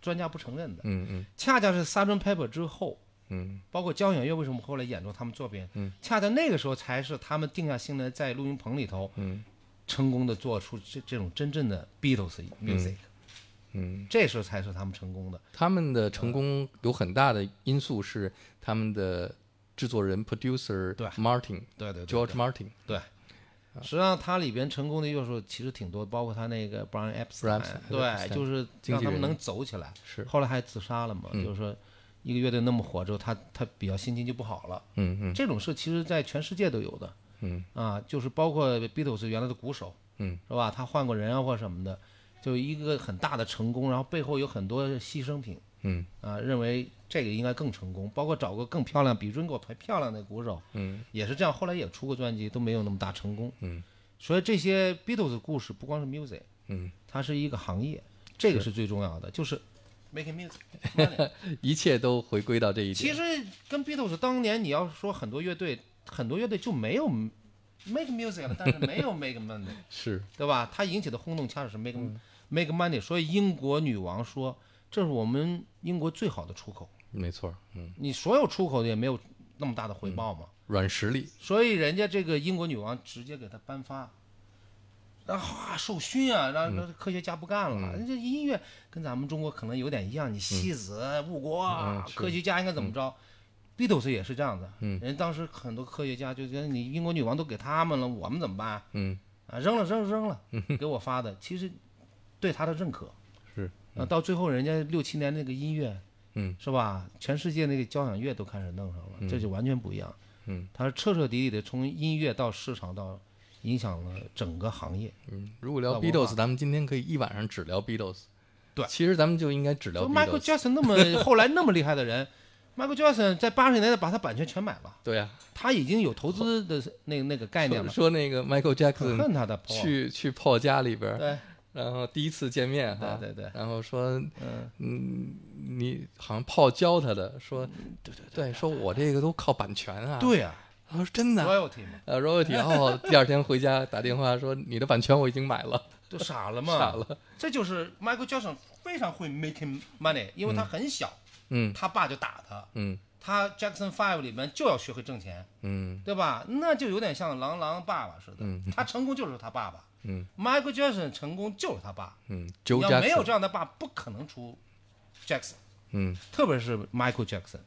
Speaker 2: 专家不承认的，
Speaker 1: 嗯嗯
Speaker 2: 恰恰是 Sgt. Pepper 之后，
Speaker 1: 嗯，
Speaker 2: 包括交响乐为什么后来演奏他们作品，
Speaker 1: 嗯，
Speaker 2: 恰恰那个时候才是他们定下心来在录音棚里头，
Speaker 1: 嗯，
Speaker 2: 成功的做出这这种真正的 Beatles music，
Speaker 1: 嗯，
Speaker 2: 这时候才是他们成功的。
Speaker 1: 他们的成功有很大的因素是他们的制作人 producer
Speaker 2: 对
Speaker 1: Martin
Speaker 2: 对对对
Speaker 1: George Martin
Speaker 2: 对，
Speaker 1: 啊
Speaker 2: 实际上它里边成功的要素其实挺多，包括他那个 Brian
Speaker 1: Brian
Speaker 2: Epstein，
Speaker 1: Epstein，
Speaker 2: 对，
Speaker 1: Epstein，
Speaker 2: 就是
Speaker 1: 经
Speaker 2: 让
Speaker 1: 纪
Speaker 2: 他们
Speaker 1: 人
Speaker 2: 能走起来。
Speaker 1: 是，嗯
Speaker 2: 后来还自杀了嘛，就是说一个乐队那么火之后，他他比较心情就不好了。
Speaker 1: 嗯嗯
Speaker 2: 这种事其实在全世界都有的。
Speaker 1: 嗯
Speaker 2: 啊，就是包括 Beatles 原来的鼓手，
Speaker 1: 嗯，
Speaker 2: 是吧？他换过人啊或什么的，就一个很大的成功，然后背后有很多牺牲品。
Speaker 1: 嗯
Speaker 2: 啊，认为这个应该更成功，包括找个更漂亮、比 Ringo 还漂亮的鼓手，
Speaker 1: 嗯，
Speaker 2: 也是这样。后来也出过专辑，都没有那么大成功，
Speaker 1: 嗯。
Speaker 2: 所以这些 Beatles 的故事不光是 music，
Speaker 1: 嗯，
Speaker 2: 它是一个行业，这个是最重要的，就是 making music money。
Speaker 1: 一切都回归到这一
Speaker 2: 其
Speaker 1: 点。
Speaker 2: 实跟 Beatles 当年你要说很多乐队，很多乐队就没有 make music 了，但是没有 make money。
Speaker 1: 是，
Speaker 2: 对吧？它引起的轰动恰恰是 make、make
Speaker 1: 嗯
Speaker 2: money，所以英国女王说这是我们英国最好的出口，
Speaker 1: 没错，嗯，
Speaker 2: 你所有出口的也没有那么大的回报嘛，
Speaker 1: 软实力，
Speaker 2: 所以人家这个英国女王直接给他颁发。然后啊，授勋啊，
Speaker 1: 嗯
Speaker 2: 让让科学家不干了。人家音乐跟咱们中国可能有点一样，你
Speaker 1: 嗯
Speaker 2: 戏子误国啊，科学家应该怎么着？Beatles 也是这样的，
Speaker 1: 嗯
Speaker 2: 人当时很多科学家就觉得你英国女王都给他们了，我们怎么办啊？
Speaker 1: 嗯
Speaker 2: 啊，扔了扔了扔了，给我发的，其实对他的认可
Speaker 1: 是，
Speaker 2: 啊，到最后人家六七年那个音乐，
Speaker 1: 嗯，
Speaker 2: 是吧？全世界那个交响乐都开始弄上了，这就完全不一样，
Speaker 1: 嗯，
Speaker 2: 他是彻彻底底的从音乐到市场到影响了整个行业，
Speaker 1: 嗯，如果聊
Speaker 2: 那文化
Speaker 1: Beatles，咱们今天可以一晚上只聊 Beatles。
Speaker 2: 对
Speaker 1: 其实咱们就应该只聊
Speaker 2: 就 Michael
Speaker 1: Beatles。
Speaker 2: Jackson 那么后来那么厉害的人，Michael Jackson 在八十年代把他版权全买了，
Speaker 1: 对呀、
Speaker 2: 他已经有投资的那那个概念
Speaker 1: 说
Speaker 2: 了，
Speaker 1: 说那个 Michael
Speaker 2: 很
Speaker 1: Jackson
Speaker 2: 恨他的 Paul，
Speaker 1: 去去 Paul 家里边儿，
Speaker 2: 对
Speaker 1: 然后第一次见面哈，
Speaker 2: 对对对，
Speaker 1: 然后说
Speaker 2: 嗯。
Speaker 1: 嗯，你好像 Paul 教他的，说对对对，说我这个都靠版权啊。，
Speaker 2: 对啊
Speaker 1: 他说真的啊。
Speaker 2: ，royalty 嘛，
Speaker 1: 呃，royalty，然后 第二天回家打电话说你的版权我已经买了，
Speaker 2: 都傻了嘛，
Speaker 1: 傻了。
Speaker 2: 这就是 Michael Jackson 非常会 making money，因为他很小，
Speaker 1: 嗯
Speaker 2: 他爸就打他。
Speaker 1: 嗯
Speaker 2: 他 Jackson Five 里面就要学会挣钱，
Speaker 1: 嗯
Speaker 2: 对吧？那就有点像郎朗爸爸似的，他成功就是他爸爸。
Speaker 1: 嗯
Speaker 2: Michael Jackson 成功就是他爸，
Speaker 1: 嗯
Speaker 2: 你
Speaker 1: ，Joe
Speaker 2: 要没有
Speaker 1: Jackson，
Speaker 2: 这样的爸，不可能出 Jackson，
Speaker 1: 嗯，
Speaker 2: 特别是 Michael Jackson。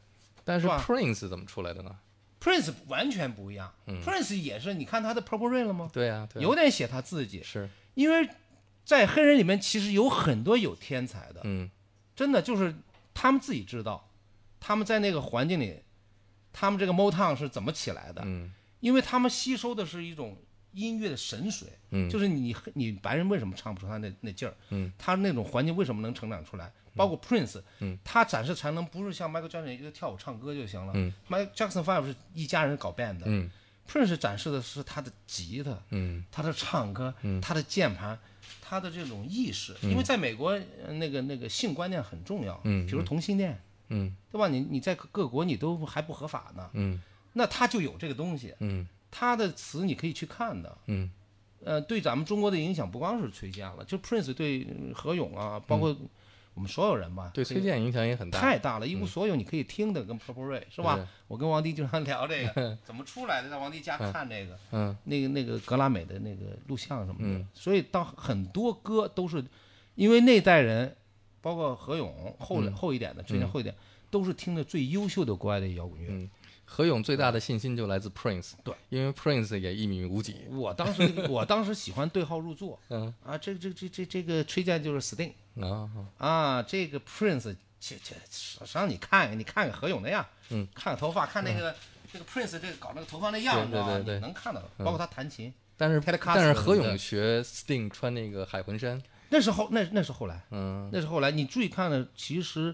Speaker 1: 但是
Speaker 2: 是吧
Speaker 1: Prince 怎么出来的呢？
Speaker 2: Prince 完全不一样、p r i n c e 也是，你看他的 Purple Rain 了吗？
Speaker 1: 对呀、嗯对啊、
Speaker 2: 有点写他自己，
Speaker 1: 是，
Speaker 2: 因为在黑人里面其实有很多有天才的，
Speaker 1: 嗯
Speaker 2: 真的就是他们自己知道，他们在那个环境里，他们这个 Motown 是怎么起来的，
Speaker 1: 嗯
Speaker 2: 因为他们吸收的是一种音乐的神髓，
Speaker 1: 嗯
Speaker 2: 就是你你白人为什么唱不出他那那劲儿，
Speaker 1: 嗯，
Speaker 2: 他那种环境为什么能成长出来？包括 Prince，嗯，他展示才能不是像 Michael Jackson 一个跳舞唱歌就行了，
Speaker 1: 嗯
Speaker 2: ，Michael Jackson Five 是一家人搞 band 的、
Speaker 1: 嗯
Speaker 2: p r i n c e 展示的是他的吉他，
Speaker 1: 嗯
Speaker 2: 他的唱歌，他的键盘，他的这种意识，因为在美国呃那个那个性观念很重要，
Speaker 1: 嗯
Speaker 2: 比如同性恋，
Speaker 1: 嗯
Speaker 2: 对吧？你你在各各国你都还不合法呢，
Speaker 1: 嗯
Speaker 2: 那他就有这个东西，
Speaker 1: 嗯
Speaker 2: 他的词你可以去看的，
Speaker 1: 嗯
Speaker 2: 呃，对咱们中国的影响不光是崔健了，就 Prince 对呃何勇啊，
Speaker 1: 嗯
Speaker 2: 包括我们所有人吧，
Speaker 1: 对崔健影响也很大。嗯
Speaker 2: 太大了，一无所有，你可以听的跟 Purple Ray 是吧
Speaker 1: 对？
Speaker 2: 我跟王迪经常聊这 个，怎么出来的，在王迪家看这个，
Speaker 1: 嗯，
Speaker 2: 那个那个格拉美的那个录像什么的，所以到很多歌都是因为那代人，包括何勇后
Speaker 1: 嗯
Speaker 2: 后一点的，崔健后一点，都是听的最优秀的国外的摇滚乐。
Speaker 1: 何勇最大的信心就来自 Prince，
Speaker 2: 嗯对，
Speaker 1: 因为 Prince 也一米五几，
Speaker 2: 我当时我当时喜欢对号入座，
Speaker 1: 嗯
Speaker 2: 啊，这这这这这个崔健就是 Sting
Speaker 1: 啊，
Speaker 2: 啊，这个 Prince 这这谁让你看看你看看何勇那样，
Speaker 1: 嗯，
Speaker 2: 看看头发，看那个。这个 Prince 这个搞那个头发那样，
Speaker 1: 对
Speaker 2: 你知
Speaker 1: 对
Speaker 2: 道
Speaker 1: 嗯
Speaker 2: 吗？
Speaker 1: 对对
Speaker 2: 你能看到，包括他弹琴，
Speaker 1: 但是
Speaker 2: Ted Kaczmarek
Speaker 1: 但是何
Speaker 2: 的
Speaker 1: 勇学 Sting 穿那个海魂衫，
Speaker 2: 那是后那那是后来，
Speaker 1: 嗯
Speaker 2: 那是后来。你注意看了，其实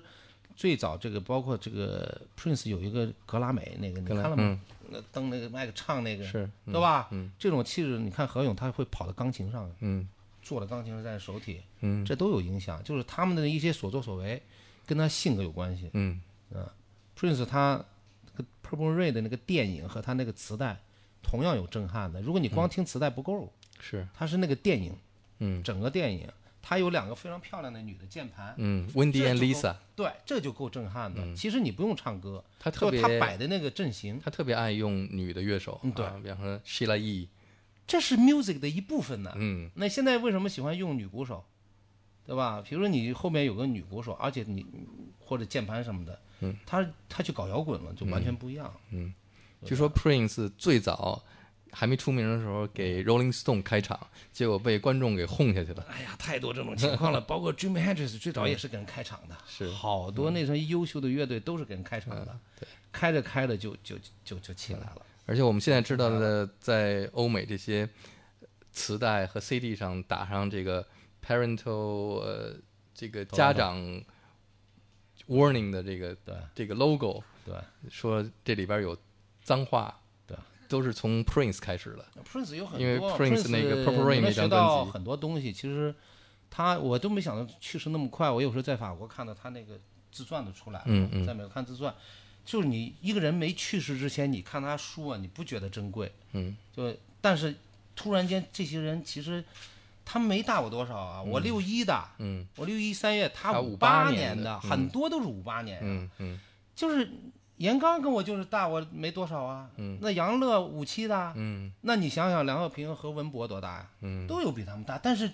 Speaker 2: 最早这个包括这个 Prince 有一个格拉美那个，你
Speaker 1: 格
Speaker 2: 看
Speaker 1: 拉嗯
Speaker 2: 了吗？那登那个麦克唱那个，
Speaker 1: 是，嗯
Speaker 2: 对吧？
Speaker 1: 嗯
Speaker 2: 这种气质，你看何勇他会跑到钢琴上，
Speaker 1: 嗯
Speaker 2: 做了钢琴上在手体，
Speaker 1: 嗯
Speaker 2: 这都有影响。就是他们的一些所作所为，跟他性格有关系。啊
Speaker 1: 嗯
Speaker 2: Prince 他那个 Purple Rain 的那个电影和他那个磁带同样有震撼的。如果你
Speaker 1: 嗯
Speaker 2: 光听磁带不够，
Speaker 1: 是，
Speaker 2: 他是那个电影，
Speaker 1: 嗯
Speaker 2: 整个电影，他有两个非常漂亮的女的键盘，
Speaker 1: 嗯，Wendy
Speaker 2: 这
Speaker 1: and
Speaker 2: 就
Speaker 1: Lisa，
Speaker 2: 对，这就够震撼的。其实你不用唱歌，
Speaker 1: 他特
Speaker 2: 就
Speaker 1: 别
Speaker 2: 他摆的那个阵型，
Speaker 1: 他特别爱用女的乐手，
Speaker 2: 嗯对
Speaker 1: 啊，比方说 Sheila E，
Speaker 2: 这是 music 的一部分呢。
Speaker 1: 嗯
Speaker 2: 那现在为什么喜欢用女鼓手，对吧？比如说你后面有个女鼓手，而且你或者键盘什么的，嗯，他他去搞摇滚了，就完全不一样。
Speaker 1: 据说 Prince 最早还没出名的时候
Speaker 2: 嗯
Speaker 1: 给 Rolling Stone 开场，结果被观众给轰下去了，
Speaker 2: 哎呀，太多这种情 况了，包括 Jimi Hendrix 最早也是给人开场的，
Speaker 1: 是
Speaker 2: 好多那些优秀的乐队都是给人开场的，开着开着就就就就起来了。
Speaker 1: 而且我们现在知道的，在欧美这些磁带和 CD 上打上这个 parental 呃这个家长 warning 的这个
Speaker 2: 对
Speaker 1: 这个 logo，
Speaker 2: 对
Speaker 1: 说这里边有脏话，
Speaker 2: 对，
Speaker 1: 都是从 Prince 开始的。
Speaker 2: Prince 有很多，
Speaker 1: 因为 Prince 那个 Purple Rain
Speaker 2: 你
Speaker 1: 那张专辑
Speaker 2: 能学到很多东西。其实他我都没想到去世那么快。我有时候在法国看到他那个自传都出来了，
Speaker 1: 嗯嗯
Speaker 2: 在美国看自传，就是你一个人没去世之前，你看他书啊，你不觉得珍贵，
Speaker 1: 嗯，
Speaker 2: 就但是突然间这些人其实他没大我多少啊，我六一的，
Speaker 1: 嗯，
Speaker 2: 我六一三月，他
Speaker 1: 他
Speaker 2: 五
Speaker 1: 58
Speaker 2: 年
Speaker 1: 年的嗯
Speaker 2: 很多都是五八年啊，
Speaker 1: 嗯嗯
Speaker 2: 就是严刚跟我就是大我没多少啊，嗯，那杨乐五七的啊，
Speaker 1: 嗯
Speaker 2: 那你想想，梁和平和文博多大呀、
Speaker 1: 嗯，
Speaker 2: 都有比他们大，但是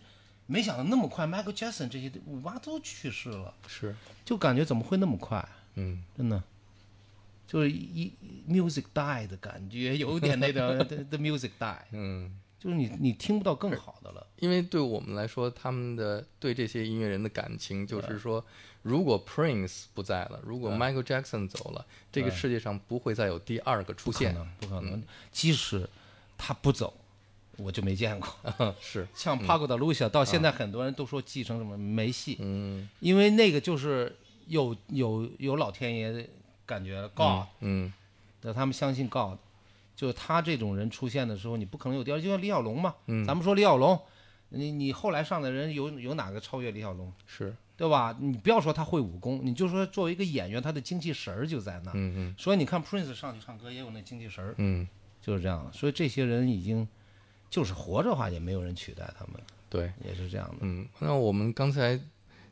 Speaker 2: 没想到那么快，Michael Jackson 这些五八都去世了，
Speaker 1: 是，
Speaker 2: 就感觉怎么会那么快？
Speaker 1: 嗯
Speaker 2: 真的，就是一一 music die 的感觉，有点 那种 the, the music die，
Speaker 1: 嗯，
Speaker 2: 就是你你听不到更好的了。
Speaker 1: 因为对我们来说，他们的对这些音乐人的感情，就是说，如果 Prince 不在了，如果 Michael Jackson 走了，这个世界上不会再有第二个出
Speaker 2: 不可
Speaker 1: 现。
Speaker 2: 能，不可
Speaker 1: 嗯
Speaker 2: 能，即使他不走，我就没见过。
Speaker 1: 是，
Speaker 2: 像帕古的路西到现在很多人都说继承什么没戏，
Speaker 1: 嗯
Speaker 2: 因为那个就是有有有老天爷的感觉了，告。
Speaker 1: 嗯
Speaker 2: 那他们相信 God，就是他这种人出现的时候，你不可能有第二，就像李小龙嘛，
Speaker 1: 嗯
Speaker 2: 咱们说李小龙，你你后来上的人有有哪个超越李小龙，
Speaker 1: 是，
Speaker 2: 对吧？你不要说他会武功，你就说作为一个演员，他的精气神儿就在那。
Speaker 1: 嗯嗯
Speaker 2: 所以你看 Prince 上去唱歌也有那精气神儿，
Speaker 1: 嗯，
Speaker 2: 就是这样的。所以这些人已经就是活着的话，也没有人取代他们，
Speaker 1: 对，
Speaker 2: 也是这样的。
Speaker 1: 嗯，那我们刚才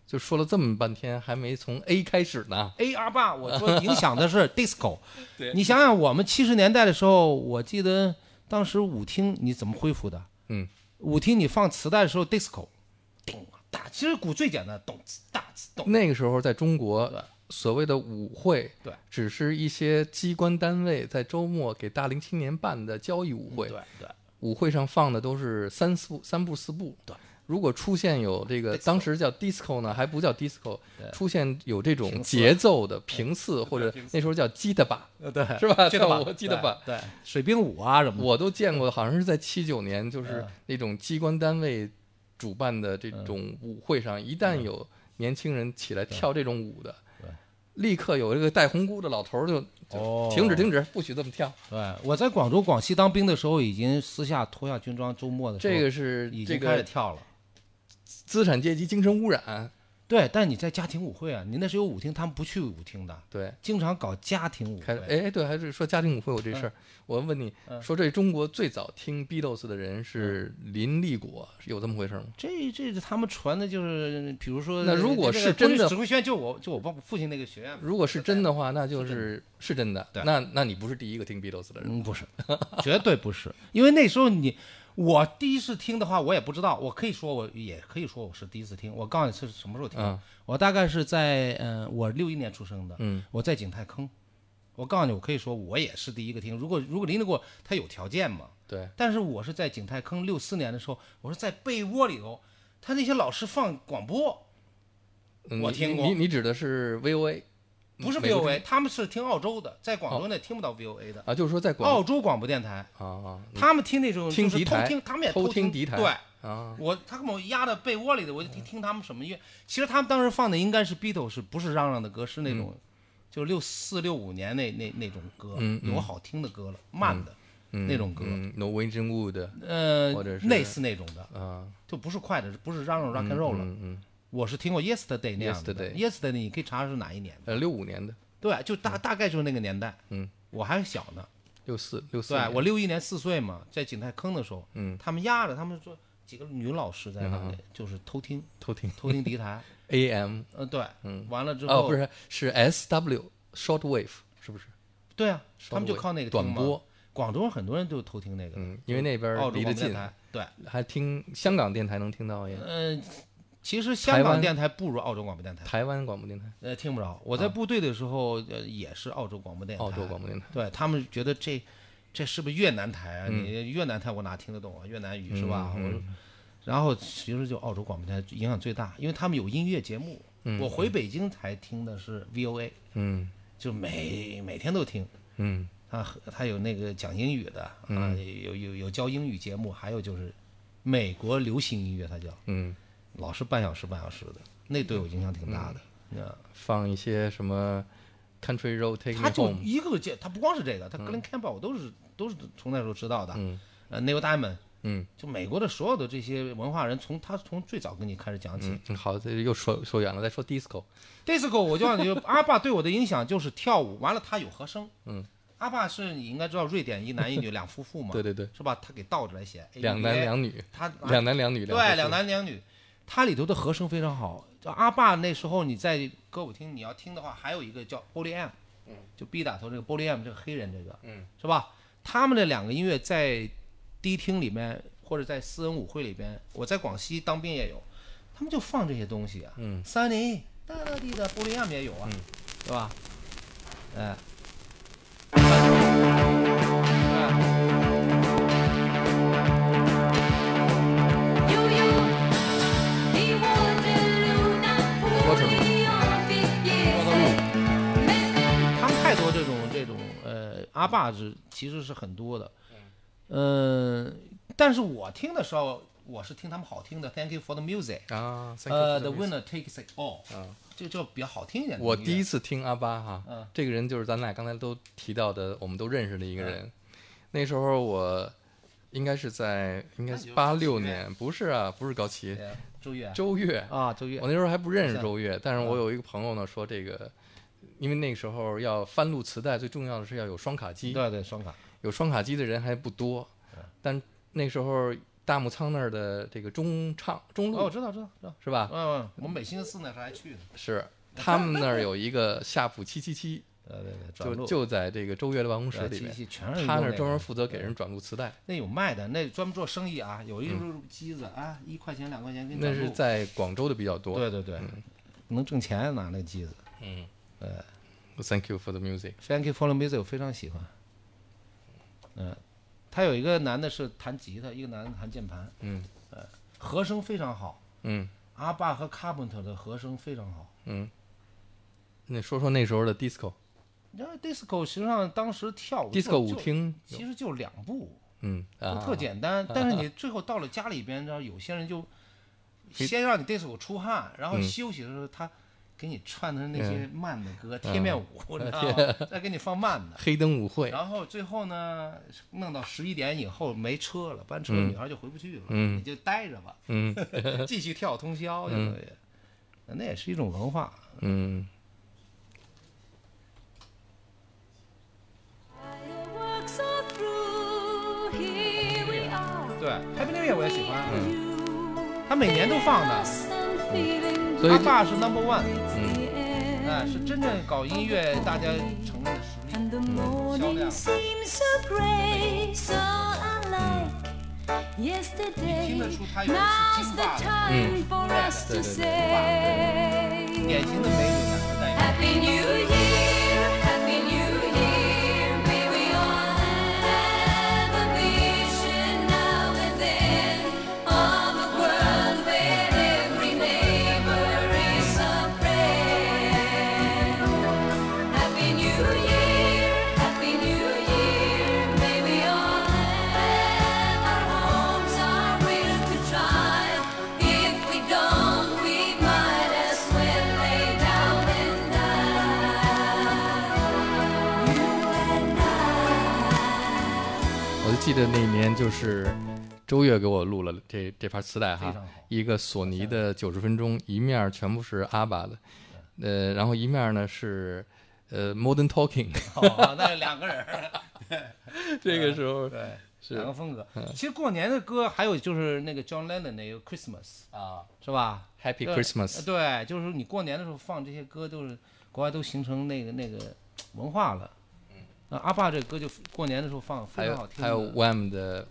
Speaker 1: 就说了这么半天，还没从 A 开始呢。
Speaker 2: A R 八，我说影响的是 disco
Speaker 1: 对。
Speaker 2: 你想想，我们七十年代的时候，我记得当时舞厅你怎么恢复的？
Speaker 1: 嗯，
Speaker 2: 舞厅你放磁带的时候，disco，咚哒，其实鼓最简单，咚呲哒呲咚。
Speaker 1: 那个时候在中
Speaker 2: 对
Speaker 1: 国，所谓的舞会，
Speaker 2: 对，
Speaker 1: 只是一些机关单位在周末给大龄青年办的交谊舞会，
Speaker 2: 嗯对对，
Speaker 1: 舞会上放的都是三四三步四步。
Speaker 2: 对，
Speaker 1: 如果出现有这个
Speaker 2: Disco
Speaker 1: 当时叫 disco 呢，还不叫 disco，
Speaker 2: 对
Speaker 1: 出现有这种
Speaker 2: 平四
Speaker 1: 节奏的平次或者那时候叫基的吧，
Speaker 2: 呃对，
Speaker 1: 是吧
Speaker 2: 记得吧？
Speaker 1: 我记得吧
Speaker 2: 对？对，水兵舞啊什么的。
Speaker 1: 我都见过，好像是在七九年，
Speaker 2: 嗯
Speaker 1: 就是那种机关单位主办的这
Speaker 2: 嗯
Speaker 1: 种舞会上，一旦有年轻人起来跳这种舞的
Speaker 2: 对，
Speaker 1: 立刻有这个戴红箍的老头儿就
Speaker 2: 哦
Speaker 1: 就停止停止，不许这么跳。
Speaker 2: 对，我在广州、广西当兵的时候，已经私下脱下军装，周末的时候
Speaker 1: 这个是
Speaker 2: 已
Speaker 1: 这
Speaker 2: 经开始
Speaker 1: 个
Speaker 2: 跳了。
Speaker 1: 资产阶级精神污染，
Speaker 2: 对，但你在家庭舞会啊，你那是有舞厅，他们不去舞厅的，
Speaker 1: 对。
Speaker 2: 经常搞家庭舞
Speaker 1: 开
Speaker 2: 会。
Speaker 1: 哎哎对，还是说家庭舞会有这事儿。
Speaker 2: 嗯
Speaker 1: 我问你，说这中国最早听 Beatles 的人是
Speaker 2: 嗯
Speaker 1: 林立果，有这么回事吗？
Speaker 2: 这这是他们传的就是，比如说，哎
Speaker 1: 那如果
Speaker 2: 这
Speaker 1: 是
Speaker 2: 个
Speaker 1: 真
Speaker 2: 昆曲
Speaker 1: 的
Speaker 2: 指挥学院就我就我爸父亲那个学院嘛，
Speaker 1: 如果是真的话，那就是是真的。
Speaker 2: 对
Speaker 1: 那那你不是第一个听 Beatles 的人。
Speaker 2: 嗯，不是，绝对不是，因为那时候你我第一次听的话，我也不知道，我可以说我也可以说我是第一次听，我告诉你是什么时候听的，
Speaker 1: 嗯
Speaker 2: 我大概是在嗯、呃我六一年出生的，
Speaker 1: 嗯，
Speaker 2: 我在景泰坑，我告诉你，我可以说我也是第一个听，如果如果林立过他有条件嘛，
Speaker 1: 对，
Speaker 2: 但是我是在景泰坑六四年的时候，我是在被窝里头，他那些老师放广播，
Speaker 1: 嗯
Speaker 2: 我
Speaker 1: 你
Speaker 2: 听过
Speaker 1: 你你指的是 VOA
Speaker 2: 不是
Speaker 1: 美国
Speaker 2: VOA，他们是听澳洲的，在广州那听不到 VOA 的，
Speaker 1: 啊，就是说在广
Speaker 2: 澳洲广播电台，
Speaker 1: 啊
Speaker 2: 他们听那种
Speaker 1: 听
Speaker 2: 就是
Speaker 1: 敌
Speaker 2: 偷
Speaker 1: 台
Speaker 2: 听，他们也
Speaker 1: 偷
Speaker 2: 听
Speaker 1: 听敌台
Speaker 2: 对，
Speaker 1: 啊嗯
Speaker 2: 我他给我压到被窝里的，我就听听他们什么乐。其实他们当时放的应该是 Beatles，不是嚷嚷的歌，是那种就六四六五年那那那种歌
Speaker 1: 嗯，嗯
Speaker 2: 有好听的歌了，慢的
Speaker 1: 嗯
Speaker 2: 那种歌，
Speaker 1: 嗯，Norwegian Wood
Speaker 2: 呃
Speaker 1: 或者，是
Speaker 2: 类似那种的，
Speaker 1: 啊
Speaker 2: 就不是快的，不是嚷嚷 rock and roll 了。
Speaker 1: 嗯嗯，
Speaker 2: 我是听过 Yesterday 那样的
Speaker 1: Yesterday
Speaker 2: ，Yesterday 你可以查查是哪一年的，
Speaker 1: 呃，六五年的，
Speaker 2: 对，就大大概就是那个年代。
Speaker 1: 嗯，
Speaker 2: 我还小呢，
Speaker 1: 六四六四
Speaker 2: 对
Speaker 1: 年，
Speaker 2: 我六一年四岁嘛，在景泰坑的时候，
Speaker 1: 嗯，
Speaker 2: 他们压着他们说几个女老师在那里就是偷听
Speaker 1: 偷听
Speaker 2: 偷听 敌台。
Speaker 1: AM
Speaker 2: 嗯，对，嗯，完了之后，
Speaker 1: 哦，不是是 SW short wave 是不是？
Speaker 2: 对啊，
Speaker 1: 稍
Speaker 2: 他们就
Speaker 1: 微
Speaker 2: 靠那个
Speaker 1: 短
Speaker 2: 听嘛
Speaker 1: 波。
Speaker 2: 广州人很多人都偷听那个，
Speaker 1: 嗯，因为那边
Speaker 2: 澳
Speaker 1: 儿
Speaker 2: 洲
Speaker 1: 离得
Speaker 2: 广播电
Speaker 1: 近，啊
Speaker 2: 台。对，
Speaker 1: 还听香港电台能听到呀，
Speaker 2: 嗯、其实香
Speaker 1: 台
Speaker 2: 港
Speaker 1: 湾
Speaker 2: 电台不如澳洲广播电台，
Speaker 1: 台湾广播电台、
Speaker 2: 呃，听不着。我在部队的时候，呃，也是澳洲广播电台。
Speaker 1: 啊澳洲广播电台，
Speaker 2: 对他们觉得这这是不是越南台啊？
Speaker 1: 嗯
Speaker 2: 你越南台我哪听得懂啊？越南语是吧？我说，然后其实就澳洲广播电台影响最大，因为他们有音乐节目。我回北京才听的是 VOA，
Speaker 1: 嗯
Speaker 2: 就每每天都听。
Speaker 1: 嗯
Speaker 2: 他和他有那个讲英语的啊，有有有教英语节目，还有就是美国流行音乐，他叫
Speaker 1: 嗯，
Speaker 2: 老是半小时半小时的，那对我影响挺大的。啊，
Speaker 1: 放一些什么 Country Road Take Me
Speaker 2: 他就
Speaker 1: Home，嗯
Speaker 2: 一个接，他不光是这个，他 Glen Campbell 我都是都是从那时候知道的。呃，Neil Diamond，
Speaker 1: 嗯
Speaker 2: 就美国的所有的这些文化人，从他从最早跟你开始讲起。
Speaker 1: 嗯，好，这又说说远了，再说 disco，
Speaker 2: disco，我就让你就阿爸对我的影响就是跳舞，完了他有和声。嗯，阿爸是你应该知道瑞典一男一女两夫妇嘛，
Speaker 1: 对对对，
Speaker 2: 是吧？他给倒着来写，
Speaker 1: 两男
Speaker 2: ABBA
Speaker 1: 两女，
Speaker 2: 他拿
Speaker 1: 两男两女，夫
Speaker 2: 对
Speaker 1: 妇
Speaker 2: 两，男两女，它里头的和声非常好。就阿爸那时候你在歌舞厅你要听的话，还有一个叫 Bully M，就 B 打头这个 Bully M 这个黑人这个，嗯，是吧？他们这两个音乐在迪厅里面或者在私人舞会里边，我在广西当兵也有，他们就放这些东西啊，嗯，三林哒哒滴的 Bully M 也有啊，对吧？哎。哎他们太多这种这种呃阿爸是其实是很多的，嗯、但是我听的时候，我是听他们好听的《Thank You for the Music》，
Speaker 1: 啊，thank you for
Speaker 2: 呃，《
Speaker 1: the
Speaker 2: The
Speaker 1: music 嗯
Speaker 2: Winner Takes It All》，这就比较好听一点的音乐。
Speaker 1: 我第一次听阿巴哈，
Speaker 2: 嗯
Speaker 1: 这个人就是咱俩刚才都提到的，我们都认识的一个人。那时候我应该是在应该
Speaker 2: 那你
Speaker 1: 是
Speaker 2: 就
Speaker 1: 八
Speaker 2: 是高
Speaker 1: 六
Speaker 2: 旗呗
Speaker 1: 年，不是啊，不是高旗，
Speaker 2: 呃周越
Speaker 1: 周越。
Speaker 2: 啊，周越
Speaker 1: 我那时候还不认识
Speaker 2: 像嗯
Speaker 1: 周越，但是我有一个朋友呢说这个，因为那个时候要翻录磁带，最重要的是要有双卡机，
Speaker 2: 对对嗯双卡，
Speaker 1: 有双卡机的人还不多，但那时候大木仓那儿的这个中唱中
Speaker 2: 哦，我
Speaker 1: 路
Speaker 2: 知道知道知道，
Speaker 1: 是吧？
Speaker 2: 嗯，我们每星期四那时候还去呢，
Speaker 1: 是他们那儿有一个夏普七七七，
Speaker 2: 对对对，转
Speaker 1: 就
Speaker 2: 录
Speaker 1: 就在这个周越的办公室
Speaker 2: 呃
Speaker 1: 里
Speaker 2: 机
Speaker 1: 面。
Speaker 2: 器全是
Speaker 1: 他那
Speaker 2: 用
Speaker 1: 儿
Speaker 2: 个
Speaker 1: 专门负责给人转录磁带，
Speaker 2: 那有卖的，那专门做生意啊，有一种机子啊，一块钱两块钱给
Speaker 1: 嗯
Speaker 2: 你
Speaker 1: 那
Speaker 2: 转
Speaker 1: 是
Speaker 2: 录
Speaker 1: 在嗯广州的比较多。
Speaker 2: 对对对，能挣钱拿那个机子。
Speaker 1: Thank you for the music。
Speaker 2: Frankie f o l l o Music 我非常喜欢。嗯，他有一个男的是弹吉他，一个男的弹键盘。嗯，呃，和声非常好。
Speaker 1: 嗯，
Speaker 2: 阿爸和 Carpenter 的和声非常好。
Speaker 1: 那说说那时候的 disco，disco
Speaker 2: 你知道 disco 实际上当时跳舞就
Speaker 1: 舞，厅，
Speaker 2: 就其实就两步，
Speaker 1: 嗯
Speaker 2: 就
Speaker 1: 啊，
Speaker 2: 特简单。但是你最后到了家里边，然后有些人就先让你 disco 出汗，然
Speaker 1: 嗯
Speaker 2: 后休息的时候他给你串的是那些慢的
Speaker 1: 嗯
Speaker 2: 歌，贴面舞，你知道吗？再给你放慢的。
Speaker 1: 黑灯舞会，
Speaker 2: 然后最后呢，弄到十一点以后没车了，班车女孩就回不去了，你就待着 吧，
Speaker 1: 嗯
Speaker 2: 继续跳通宵就等于，那也是一种文化。
Speaker 1: 嗯，
Speaker 2: 对，Happy New Year 我也喜欢，
Speaker 1: 嗯
Speaker 2: 嗯他每年都放的，
Speaker 1: 嗯所以
Speaker 2: 他爸是 Number One，
Speaker 3: 嗯，
Speaker 2: 哎，是真正搞音乐大家承认的实力。
Speaker 3: And the morning seems so gray, so unlike yesterday.
Speaker 2: 嗯你听得出它有
Speaker 3: Now's the
Speaker 2: 是金发的。嗯
Speaker 3: time for us to
Speaker 1: 对，对，对，
Speaker 2: 典
Speaker 3: say
Speaker 2: 型的美女男代表。
Speaker 3: Happy New Year, Happy New Year. May we all have a vision now and then of a world where every neighbor is a friend.
Speaker 1: 我就记得那一年就是周越给我录了这这盘磁带
Speaker 2: 非
Speaker 1: 哈
Speaker 2: 常，好。
Speaker 1: 一个索尼的九十分钟，一面儿全部是阿巴的，呃，然后一面儿呢是呃 Modern Talking，
Speaker 2: 哦，那是两个人儿，
Speaker 1: 这个时候
Speaker 2: 对，
Speaker 1: 是嗯
Speaker 2: 两个风格。其实过年的歌还有就是那个 John Lennon 那个 Christmas
Speaker 1: 啊
Speaker 2: 是吧？
Speaker 1: Happy
Speaker 2: 对呃
Speaker 1: Christmas，
Speaker 2: 对，就是你过年的时候放这些歌，都是国外都形成那个那个文化了。嗯，阿爸这歌就过年的时候放，
Speaker 1: 还
Speaker 2: 非常好
Speaker 1: 有
Speaker 2: 听的。
Speaker 1: 还有 Wham 的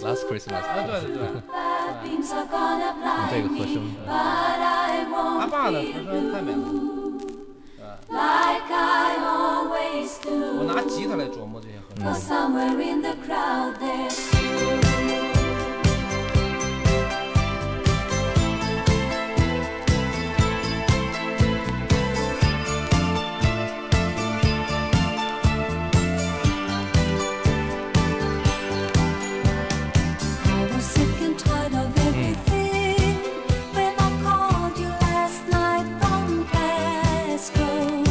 Speaker 1: Last Christmas，
Speaker 2: 啊，对对对，
Speaker 3: The beams are gonna
Speaker 1: 嗯这
Speaker 3: blind
Speaker 1: 个
Speaker 3: me,
Speaker 1: 和声
Speaker 3: but I
Speaker 2: 阿
Speaker 3: won't
Speaker 2: 爸的和声太美了，
Speaker 3: like I always do.
Speaker 2: 我拿吉他来琢磨这些和
Speaker 1: 嗯
Speaker 2: 声。
Speaker 3: For somewhere in the crowd there's you. I was sick and tired of everything when I called you last night from Glasgow.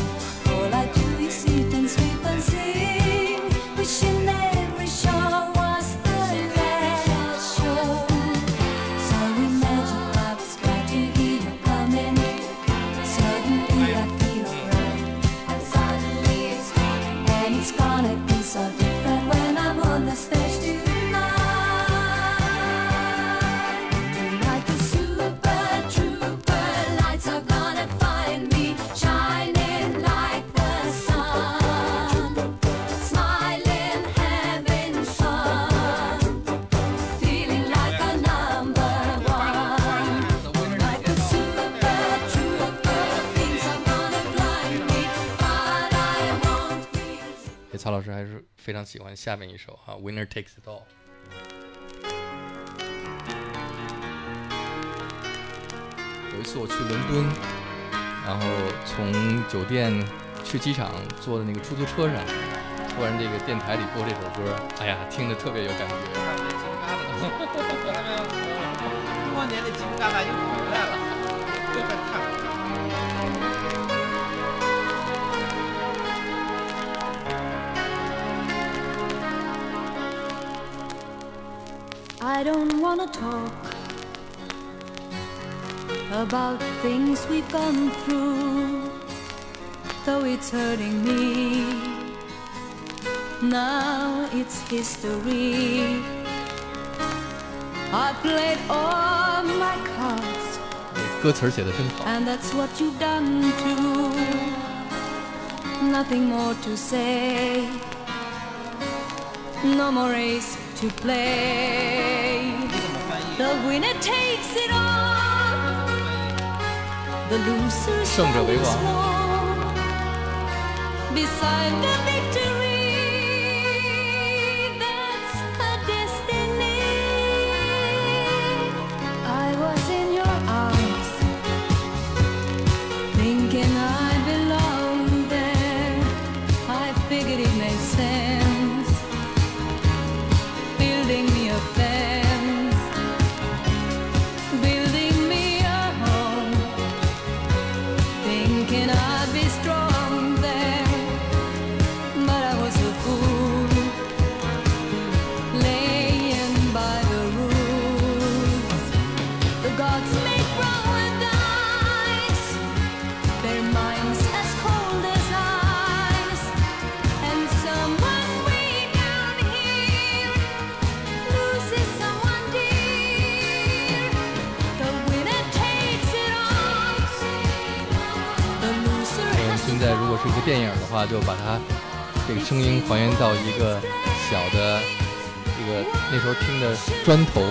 Speaker 3: All I do is eat and sleep and sing, wishing every show was the last show. So imagine I was glad to hear you coming. Suddenly I feel alright, and suddenly it's gone, and it's gonna be so different when I'm on the stage tonight. Tonight the super trooper lights are gonna find me shining like the sun, smiling, having fun, feeling like a number one. Like a super trooper, things are gonna blind me, but I won't feel.
Speaker 1: 这哎曹老师还是非常喜欢下面一首啊，Winner Takes It All。有一次我去伦敦，然后从酒店去机场坐的那个出租车上，突然这个电台里播这首歌，哎呀，听着特别有感觉。
Speaker 2: 多哎年的金疙瘩又回来了。
Speaker 3: I don't wanna talk about things we've gone through, though it's hurting me. Now it's history. I played all my cards,
Speaker 1: 歌词儿写的真好，
Speaker 3: and that's what you've done too. Nothing more to say, no more race to play.
Speaker 2: 你怎么翻译？
Speaker 3: The winner takes it all. The loser
Speaker 1: 胜者为
Speaker 3: stands
Speaker 1: 王。
Speaker 3: small Beside the victory, that's her destiny. I was in your arms, thinking I belonged there. I figured it made sense, building me a fence building me a home. Thinking I'd be strong there, but I was a fool. Laying by the rules, the gods make rowan dice, their minds as cold as ice, and someone way down here loses someone dear. The winner takes it all. The loser
Speaker 1: 我们
Speaker 3: has
Speaker 1: 现在如果是一个电影的话，就把它这个声音还原到一个小的这个那时候听的砖头。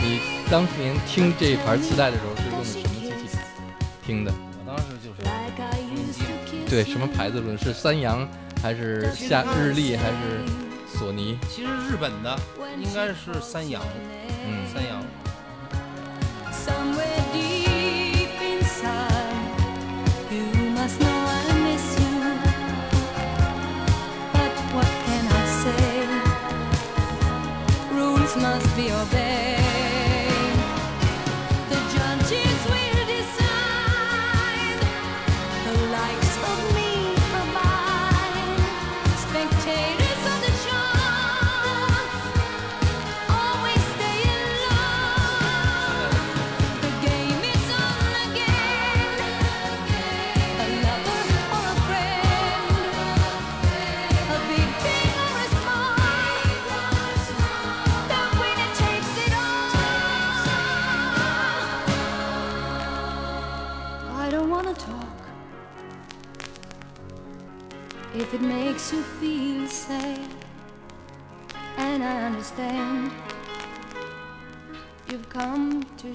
Speaker 1: 你当年听这盘磁带的时候是用的什么机器听的？
Speaker 2: 我当时就是
Speaker 3: Like I used to kiss
Speaker 1: 对，什么牌子录的？是三洋还是夏日立还是索尼？
Speaker 2: 其实日本的应该是三洋，
Speaker 1: 嗯，
Speaker 2: 三洋。
Speaker 3: somewhere deep inside. You must know I miss you. But what can I say? Rules must be obeyed. The judges will decide the likes of me abide. Spectators of the show. makes you feel safe, and I understand. You've come to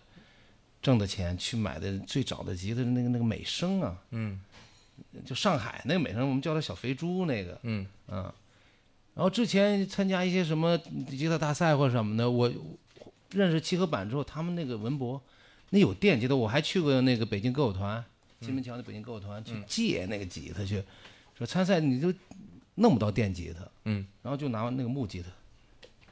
Speaker 2: 挣的钱去买的最早的吉他那个那个美声啊，
Speaker 1: 嗯，
Speaker 2: 就上海那个美声，我们叫它小肥猪那个，
Speaker 1: 嗯
Speaker 2: 然后之前参加一些什么吉他大赛或什么的，我我认识七合板之后，他们那个文博那有电吉他，我还去过那个北京歌舞团，金
Speaker 1: 嗯
Speaker 2: 门桥的北京歌舞团去借那个吉他去，说参赛你就弄不到电吉他，
Speaker 1: 嗯，
Speaker 2: 然后就拿那个木吉他。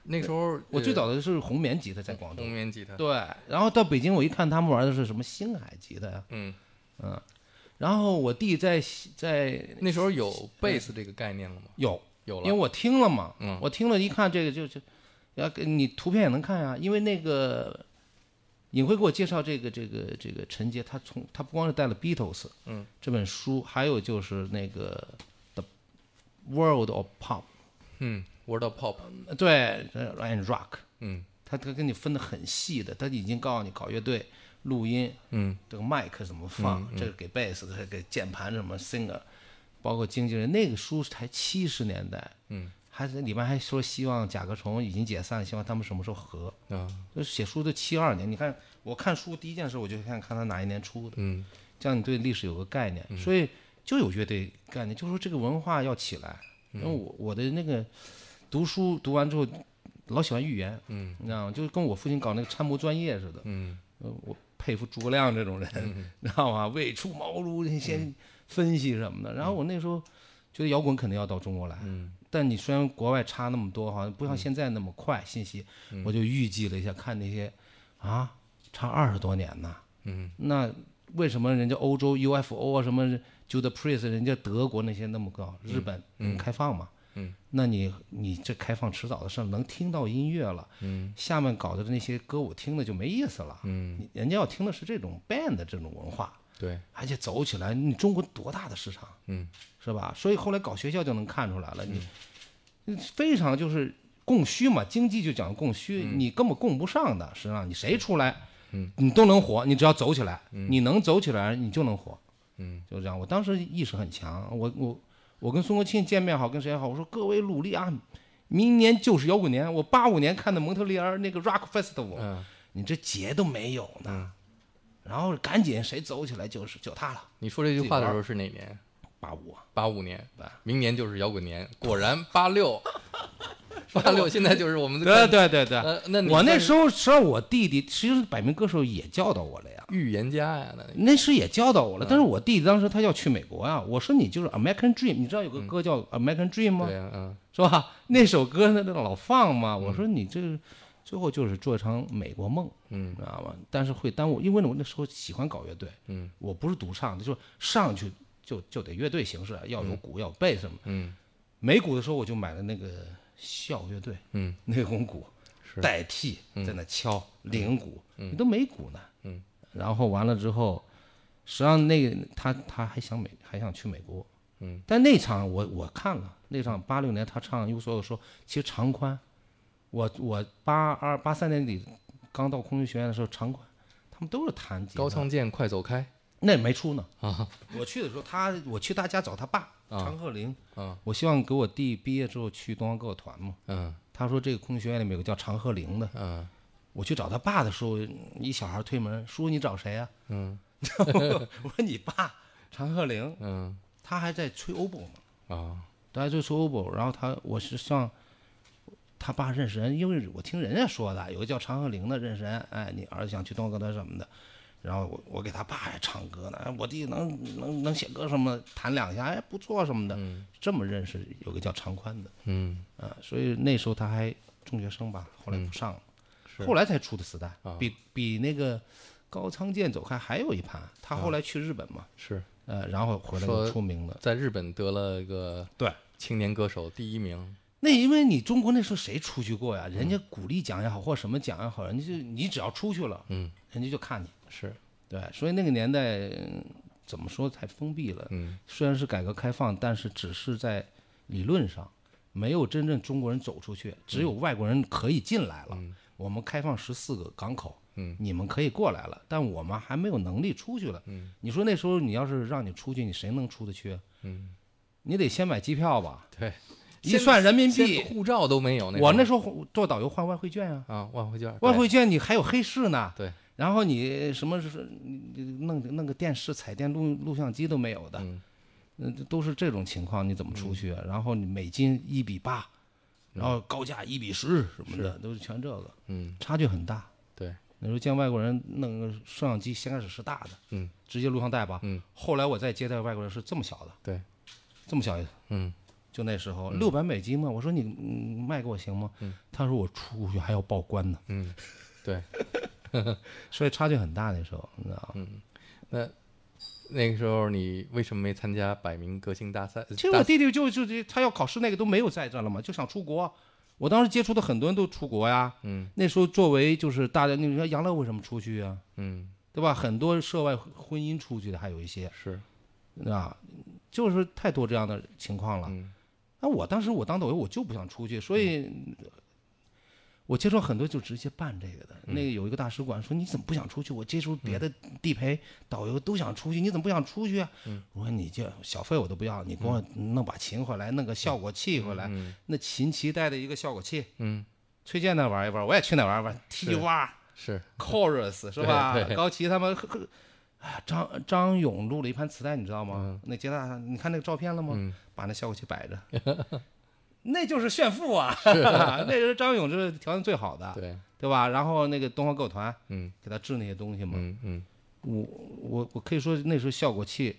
Speaker 1: 那时候
Speaker 2: 我最
Speaker 1: 呃
Speaker 2: 早的是红棉吉他，在广州
Speaker 1: 红。棉吉他，
Speaker 2: 对，然后到北京，我一看他们玩的是什么星海吉他呀，
Speaker 1: 嗯，
Speaker 2: 然后我弟在西在
Speaker 1: 那时候有贝斯这个概念了吗？
Speaker 2: 有
Speaker 1: 有
Speaker 2: 因为
Speaker 1: 了，
Speaker 2: 我听了嘛，
Speaker 1: 嗯
Speaker 2: 我听了一看这个就就，要给你图片也能看啊，因为那个尹辉给我介绍这个这个这个陈杰，他从他不光是带了 Beatles，嗯，这本书，还有就是那个 The World of Pop，
Speaker 1: 嗯，Word of Pop，
Speaker 2: 呃对呃，and Rock，
Speaker 1: 嗯
Speaker 2: 他他给你分的很细的，他已经告诉你搞乐队、录音，
Speaker 1: 嗯，
Speaker 2: 这个麦克怎么放，这个给贝斯，这个给键盘什么 singer，包括经纪人。那个书才七十年代，
Speaker 1: 嗯，
Speaker 2: 还是里面还说希望甲壳虫已经解散，希望他们什么时候合。
Speaker 1: 啊，
Speaker 2: 就是写书都七二年，你看我看书第一件事我就看看他哪一年出的，
Speaker 1: 嗯
Speaker 2: 这样你对历史有个概念，所以就有乐队概念，就说这个文化要起来。
Speaker 1: 嗯
Speaker 2: 因为我我的那个读书读完之后，老喜欢寓言，
Speaker 1: 嗯，
Speaker 2: 你知道吗？就跟我父亲搞那个参谋专业似的，
Speaker 1: 嗯
Speaker 2: 呃，我佩服诸葛亮这种人， 你知道吗？未出茅庐先分析什么
Speaker 1: 嗯
Speaker 2: 的。然后我那时候觉得摇滚肯定要到中国来，但你虽然国外差那么多，好像不
Speaker 1: 嗯
Speaker 2: 像现在那么快信息，我就预计了一下，看那些啊，差二十多年呢。
Speaker 1: 嗯，
Speaker 2: 那为什么人家欧洲 UFO 啊什么 Judas Priest，人家德国那些那么高，日本嗯开放嘛？
Speaker 1: 嗯，
Speaker 2: 那你你这开放迟早的事儿，能听到音乐了，嗯，下面搞的那些歌舞厅的就没意思了，
Speaker 1: 嗯，
Speaker 2: 你人家要听的是这种 band 的这种文化，
Speaker 1: 对，
Speaker 2: 而且走起来，你中国多大的市场，
Speaker 1: 嗯
Speaker 2: 是吧？所以后来搞学校就能看出来了，你
Speaker 1: 嗯
Speaker 2: 你非常就是供需嘛，经济就讲供需，
Speaker 1: 嗯
Speaker 2: 你根本供不上的，实际上你谁出来，你都能活，你只要走起来，你能走起来，你就能活，
Speaker 1: 嗯，
Speaker 2: 就这样。我当时意识很强，我我我跟孙国庆见面好，跟谁好，我说各位努力啊，明年就是摇滚年。我八五年看的蒙特利尔那个 Rock Festival，、
Speaker 1: 嗯，
Speaker 2: 你这节都没有呢，然后赶紧谁走起来就是就他了，
Speaker 1: 你说这句话的时候是哪年？
Speaker 2: 八五。
Speaker 1: 八五年
Speaker 2: 吧，
Speaker 1: 明年就是摇滚年。果然八六八六现在就是我们的
Speaker 2: 对对对对，
Speaker 1: 呃那你
Speaker 2: 我那
Speaker 1: 算
Speaker 2: 时候知道我弟弟，其实百名歌手也教导我了呀，
Speaker 1: 预言家呀，那
Speaker 2: 那时也教导我
Speaker 1: 嗯
Speaker 2: 了。但是我弟弟当时他要去美国啊，我说你就是 American Dream，你知道有个歌叫 American Dream 吗
Speaker 1: 嗯对？呀，嗯，
Speaker 2: 是吧？那首歌那那老放嘛，我说你这最后就是做一场美国梦，
Speaker 1: 嗯，
Speaker 2: 知道吗？但是会耽误，因为我那时候喜欢搞乐队，
Speaker 1: 嗯，
Speaker 2: 我不是独唱，就是上去就就得乐队形式，要有鼓，要有贝什么，
Speaker 1: 嗯，
Speaker 2: 没鼓的时候我就买了那个校乐队，
Speaker 1: 嗯，
Speaker 2: 那种鼓代替在那敲铃鼓，你都没鼓呢，
Speaker 1: 嗯，
Speaker 2: 然后完了之后，实际上那个他他还想美还想去美国，
Speaker 1: 嗯
Speaker 2: 但那场我我看了，那场八六年他唱《一无所有》的时候，其实长宽，我我八二八三年底刚到空军学院的时候，长宽他们都是弹吉他
Speaker 1: 高仓健快走开
Speaker 2: 那没出呢。
Speaker 1: 啊，
Speaker 2: 我去的时候，他我去他家找他爸常鹤龄，
Speaker 1: 啊
Speaker 2: 我希望给我弟毕业之后去东方歌舞团嘛。
Speaker 1: 嗯
Speaker 2: 他说这个空军学院里面有个叫常鹤龄的，
Speaker 1: 嗯
Speaker 2: 我去找他爸的时候，一小孩推门，叔你找谁呀、啊
Speaker 1: 嗯
Speaker 2: 我说你爸常鹤龄，
Speaker 1: 嗯
Speaker 2: 他还在吹欧蹦呢。
Speaker 1: 啊，
Speaker 2: 大家就说 OBO，然后他我是上他爸认识人，因为我听人家说的，有个叫常鹤龄的认识人，哎，你儿子想去当歌手什么的，然后我我给他爸还唱歌呢，哎，我弟能能能写歌什么，弹两下，哎，不错什么的，这么认识有个叫常宽的，
Speaker 1: 嗯
Speaker 2: 啊，所以那时候他还中学生吧，后来不上了，后来才出的磁带，
Speaker 1: 啊
Speaker 2: 比比那个高仓健走开还有一盘，他后来去日本嘛，
Speaker 1: 是
Speaker 2: 呃，然后回来
Speaker 1: 啊说
Speaker 2: 就出名了，
Speaker 1: 在日本得了一个
Speaker 2: 对。
Speaker 1: 青年歌手第一名，
Speaker 2: 那因为你中国那时候谁出去过呀？人
Speaker 1: 嗯
Speaker 2: 家鼓励奖也好，或什么奖也好，人家就你只要出去了，
Speaker 1: 嗯，
Speaker 2: 人家就看你。
Speaker 1: 是
Speaker 2: 对，所以那个年代嗯怎么说太封闭了。
Speaker 1: 嗯，
Speaker 2: 虽然是改革开放，但是只是在理论上没有真正中国人走出去，只有
Speaker 1: 嗯
Speaker 2: 外国人可以进来了。我们开放十四个港口，
Speaker 1: 嗯，
Speaker 2: 你们可以过来了，但我们还没有能力出去了。嗯，你说那时候你要是让你出去，你谁能出得去？嗯，你得先买机票吧，
Speaker 1: 对，
Speaker 2: 一
Speaker 1: 先
Speaker 2: 算人民币
Speaker 1: 先，护照都没有那
Speaker 2: 我那
Speaker 1: 那
Speaker 2: 时候做导游换外汇券啊，
Speaker 1: 啊万汇券，
Speaker 2: 外汇券你还有黑市呢，
Speaker 1: 对，
Speaker 2: 然后你什么是弄弄个电视、彩电、录录像机都没有的，嗯，都是这种情况，你怎么出去啊？
Speaker 1: 嗯
Speaker 2: 然后你美金一比八，然后高价一比十什么的，都是全这个，
Speaker 1: 嗯
Speaker 2: 差距很大。
Speaker 1: 对，
Speaker 2: 那时候见外国人弄个摄像机，先开始是大的，
Speaker 1: 嗯，
Speaker 2: 直接录像带吧，
Speaker 1: 嗯，
Speaker 2: 后来我再接待外国人是这么小的，
Speaker 1: 对，
Speaker 2: 这么小一个，
Speaker 1: 嗯
Speaker 2: 就那时候六百美金嘛，我说你嗯卖给我行吗？他说我出去还要报关呢，
Speaker 1: 嗯对，
Speaker 2: 所以差距很大那时候，你知道
Speaker 1: 嗯
Speaker 2: 吗？
Speaker 1: 那那个时候你为什么没参加百名歌星大赛？
Speaker 2: 其实我弟弟就就就他要考试那个都没有在这了嘛，就想出国。我当时接触的很多人都出国呀，
Speaker 1: 嗯，
Speaker 2: 那时候作为就是大家，你说杨乐为什么出去啊？
Speaker 1: 嗯
Speaker 2: 对吧？很多涉外婚姻出去的还有一些
Speaker 1: 是
Speaker 2: 啊，就是太多这样的情况了。
Speaker 1: 嗯
Speaker 2: 那我当时我当导游，我就不想出去，所以，我接触很多就直接办这个的。
Speaker 1: 嗯
Speaker 2: 那个有一个大使馆说：“你怎么不想出去？我接触别的地陪、导游都想出去，你怎么不想出去啊？”
Speaker 1: 嗯
Speaker 2: 我说：“你这小费我都不要，你给我弄把琴回来，弄个效果器回来。那琴棋带的一个效果器，
Speaker 1: 嗯
Speaker 2: 崔健那玩一玩，我也去那玩一玩，T
Speaker 1: 是
Speaker 2: 哇
Speaker 1: 是
Speaker 2: chorus 是吧
Speaker 1: 对？对
Speaker 2: 高旗他们呵呵，哎呀，张张勇录了一盘磁带，你知道吗？
Speaker 1: 嗯
Speaker 2: 那吉他，你看那个照片了吗？把那效果器 摆着，那就是炫富啊！ 那是张勇是条件最好的，
Speaker 1: 对
Speaker 2: 对吧？然后那个东方歌舞团
Speaker 1: 嗯
Speaker 2: 给他制那些东西嘛，
Speaker 1: 嗯嗯
Speaker 2: 我我我可以说那时候效果器，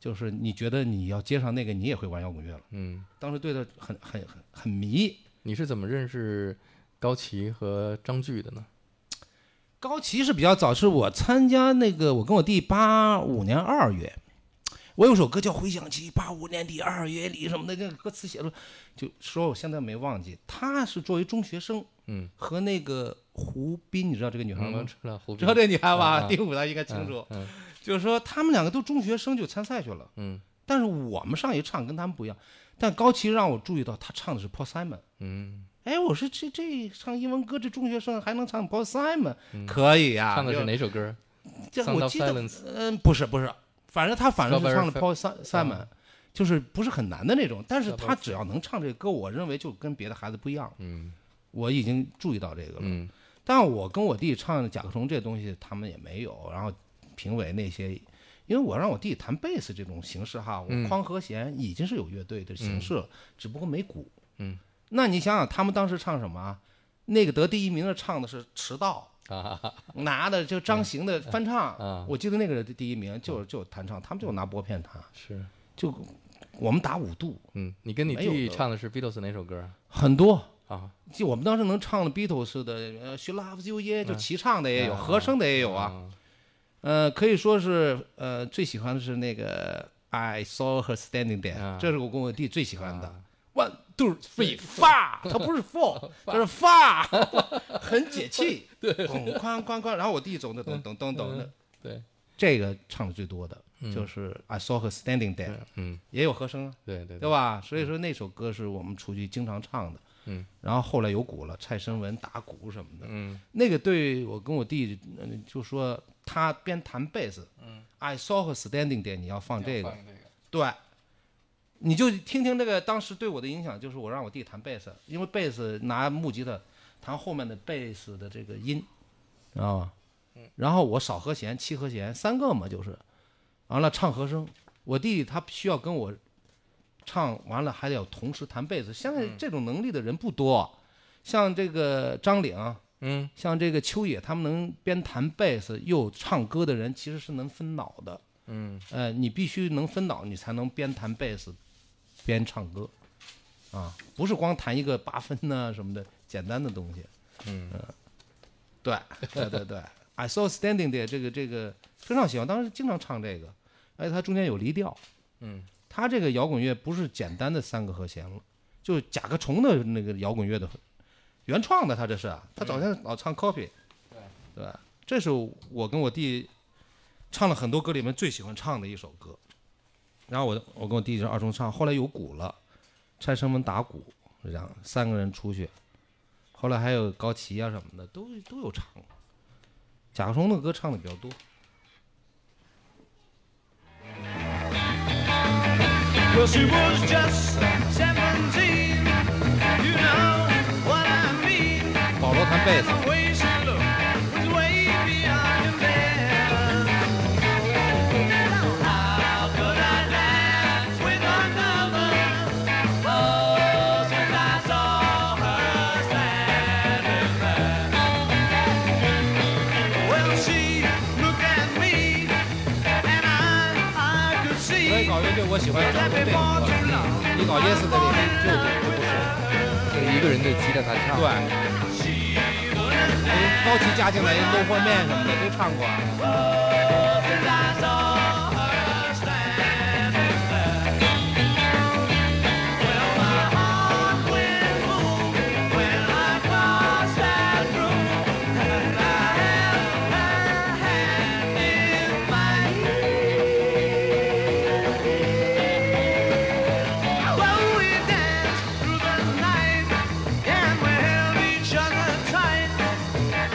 Speaker 2: 就是你觉得你要接上那个，你也会玩摇滚乐了。
Speaker 1: 嗯，
Speaker 2: 当时对他很很很很迷。
Speaker 1: 你是怎么认识高旗和张炬的呢？
Speaker 2: 高旗是比较早，是我参加那个，我跟我弟八五年二月，我有首歌叫《回想起八五年的二月里》什么的，这个歌词写的，就说我现在没忘记，他是作为中学生，
Speaker 1: 嗯，
Speaker 2: 和那个胡斌，你知道这个女孩吗
Speaker 1: 能？知道胡
Speaker 2: 知
Speaker 1: 斌
Speaker 2: 嗯道这女孩
Speaker 1: 啊
Speaker 2: 吧？
Speaker 1: 啊
Speaker 2: 第五代应该清楚，
Speaker 1: 嗯
Speaker 2: 就是说他们两个都中学生就参赛去了，
Speaker 1: 嗯
Speaker 2: 但是我们上去唱跟他们不一样，但高旗让我注意到他唱的是 Paul Simon。
Speaker 1: 嗯，
Speaker 2: 哎，我说这这唱英文歌，这中学生还能唱 Paul Simon，、可以
Speaker 1: 嗯
Speaker 2: 呀、
Speaker 1: 唱的是
Speaker 2: 就
Speaker 1: 哪首歌？
Speaker 2: 这
Speaker 1: Sound
Speaker 2: 我
Speaker 1: of
Speaker 2: 记得
Speaker 1: Silence，啊
Speaker 2: 嗯，不是不是，反正他反正是唱了
Speaker 1: Strawberry
Speaker 2: Paul Sim- Simon，就是不是很难的那种，但是
Speaker 1: Strawberry
Speaker 2: 他只要能唱这个歌，我认为就跟别的孩子不一样。
Speaker 1: 嗯
Speaker 2: 我已经注意到这个了，
Speaker 1: 嗯
Speaker 2: 但我跟我弟唱甲壳虫这东西，他们也没有。然后评委那些，因为我让我弟弹贝斯这种形式哈，我
Speaker 1: 嗯
Speaker 2: 框和弦已经是有乐队的形式了，只不过没鼓。
Speaker 1: 嗯，
Speaker 2: 那你想想他们当时唱什么啊？那个得第一名的唱的是《迟到》，
Speaker 1: 啊
Speaker 2: 拿的就张行的翻唱，
Speaker 1: 嗯
Speaker 2: 我记得那个人第一名就是就是弹唱，他们就拿拨片弹，
Speaker 1: 是，
Speaker 2: 就我们打五度，
Speaker 1: 嗯，你跟你
Speaker 2: 没有
Speaker 1: 弟
Speaker 2: 的
Speaker 1: 唱的是 Beatles 哪首歌啊
Speaker 2: 很多。
Speaker 1: 啊？
Speaker 2: 就我们当时能唱的 Beatles 的，呃，She Loves You 耶，就齐唱的也有，
Speaker 1: 嗯
Speaker 2: 合声的也有啊。
Speaker 1: 啊，
Speaker 2: 呃，可以说是呃最喜欢的是那个 I Saw Her Standing
Speaker 1: 啊
Speaker 2: There，这是我跟我弟最喜欢的
Speaker 1: 啊。
Speaker 2: One two three fa，它 不是 four，它是 fa，很 解 气。对，哐哐哐哐，然后我弟总的咚咚
Speaker 1: 嗯
Speaker 2: 咚咚的，
Speaker 1: 对，
Speaker 2: 这个唱的最多的就是 I Saw Her Standing There，
Speaker 1: 嗯，
Speaker 2: 也有和声啊。
Speaker 1: 对对
Speaker 2: 对，吧？所以说那首歌是我们出去经常唱的。
Speaker 1: 嗯，
Speaker 2: 然后后来有鼓了，蔡申文打鼓什么的。
Speaker 1: 嗯，
Speaker 2: 那个对我跟我弟呃就说，他边弹贝斯，嗯，I saw her standing there，你要放这个，对，你就听听这个当时对我的影响，就是我让我弟弹贝斯，因为贝斯拿木吉他弹后面的贝斯的这个音，知道吗？然后我少和弦、七和弦三个嘛，就是，完了唱和声。我弟弟他需要跟我唱完了，还得要同时弹贝斯。现在这种能力的人不多，像这个张岭，
Speaker 1: 嗯，
Speaker 2: 像这个秋野，他们能边弹贝斯又唱歌的人，其实是能分脑的。嗯，呃，你必须能分脑，你才能边弹贝斯边唱歌，啊，不是光弹一个八分呐、什么的简单的东西。嗯，对对对 对，I saw standing there 这个这个非常喜欢，当时经常唱这个，而且它中间有离调。
Speaker 1: 嗯，
Speaker 2: 它这个摇滚乐不是简单的三个和弦了，就是甲壳虫的那个摇滚乐的原创的，他这是啊，他早先老唱 copy，、对吧？这是我跟我弟唱了很多歌里面最喜欢唱的一首歌。然后我我跟我弟就是二重唱，后来有鼓了，蔡声文打鼓，是这样三个人出去，后来还有高旗啊什么的都都有唱，甲壳虫的歌唱的比较多。
Speaker 4: Well, she was just 17. You know what I mean.
Speaker 2: 保罗弹贝斯，
Speaker 4: The way she looked was way beyond your best. How could I dance with another? Oh, since I saw her standing there. Well, she looked at me, and I, I could
Speaker 2: 所以
Speaker 4: see.
Speaker 2: 搞乐队我喜欢张这个歌，你搞 yes 的里面就就不是，
Speaker 1: 就是一个人对吉他弹唱，
Speaker 2: 对。高旗加进来露和面什么的都唱过啊。
Speaker 4: Well, we danced through the night and we held each other tight.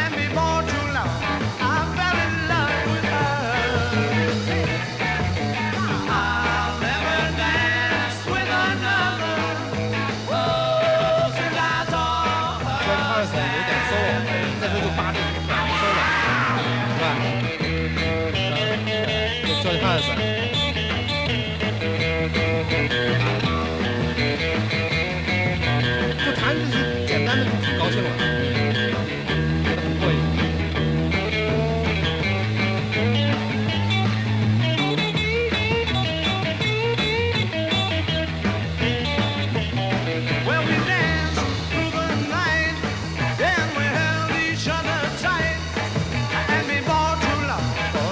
Speaker 4: And before too long, I fell in love with her. I'll never dance with another. Oh, since I saw her.
Speaker 2: 跟二总有点 solo，那时候就扒着这个扒 solo，是吧？嗯就 John Hanson。就弹这些简单的东西，高兴了，觉得很过瘾。
Speaker 4: Well, we danced through the night, then we held each other tight, and before too long,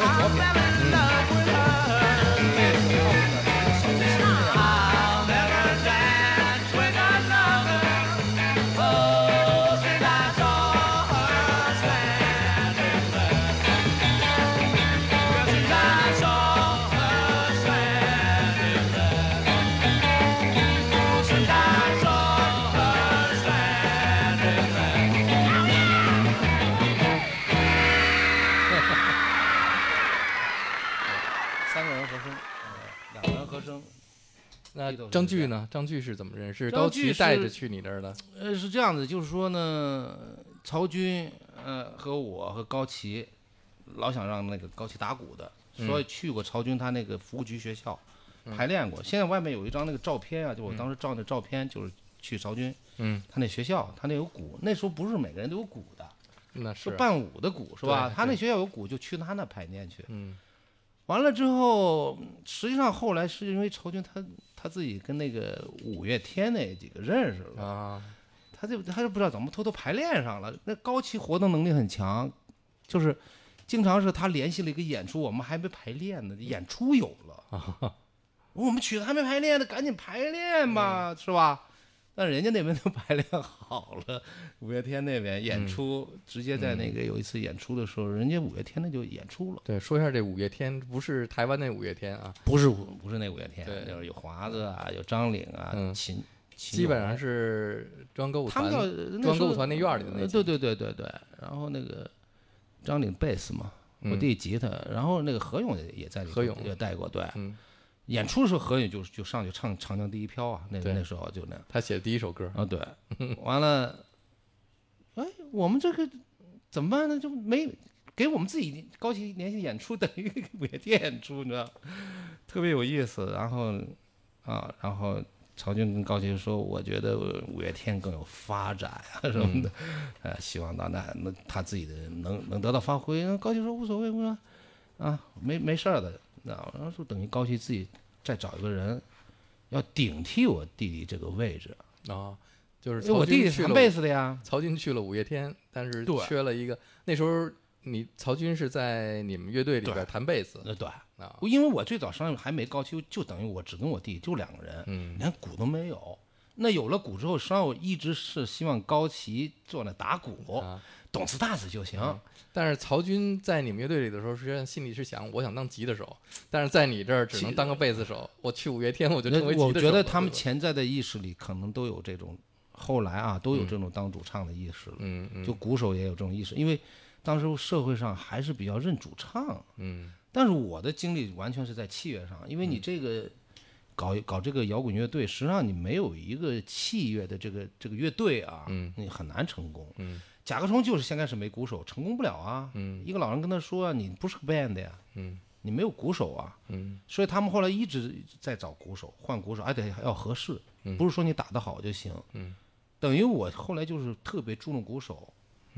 Speaker 4: I fell in love with her. I'll never dance with another. Oh, since I saw her standing there. Well, since I saw her standing there. Oh, since I saw her standing there.
Speaker 2: 三个人和声，呃两个人和声，
Speaker 1: 那
Speaker 2: 都是
Speaker 1: 张
Speaker 2: 这
Speaker 1: 炬
Speaker 2: 样
Speaker 1: 呢？张炬是怎么认识？
Speaker 2: 张
Speaker 1: 高
Speaker 2: 炬
Speaker 1: 旗带着
Speaker 2: 是
Speaker 1: 去你那儿的，
Speaker 2: 呃，是这样的，就是说呢，曹军，呃，和我和高旗，老想让那个高旗打鼓的，所以去过曹军他那嗯个服务局学校排练过。现在外面有一张那个照片啊，就我当时照那照片，就是去韶军，
Speaker 1: 嗯，
Speaker 2: 他那学校他那有鼓，那时候不是每个人都有鼓的，
Speaker 1: 那
Speaker 2: 是
Speaker 1: 是啊
Speaker 2: 伴舞的鼓是吧
Speaker 1: 对？
Speaker 2: 他那
Speaker 1: 对
Speaker 2: 学校有鼓，就去他那排练去。
Speaker 1: 嗯，
Speaker 2: 完了之后，实际上后来是因为曹军他他自己跟那个五月天那几个认识了，
Speaker 1: 啊，
Speaker 2: 他就他就不知道怎么偷偷排练上了。那高旗活动能力很强，就是经常是他联系了一个演出，我们还没排练呢，演出有了， 我们曲子还没排练呢，赶紧排练吧，
Speaker 1: 嗯
Speaker 2: 是吧？但人家那边都排练好了，五月天那边演出、
Speaker 1: 嗯
Speaker 2: 直接在那个有一次演出的时候，人家五月天那就演出了。
Speaker 1: 对，说一下这五月天，不是台湾那五月天啊，
Speaker 2: 不是五不是那五月天，
Speaker 1: 对
Speaker 2: 就是有华子啊，有张岭啊，
Speaker 1: 嗯
Speaker 2: 秦秦
Speaker 1: 基本
Speaker 2: 勇
Speaker 1: 上
Speaker 2: 啊
Speaker 1: 是中央歌舞
Speaker 2: 他
Speaker 1: 团
Speaker 2: 们叫
Speaker 1: 中央
Speaker 2: 时
Speaker 1: 歌
Speaker 2: 候
Speaker 1: 舞团那院儿里的那
Speaker 2: 呃
Speaker 1: 几
Speaker 2: 对对对对对，然后那个张岭贝斯嘛，我
Speaker 1: 嗯
Speaker 2: 弟吉他，然后那个何勇也也在里头
Speaker 1: 何勇
Speaker 2: 也带过，对，
Speaker 1: 嗯
Speaker 2: 演出的时候何勇就就上去唱《长江第一飘》啊，那
Speaker 1: 对
Speaker 2: 那时候就那样
Speaker 1: 他写的第一首歌，
Speaker 2: 啊，对， 完了，哎，我们这个怎么办呢？就没给我们自己高级联系演出，等于五月天演出，你知道，特别有意思。然后啊，然后曹军跟高级说，我觉得五月天更有发展啊什么的，呃，希望到那那他自己的能能得到发挥。高级说无所谓，无所谓啊，没没事儿的，那然后说等于高级自己再找一个人。要顶替我弟弟这个位置，
Speaker 1: 啊，就是
Speaker 2: 因为哎我
Speaker 1: 曹
Speaker 2: 弟
Speaker 1: 军
Speaker 2: 弟
Speaker 1: 去
Speaker 2: 弹
Speaker 1: 了
Speaker 2: 贝斯的呀，
Speaker 1: 曹军去了五月天，但是
Speaker 2: 对
Speaker 1: 缺了一个。那时候你曹军是在你们乐队里边
Speaker 2: 对
Speaker 1: 弹贝斯
Speaker 2: 呃，对，
Speaker 1: 啊，
Speaker 2: 因为我最早上还没高七，就等于我只跟我弟弟就两个人，
Speaker 1: 嗯
Speaker 2: 连鼓都没有。那有了鼓之后，实际上我一直是希望高旗坐那打鼓，
Speaker 1: 啊嗯
Speaker 2: 懂词大词就行。
Speaker 1: 但是曹军在你们乐队里的时候，实际上心里是想我想当吉他手，但是在你这儿只能当个贝斯手。我去五月天我就
Speaker 2: 那
Speaker 1: 成为吉他手
Speaker 2: 我
Speaker 1: 了。
Speaker 2: 觉得他们
Speaker 1: 对吧
Speaker 2: 潜在的意识里可能都有这种，后来啊都有这种当主唱的意识了，
Speaker 1: 嗯嗯
Speaker 2: 就鼓手也有这种意识，因为当时社会上还是比较认主唱。
Speaker 1: 嗯
Speaker 2: 但是我的经历完全是在器乐上，因为你这个、搞搞这个摇滚乐队，实际上你没有一个器乐的这个这个乐队啊，你很难成功。
Speaker 1: 嗯
Speaker 2: 甲壳虫就是先开始没鼓手，成功不了啊。一个老人跟他说、啊：“你不是个 band 呀，
Speaker 1: 嗯
Speaker 2: 你没有鼓手啊。
Speaker 1: 嗯”
Speaker 2: 所以他们后来一直在找鼓手，换鼓手，还得要合适，
Speaker 1: 嗯
Speaker 2: 不是说你打得好就行。等于我后来就是特别注重鼓手，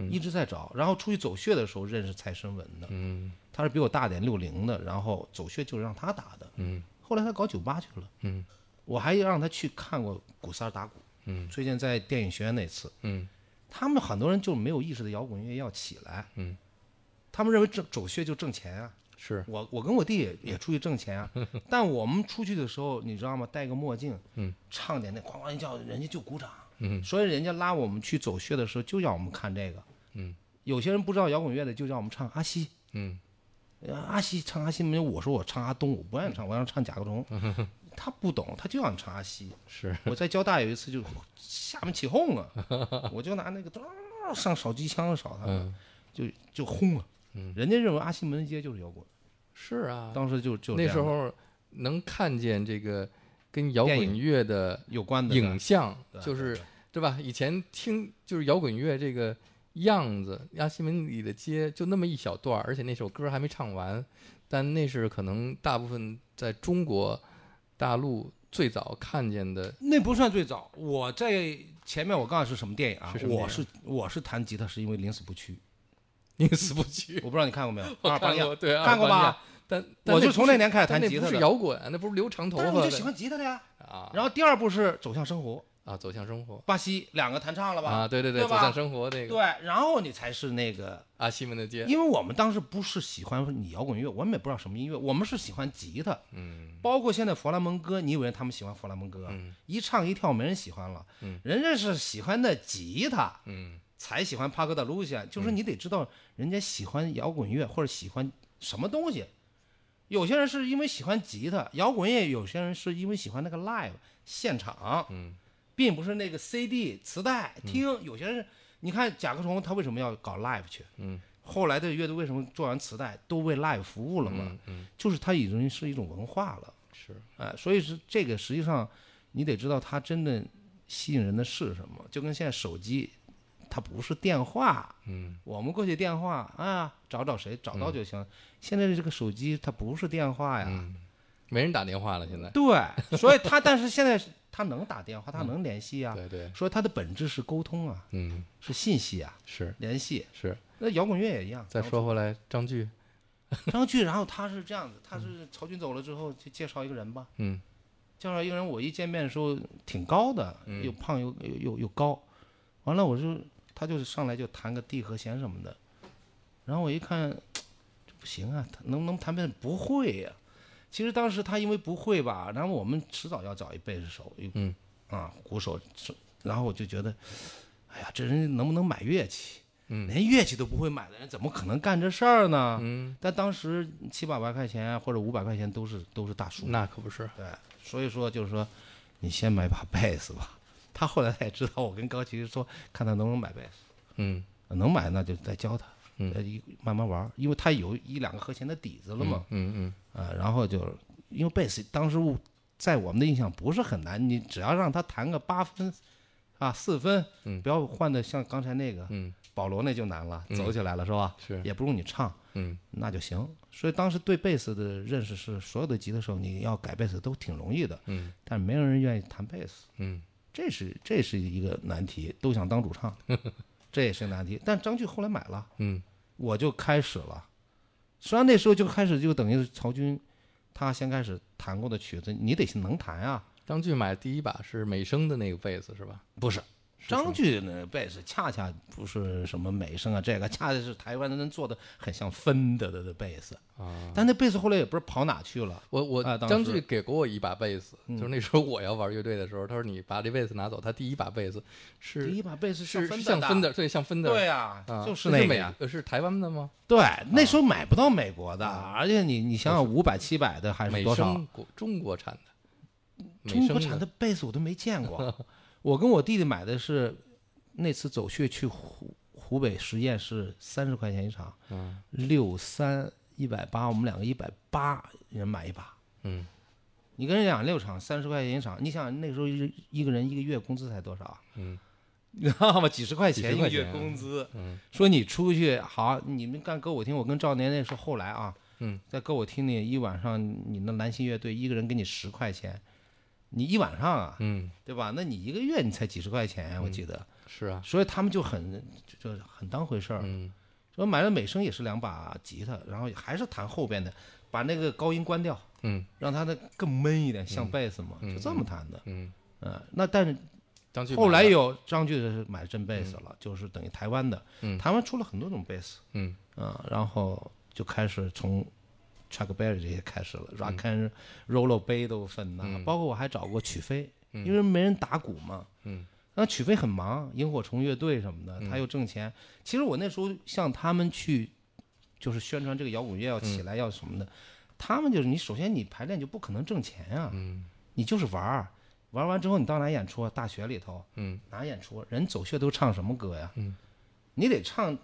Speaker 2: 一直在找。然后出去走穴的时候认识蔡申文的，
Speaker 1: 嗯
Speaker 2: 他是比我大点六零的，然后走穴就是让他打的。
Speaker 1: 嗯
Speaker 2: 后来他搞酒吧去了，
Speaker 1: 嗯
Speaker 2: 我还让他去看过古三儿打鼓。
Speaker 1: 嗯
Speaker 2: 最近在电影学院那次，
Speaker 1: 嗯
Speaker 2: 他们很多人就没有意识到摇滚乐要起来，
Speaker 1: 嗯，
Speaker 2: 他们认为挣走穴就挣钱啊。
Speaker 1: 是
Speaker 2: 我我跟我弟也也出去 挣钱啊，但我们出去的时候，你知道吗？戴个墨镜，
Speaker 1: 嗯，
Speaker 2: 唱点那哐哐一叫，人家就鼓掌，
Speaker 1: 嗯，
Speaker 2: 所以人家拉我们去走穴的时候，就要我们看这个，
Speaker 1: 嗯，
Speaker 2: 有些人不知道摇滚乐的，就让我们唱阿西，
Speaker 1: 嗯
Speaker 2: 呃阿西唱阿西没有，我说我唱阿东，我不愿意唱，我要唱甲 壳虫，他不懂，他就让你唱阿西，
Speaker 1: 是
Speaker 2: 我在交大有一次就下面起哄啊，我就拿那个咚上扫机枪扫他
Speaker 1: 嗯
Speaker 2: 们，就就轰了。人家认为阿西门街就是摇滚，
Speaker 1: 是啊，
Speaker 2: 当时就就
Speaker 1: 那
Speaker 2: 这样
Speaker 1: 时
Speaker 2: 的
Speaker 1: 候能看见这个跟摇滚乐的
Speaker 2: 有关的
Speaker 1: 影像，
Speaker 2: 嗯对
Speaker 1: 就是
Speaker 2: 对
Speaker 1: 对吧？以前听就是摇滚乐这个样子，亚西门里的街就那么一小段儿，而且那首歌还没唱完，但那是可能大部分在中国大陆最早看见 的，
Speaker 2: 那不算最早。我在前面我告诉你是什么电影啊？
Speaker 1: 是什么电影
Speaker 2: 我是我是弹吉他是因为临死不 屈，
Speaker 1: 宁死不屈。
Speaker 2: 我不知道你看过没 有？啊
Speaker 1: 我
Speaker 2: 阿尔巴
Speaker 1: 看
Speaker 2: 尼亚
Speaker 1: 过，对，
Speaker 2: 看
Speaker 1: 阿尔巴
Speaker 2: 过
Speaker 1: 尼
Speaker 2: 吧
Speaker 1: 亚？但但
Speaker 2: 我就
Speaker 1: 不
Speaker 2: 从
Speaker 1: 是
Speaker 2: 那年开始
Speaker 1: 但
Speaker 2: 弹吉
Speaker 1: 那
Speaker 2: 他
Speaker 1: 不是
Speaker 2: 的
Speaker 1: 摇滚，那不是留长头
Speaker 2: 但是
Speaker 1: 发
Speaker 2: 我
Speaker 1: 的
Speaker 2: 就喜欢吉他的呀。
Speaker 1: 啊
Speaker 2: 然后第二部是走向生活，
Speaker 1: 啊，走向生活
Speaker 2: 巴西两个弹唱了吧？
Speaker 1: 啊，对对
Speaker 2: 对
Speaker 1: 走
Speaker 2: 吧
Speaker 1: 向生活那个
Speaker 2: 对，然后你才是那个
Speaker 1: 阿西门的街，
Speaker 2: 因为我们当时不是喜欢你摇滚乐，我们也不知道什么音乐，我们是喜欢吉他，
Speaker 1: 嗯
Speaker 2: 包括现在弗拉门戈，你以为他们喜欢弗拉门戈，啊一唱一跳没人喜欢了，人家是喜欢的吉他，
Speaker 1: 嗯
Speaker 2: 才喜欢帕格达卢西亚，啊就是你得知道人家喜欢摇滚乐或者喜欢什么东西。有些人是因为喜欢吉他，摇滚乐；有些人是因为喜欢那个 live 现场，
Speaker 1: 嗯，
Speaker 2: 并不是那个 CD 磁带听。有些人是，你看甲壳虫他为什么要搞 live 去？
Speaker 1: 嗯，
Speaker 2: 后来的乐队为什么做完磁带都为 live 服务了嘛？
Speaker 1: 嗯嗯，
Speaker 2: 就是它已经是一种文化了。
Speaker 1: 是
Speaker 2: 哎，所以是这个，实际上你得知道它真的吸引人的是什么，就跟现在手机，它不是电话，
Speaker 1: 嗯，
Speaker 2: 我们过去电
Speaker 1: 嗯
Speaker 2: 话啊，找找谁找到就行。现在这个手机它不是电话呀，
Speaker 1: 没人打电话了，现
Speaker 2: 嗯
Speaker 1: 在。
Speaker 2: 对，所以他但是现在是他能打电话，他能联系啊。
Speaker 1: 嗯对对，
Speaker 2: 所以他的本质是沟通啊，
Speaker 1: 嗯，
Speaker 2: 是信息啊，
Speaker 1: 是
Speaker 2: 联系。
Speaker 1: 是。
Speaker 2: 那摇滚乐也一样。
Speaker 1: 再说回来，张炬，
Speaker 2: 张炬，然后他是这样子，他是曹军走了之后就介绍一个人吧，
Speaker 1: 嗯
Speaker 2: 介绍一个人，我一见面的时候挺高的，
Speaker 1: 嗯
Speaker 2: 又胖又又又又高，完了我就他就是上来就弹个 D 和弦什么的，然后我一看这不行啊，他能不能弹贝斯不会呀、其实当时他因为不会吧，然后我们迟早要找一贝斯手，一
Speaker 1: 嗯
Speaker 2: 啊鼓手，然后我就觉得，哎呀，这人能不能买乐器？
Speaker 1: 嗯
Speaker 2: 连乐器都不会买的人，怎么可能干这事儿呢？
Speaker 1: 嗯，
Speaker 2: 但当时七八百块钱啊或者五百块钱都是都是大数，
Speaker 1: 那可不是，
Speaker 2: 对，所以说就是说，你先买把 贝斯吧。他后来他也知道我跟高奇说，看他能不能买贝斯，
Speaker 1: 嗯
Speaker 2: 能买那就再教他，
Speaker 1: 嗯
Speaker 2: 呃，一慢慢玩儿，因为他有一两个和弦的底子了嘛，
Speaker 1: 嗯嗯，
Speaker 2: 啊，然后就因为贝斯当时我在我们的印象不是很难，你只要让他弹个八分啊四分，
Speaker 1: 嗯
Speaker 2: 不要换的像刚才那个，
Speaker 1: 嗯，
Speaker 2: 保罗那就难了，走起来了是吧？
Speaker 1: 是
Speaker 2: 也不用你唱，
Speaker 1: 嗯
Speaker 2: 那就行。所以当时对贝斯的认识是，所有的吉他手你要改贝斯都挺容易的，
Speaker 1: 嗯，
Speaker 2: 但没有人愿意弹贝斯，
Speaker 1: 嗯
Speaker 2: 这是这是一个难题，都想当主唱， 这也是个难题。但张炬后来买了，
Speaker 1: 嗯
Speaker 2: 我就开始了。实际上那时候就开始就等于是曹军，他先开始弹过的曲子，你得先能弹啊。
Speaker 1: 张炬买第一把是美声的那个贝斯是吧？
Speaker 2: 不是，张炬那贝斯恰恰不是什么美声啊，这个恰恰是台湾人做的很像芬德的的贝斯啊。但那贝斯后来也不知道跑哪去了。
Speaker 1: 我我、
Speaker 2: 啊当
Speaker 1: 张
Speaker 2: 时嗯
Speaker 1: 炬给过我一把贝斯，就是那时候我要玩乐队的时候，他说你把这贝斯拿走，他第一把贝斯是
Speaker 2: 第一把贝斯
Speaker 1: 是
Speaker 2: 芬
Speaker 1: 是
Speaker 2: 德
Speaker 1: 像
Speaker 2: 的，
Speaker 1: 芬德，对，像芬德，
Speaker 2: 对呀、
Speaker 1: 啊，
Speaker 2: 就是
Speaker 1: 那
Speaker 2: 那个
Speaker 1: 美
Speaker 2: 呀。
Speaker 1: 呃是台湾的吗？
Speaker 2: 对，
Speaker 1: 啊
Speaker 2: 那时候买不到美国的，而且你你想想，五百七百的还是
Speaker 1: 美
Speaker 2: 多少？啊
Speaker 1: 声国中国产的，美
Speaker 2: 中国
Speaker 1: 声
Speaker 2: 产的贝斯我都没见过。 我跟我弟弟买的是那次走穴去湖湖北十堰是三十块钱一场，六三一百八，我们两个一百八人买一把。
Speaker 1: 嗯，
Speaker 2: 你跟人讲六场三十块钱一场，你想那时候一一个人一个月工资才多少啊？
Speaker 1: 嗯。
Speaker 2: 你知道吗？几十块
Speaker 1: 几
Speaker 2: 钱
Speaker 1: 十
Speaker 2: 一
Speaker 1: 块
Speaker 2: 个
Speaker 1: 钱
Speaker 2: 月
Speaker 1: 啊
Speaker 2: 工资，
Speaker 1: 嗯
Speaker 2: 说你出去好，你们干歌舞厅，我跟赵年那时候后来啊，
Speaker 1: 嗯，
Speaker 2: 在歌舞厅里一晚上，你那蓝心乐队一个人给你十块钱，你一晚上啊，
Speaker 1: 嗯
Speaker 2: 对吧？那你一个月你才几十块钱，我记得，
Speaker 1: 是啊，
Speaker 2: 所以他们就很就就很当回事儿。
Speaker 1: 嗯
Speaker 2: 说买了美声也是两把吉他，然后还是弹后边的，把那个高音关掉，
Speaker 1: 嗯
Speaker 2: 让它的更闷一点，像贝斯嘛，就这么弹的。
Speaker 1: 嗯，
Speaker 2: 嗯，那但是
Speaker 1: 张炬
Speaker 2: 后
Speaker 1: 买
Speaker 2: 来
Speaker 1: 了
Speaker 2: 有张炬是买真贝斯了，就是等于台湾的，
Speaker 1: 嗯
Speaker 2: 台湾出了很多种贝斯，
Speaker 1: 嗯
Speaker 2: 啊，然后就开始从 Chuck Berry 这些开始了，Rock
Speaker 1: 嗯
Speaker 2: and Roll b 都分呐、包括我还找过曲飞，因为没人打鼓嘛，
Speaker 1: 嗯，
Speaker 2: 那曲飞很忙，萤火虫乐队什么的，他又挣钱。其实我那时候向他们去，就是宣传这个摇滚乐要起
Speaker 1: 嗯
Speaker 2: 来要什么的，他们就是你首先你排练就不可能挣钱啊，
Speaker 1: 嗯
Speaker 2: 你就是玩儿，玩儿完之后你到哪演出啊？大学里头，
Speaker 1: 嗯
Speaker 2: 哪演出？人走穴都唱什么歌呀？
Speaker 1: 嗯，
Speaker 2: 你得唱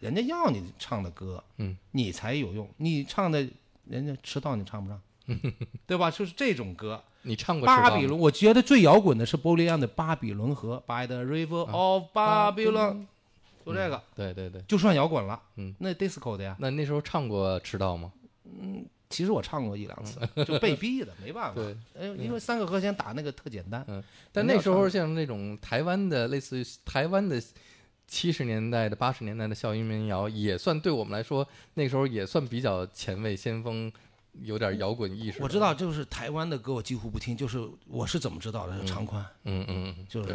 Speaker 2: 人家要你唱的歌，
Speaker 1: 嗯，
Speaker 2: 你才有用。你唱的人家迟到你唱不上， 对吧？就是这种歌。
Speaker 1: 你唱过《
Speaker 2: 巴比伦，我觉得最摇滚的是波利安的《巴比伦河》，By the River of
Speaker 1: 啊巴
Speaker 2: Babylon，就这个
Speaker 1: 对对对，
Speaker 2: 就算摇滚了。
Speaker 1: 嗯，
Speaker 2: 那 disco 的呀，
Speaker 1: 那那时候唱过《迟到》吗？
Speaker 2: 其实我唱过一 两次，就被逼的，没办法。
Speaker 1: 对，
Speaker 2: 哎，因为三个和弦打那个特简单。
Speaker 1: 嗯，但那时候像那种台湾的，类似于台湾的七十年代的、八十年代的校园民谣，也算对我们来说，那时候也算比较前卫、先锋，有点摇滚意识。
Speaker 2: 我知，道，就是台湾的歌我几乎不听，就是我是怎么知道的？是长宽，
Speaker 1: 嗯嗯
Speaker 2: 就是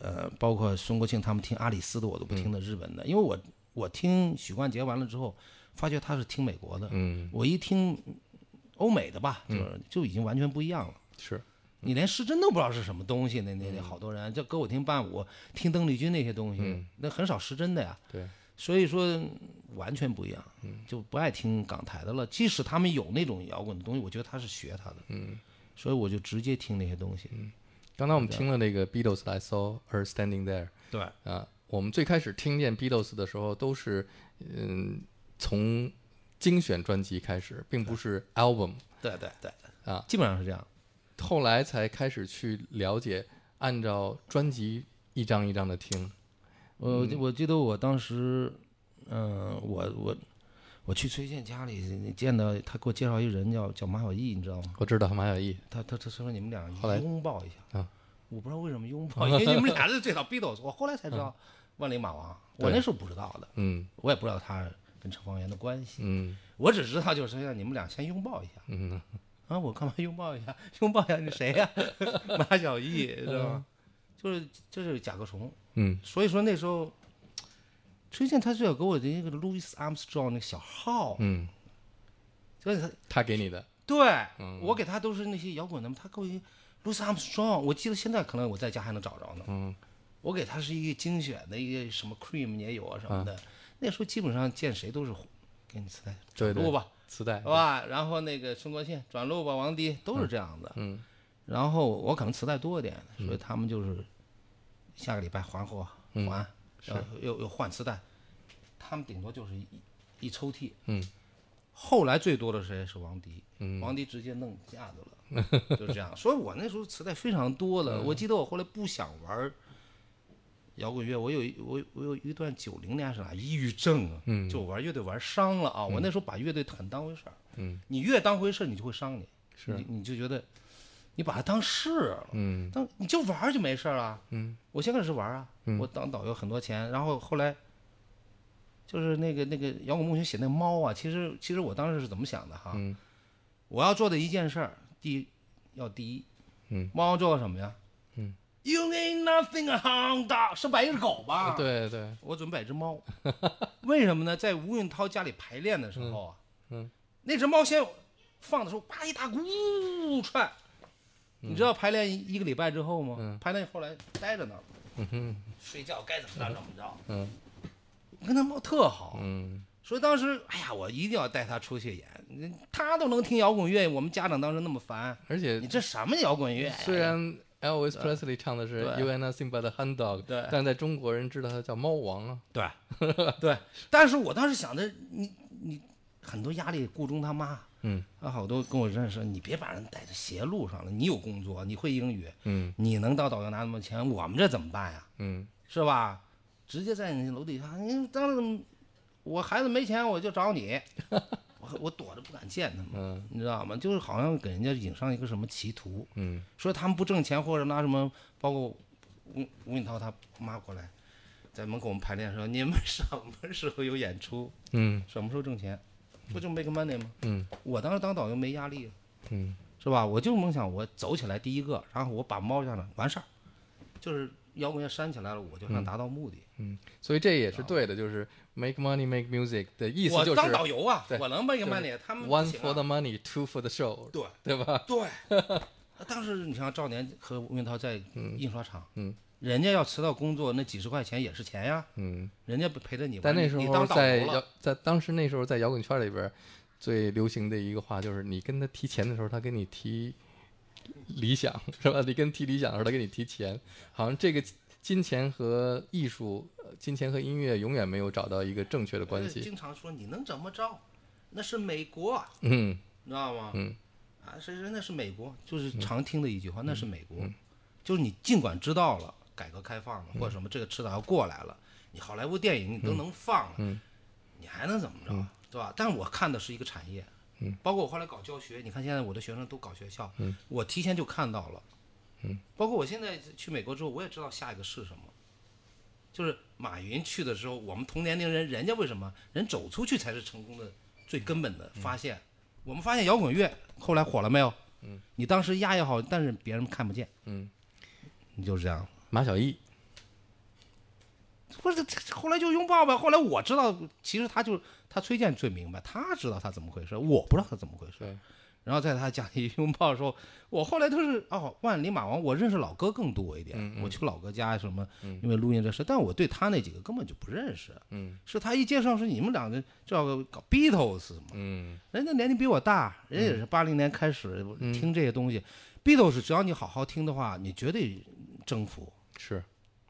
Speaker 2: 呃，包括孙国庆他们听阿里斯的我都不
Speaker 1: 嗯
Speaker 2: 听的，日本的，因为我我听许冠杰完了之后，发觉他是听美国的，
Speaker 1: 嗯，
Speaker 2: 我一听欧美的吧，就是就已经完全不一样了。
Speaker 1: 是，
Speaker 2: 你连失真都不知道是什么东西，那那
Speaker 1: 嗯
Speaker 2: 那好多人这歌舞厅伴舞听邓丽君那些东西，
Speaker 1: 嗯
Speaker 2: 那很少失真的呀。
Speaker 1: 对，
Speaker 2: 所以说完全不一样，
Speaker 1: 嗯
Speaker 2: 就不爱听港台的了。即使他们有那种摇滚的东西，我觉得他是学他的，
Speaker 1: 嗯
Speaker 2: 所以我就直接听那些东西。
Speaker 1: 刚才我们听了那个 Beatles 的《I Saw Her Standing There》
Speaker 2: 对，
Speaker 1: 啊，我们最开始听见 Beatles 的时候，都是嗯从精选专辑开始，并不是 album。
Speaker 2: 对对对，
Speaker 1: 啊，
Speaker 2: 基本上是这样。
Speaker 1: 后来才开始去了解，按照专辑一张一张的听。
Speaker 2: 嗯我我记得我当时，嗯、我我我去崔健家里见到他，给我介绍一人叫叫马小艺，你知道吗？
Speaker 1: 我知道马小艺，
Speaker 2: 他他他说你们俩
Speaker 1: 后来
Speaker 2: 拥抱一下
Speaker 1: 啊，
Speaker 2: 我不知道为什 么拥抱，因为你们俩是最早 Beatles，我后来才知道万里马王，我
Speaker 1: 啊对
Speaker 2: 那时候不知道的，
Speaker 1: 嗯
Speaker 2: 我也不知道他跟陈方圆的关系，
Speaker 1: 嗯
Speaker 2: 我只知道就是让你们俩先拥抱一下
Speaker 1: 嗯，
Speaker 2: 啊，我干嘛拥抱一下？ 拥抱一下你谁呀、 马小艺知道吗？就是就是甲壳虫，
Speaker 1: 嗯
Speaker 2: 所以说那时候，崔健他最早给我的那个 Louis Armstrong 那个小号，
Speaker 1: 嗯，
Speaker 2: 就是他
Speaker 1: 他给你的，
Speaker 2: 对、
Speaker 1: 嗯
Speaker 2: 我给他都是那些摇滚的，他给我一个 Louis Armstrong，我记得现在可能我在家还能找着呢。
Speaker 1: 嗯
Speaker 2: 我给他是一个精选的一个什么 Cream 也有啊什
Speaker 1: 嗯
Speaker 2: 么的，那时候基本上见谁都是给你磁带
Speaker 1: 对
Speaker 2: 转录
Speaker 1: 对
Speaker 2: 吧，
Speaker 1: 磁带
Speaker 2: 好，吧，然后那个孙国庆转录吧，王迪都是这样的。
Speaker 1: 嗯
Speaker 2: 然后我可能磁带多一点，所以他们就是下个礼拜还货
Speaker 1: 嗯
Speaker 2: 还，然后又又换磁带，他们顶多就是一一抽屉。
Speaker 1: 嗯，
Speaker 2: 后来最多的谁是王迪，
Speaker 1: 嗯
Speaker 2: 王迪直接弄架子了， 就这样。所以我那时候磁带非常多的，
Speaker 1: 嗯
Speaker 2: 我记得我后来不想玩摇滚乐，我有一我我有一段九零年是啥抑郁症啊，
Speaker 1: 嗯
Speaker 2: 就我玩乐队玩伤了啊，我那时候把乐队很当回事儿，
Speaker 1: 嗯，
Speaker 2: 你越当回事儿，你就会伤你，
Speaker 1: 是
Speaker 2: 你你就觉得你把它当事儿了，
Speaker 1: 嗯
Speaker 2: 当你就玩儿就没事儿了。
Speaker 1: 嗯，
Speaker 2: 我先开始玩儿啊，
Speaker 1: 嗯
Speaker 2: 我当导游很多钱，然后后来就是那个那个摇滚梦熊写那猫啊，其实其实我当时是怎么想的哈？
Speaker 1: 嗯
Speaker 2: 我要做的一件事儿，第一要第一，
Speaker 1: 嗯，
Speaker 2: 猫做什么呀？
Speaker 1: 嗯
Speaker 2: ，You ain't nothing a hound dog，是摆一只狗吧？，
Speaker 1: 呃对对，
Speaker 2: 我准备摆只猫，为什么呢？在吴运涛家里排练的时候啊，
Speaker 1: 嗯嗯
Speaker 2: 那只猫先放的时候，叭一大股呜窜，你知道排练一个礼拜之后吗？
Speaker 1: 嗯
Speaker 2: 排练后来待着呢，
Speaker 1: 嗯哼
Speaker 2: 睡觉该怎么着怎么着，
Speaker 1: 嗯
Speaker 2: 我跟那猫特好，
Speaker 1: 嗯
Speaker 2: 所以当时哎呀，我一定要带它出去演，它都能听摇滚乐，我们家长当时那么烦，
Speaker 1: 而且
Speaker 2: 你这什么摇滚乐呀？
Speaker 1: 虽然 Elvis Presley 唱的是
Speaker 2: 对
Speaker 1: You and Nothing But a Hound Dog，
Speaker 2: 对
Speaker 1: 但在中国人知道他叫猫王啊。
Speaker 2: 对对，但是我当时想着你你很多压力，顾中他妈。
Speaker 1: 嗯
Speaker 2: 啊，好多跟我认识，你别把人带到邪路上了。你有工作，你会英语，
Speaker 1: 嗯
Speaker 2: 你能到导游拿那么多钱，我们这怎么办呀？
Speaker 1: 嗯
Speaker 2: 是吧？直接在你楼底下，你当然我孩子没钱，我就 找你，我我躲着不敢见他们，
Speaker 1: 嗯
Speaker 2: 你知道吗？就是好像给人家引上一个什么歧途，
Speaker 1: 嗯
Speaker 2: 说他们不挣钱或者拿什么，包括吴吴允涛他妈过来，在门口我们排练说，你们什么时候有演出，
Speaker 1: 嗯
Speaker 2: 什么时候挣钱，不就 make money 吗？
Speaker 1: 嗯
Speaker 2: 我当时当导游没压力，
Speaker 1: 嗯
Speaker 2: 是吧？我就梦想我走起来第一个，然后我把猫下来完事儿，就是摇滚乐煽起来了，我就算达到目的。
Speaker 1: 嗯，所以这也是对的，就是 make money make music 的意思
Speaker 2: 我
Speaker 1: 就是
Speaker 2: 当导游啊
Speaker 1: 对，
Speaker 2: 我能卖个
Speaker 1: 就是
Speaker 2: 卖点，他们不
Speaker 1: one
Speaker 2: 行
Speaker 1: for
Speaker 2: 啊
Speaker 1: the money, two for the show，
Speaker 2: 对
Speaker 1: 对吧？
Speaker 2: 对。当时你像赵年和吴云涛在印刷厂，
Speaker 1: 嗯
Speaker 2: 人家要迟到工作，那几十块钱也是钱呀，
Speaker 1: 嗯，
Speaker 2: 人家陪着你玩。
Speaker 1: 但那
Speaker 2: 你
Speaker 1: 时
Speaker 2: 你
Speaker 1: 候
Speaker 2: 当导
Speaker 1: 在
Speaker 2: 游
Speaker 1: 摇
Speaker 2: 了，
Speaker 1: 在当时那时候在摇滚圈里边，最流行的一个话就是你跟他提钱的时候，他跟你提理想是吧？你跟提理想的时候，他跟你提钱，好像这个金钱和艺术、呃金钱和音乐永远没有找到一个正确的关系。
Speaker 2: 经常说你能怎么着？那是美国，啊
Speaker 1: 嗯
Speaker 2: 你知道吗？
Speaker 1: 嗯
Speaker 2: 啊，谁谁那是美国，就是常听的一句话，那是美国，
Speaker 1: 嗯
Speaker 2: 就是你尽管知道了改革开放了、或者什么，这个迟早要过来了，你好莱坞电影你都能放了，
Speaker 1: 嗯
Speaker 2: 你还能怎么着，对吧？但我看的是一个产业，
Speaker 1: 嗯
Speaker 2: 包括我后来搞教学，你看现在我的学生都搞学校，我提前就看到了，
Speaker 1: 嗯
Speaker 2: 包括我现在去美国之后，我也知道下一个是什么。就是马云去的时候，我们同年龄人，人家为什么人走出去才是成功的最根本的发现？我们发现摇滚乐后来火了没有？嗯，你当时压也好，但是别人看不见，
Speaker 1: 嗯，
Speaker 2: 你就是这样。
Speaker 1: 马小艺，
Speaker 2: 不是，这这后来就拥抱吧。后来我知道，其实他就他崔健最明白，他知道他怎么回事，我不知道他怎么回事
Speaker 1: 对。
Speaker 2: 然后在他家里 拥抱的时候，我后来都是哦，万里马王，我认识老哥更多一点。
Speaker 1: 嗯
Speaker 2: 我去老哥家什么，因为录音这事，但我对他那几个根本就不认识。
Speaker 1: 嗯
Speaker 2: 是他一介绍说你们两个叫个搞 Beatles 嘛，
Speaker 1: 嗯
Speaker 2: 人家年纪比我大，人家也是八零年开始听这些东西。Beatles 只要你好好听的话，你绝对征服。
Speaker 1: 是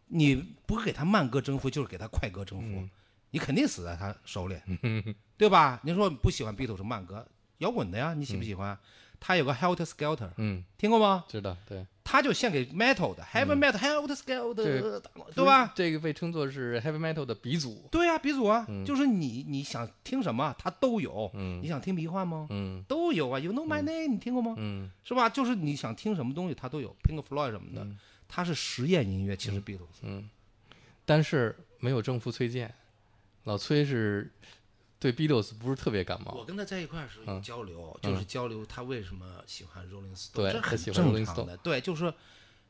Speaker 2: 你不给他慢歌征服，就是给他快歌征服，
Speaker 1: 嗯
Speaker 2: 你肯定死在他手里， 对吧？你说不喜欢 Beatles 慢歌，摇滚的呀，你喜不喜欢？他有个 Helter Skelter，
Speaker 1: 嗯
Speaker 2: 听过吗？
Speaker 1: 知道对
Speaker 5: 他就献给 metal 的 heavy metal heavy scale 的，对
Speaker 1: 不是
Speaker 5: 吧？？
Speaker 1: 这个被称作是 heavy metal 的鼻祖。
Speaker 5: 对啊，鼻祖啊，
Speaker 1: 嗯
Speaker 5: 就是你你想听什么，他都有。
Speaker 1: 嗯
Speaker 5: 你想听迷幻吗？
Speaker 1: 嗯
Speaker 5: 都有啊。You know my name，、你听过吗？
Speaker 1: 嗯
Speaker 5: 是吧？就是你想听什么东西，他都有。Pink Floyd 什么的，它是实验音乐，其实 Beatles。
Speaker 1: 嗯，但是没有政府崔健，老崔是对 Beatles 不是特别感
Speaker 2: 我
Speaker 1: 冒。
Speaker 2: 跟他在一块儿是
Speaker 1: 啊嗯
Speaker 2: 交流，就是交流他为什么喜欢 Rolling Stone，
Speaker 1: 对
Speaker 2: 这
Speaker 1: 他
Speaker 2: 很
Speaker 1: 喜欢 Rolling
Speaker 2: 正常的。对，就是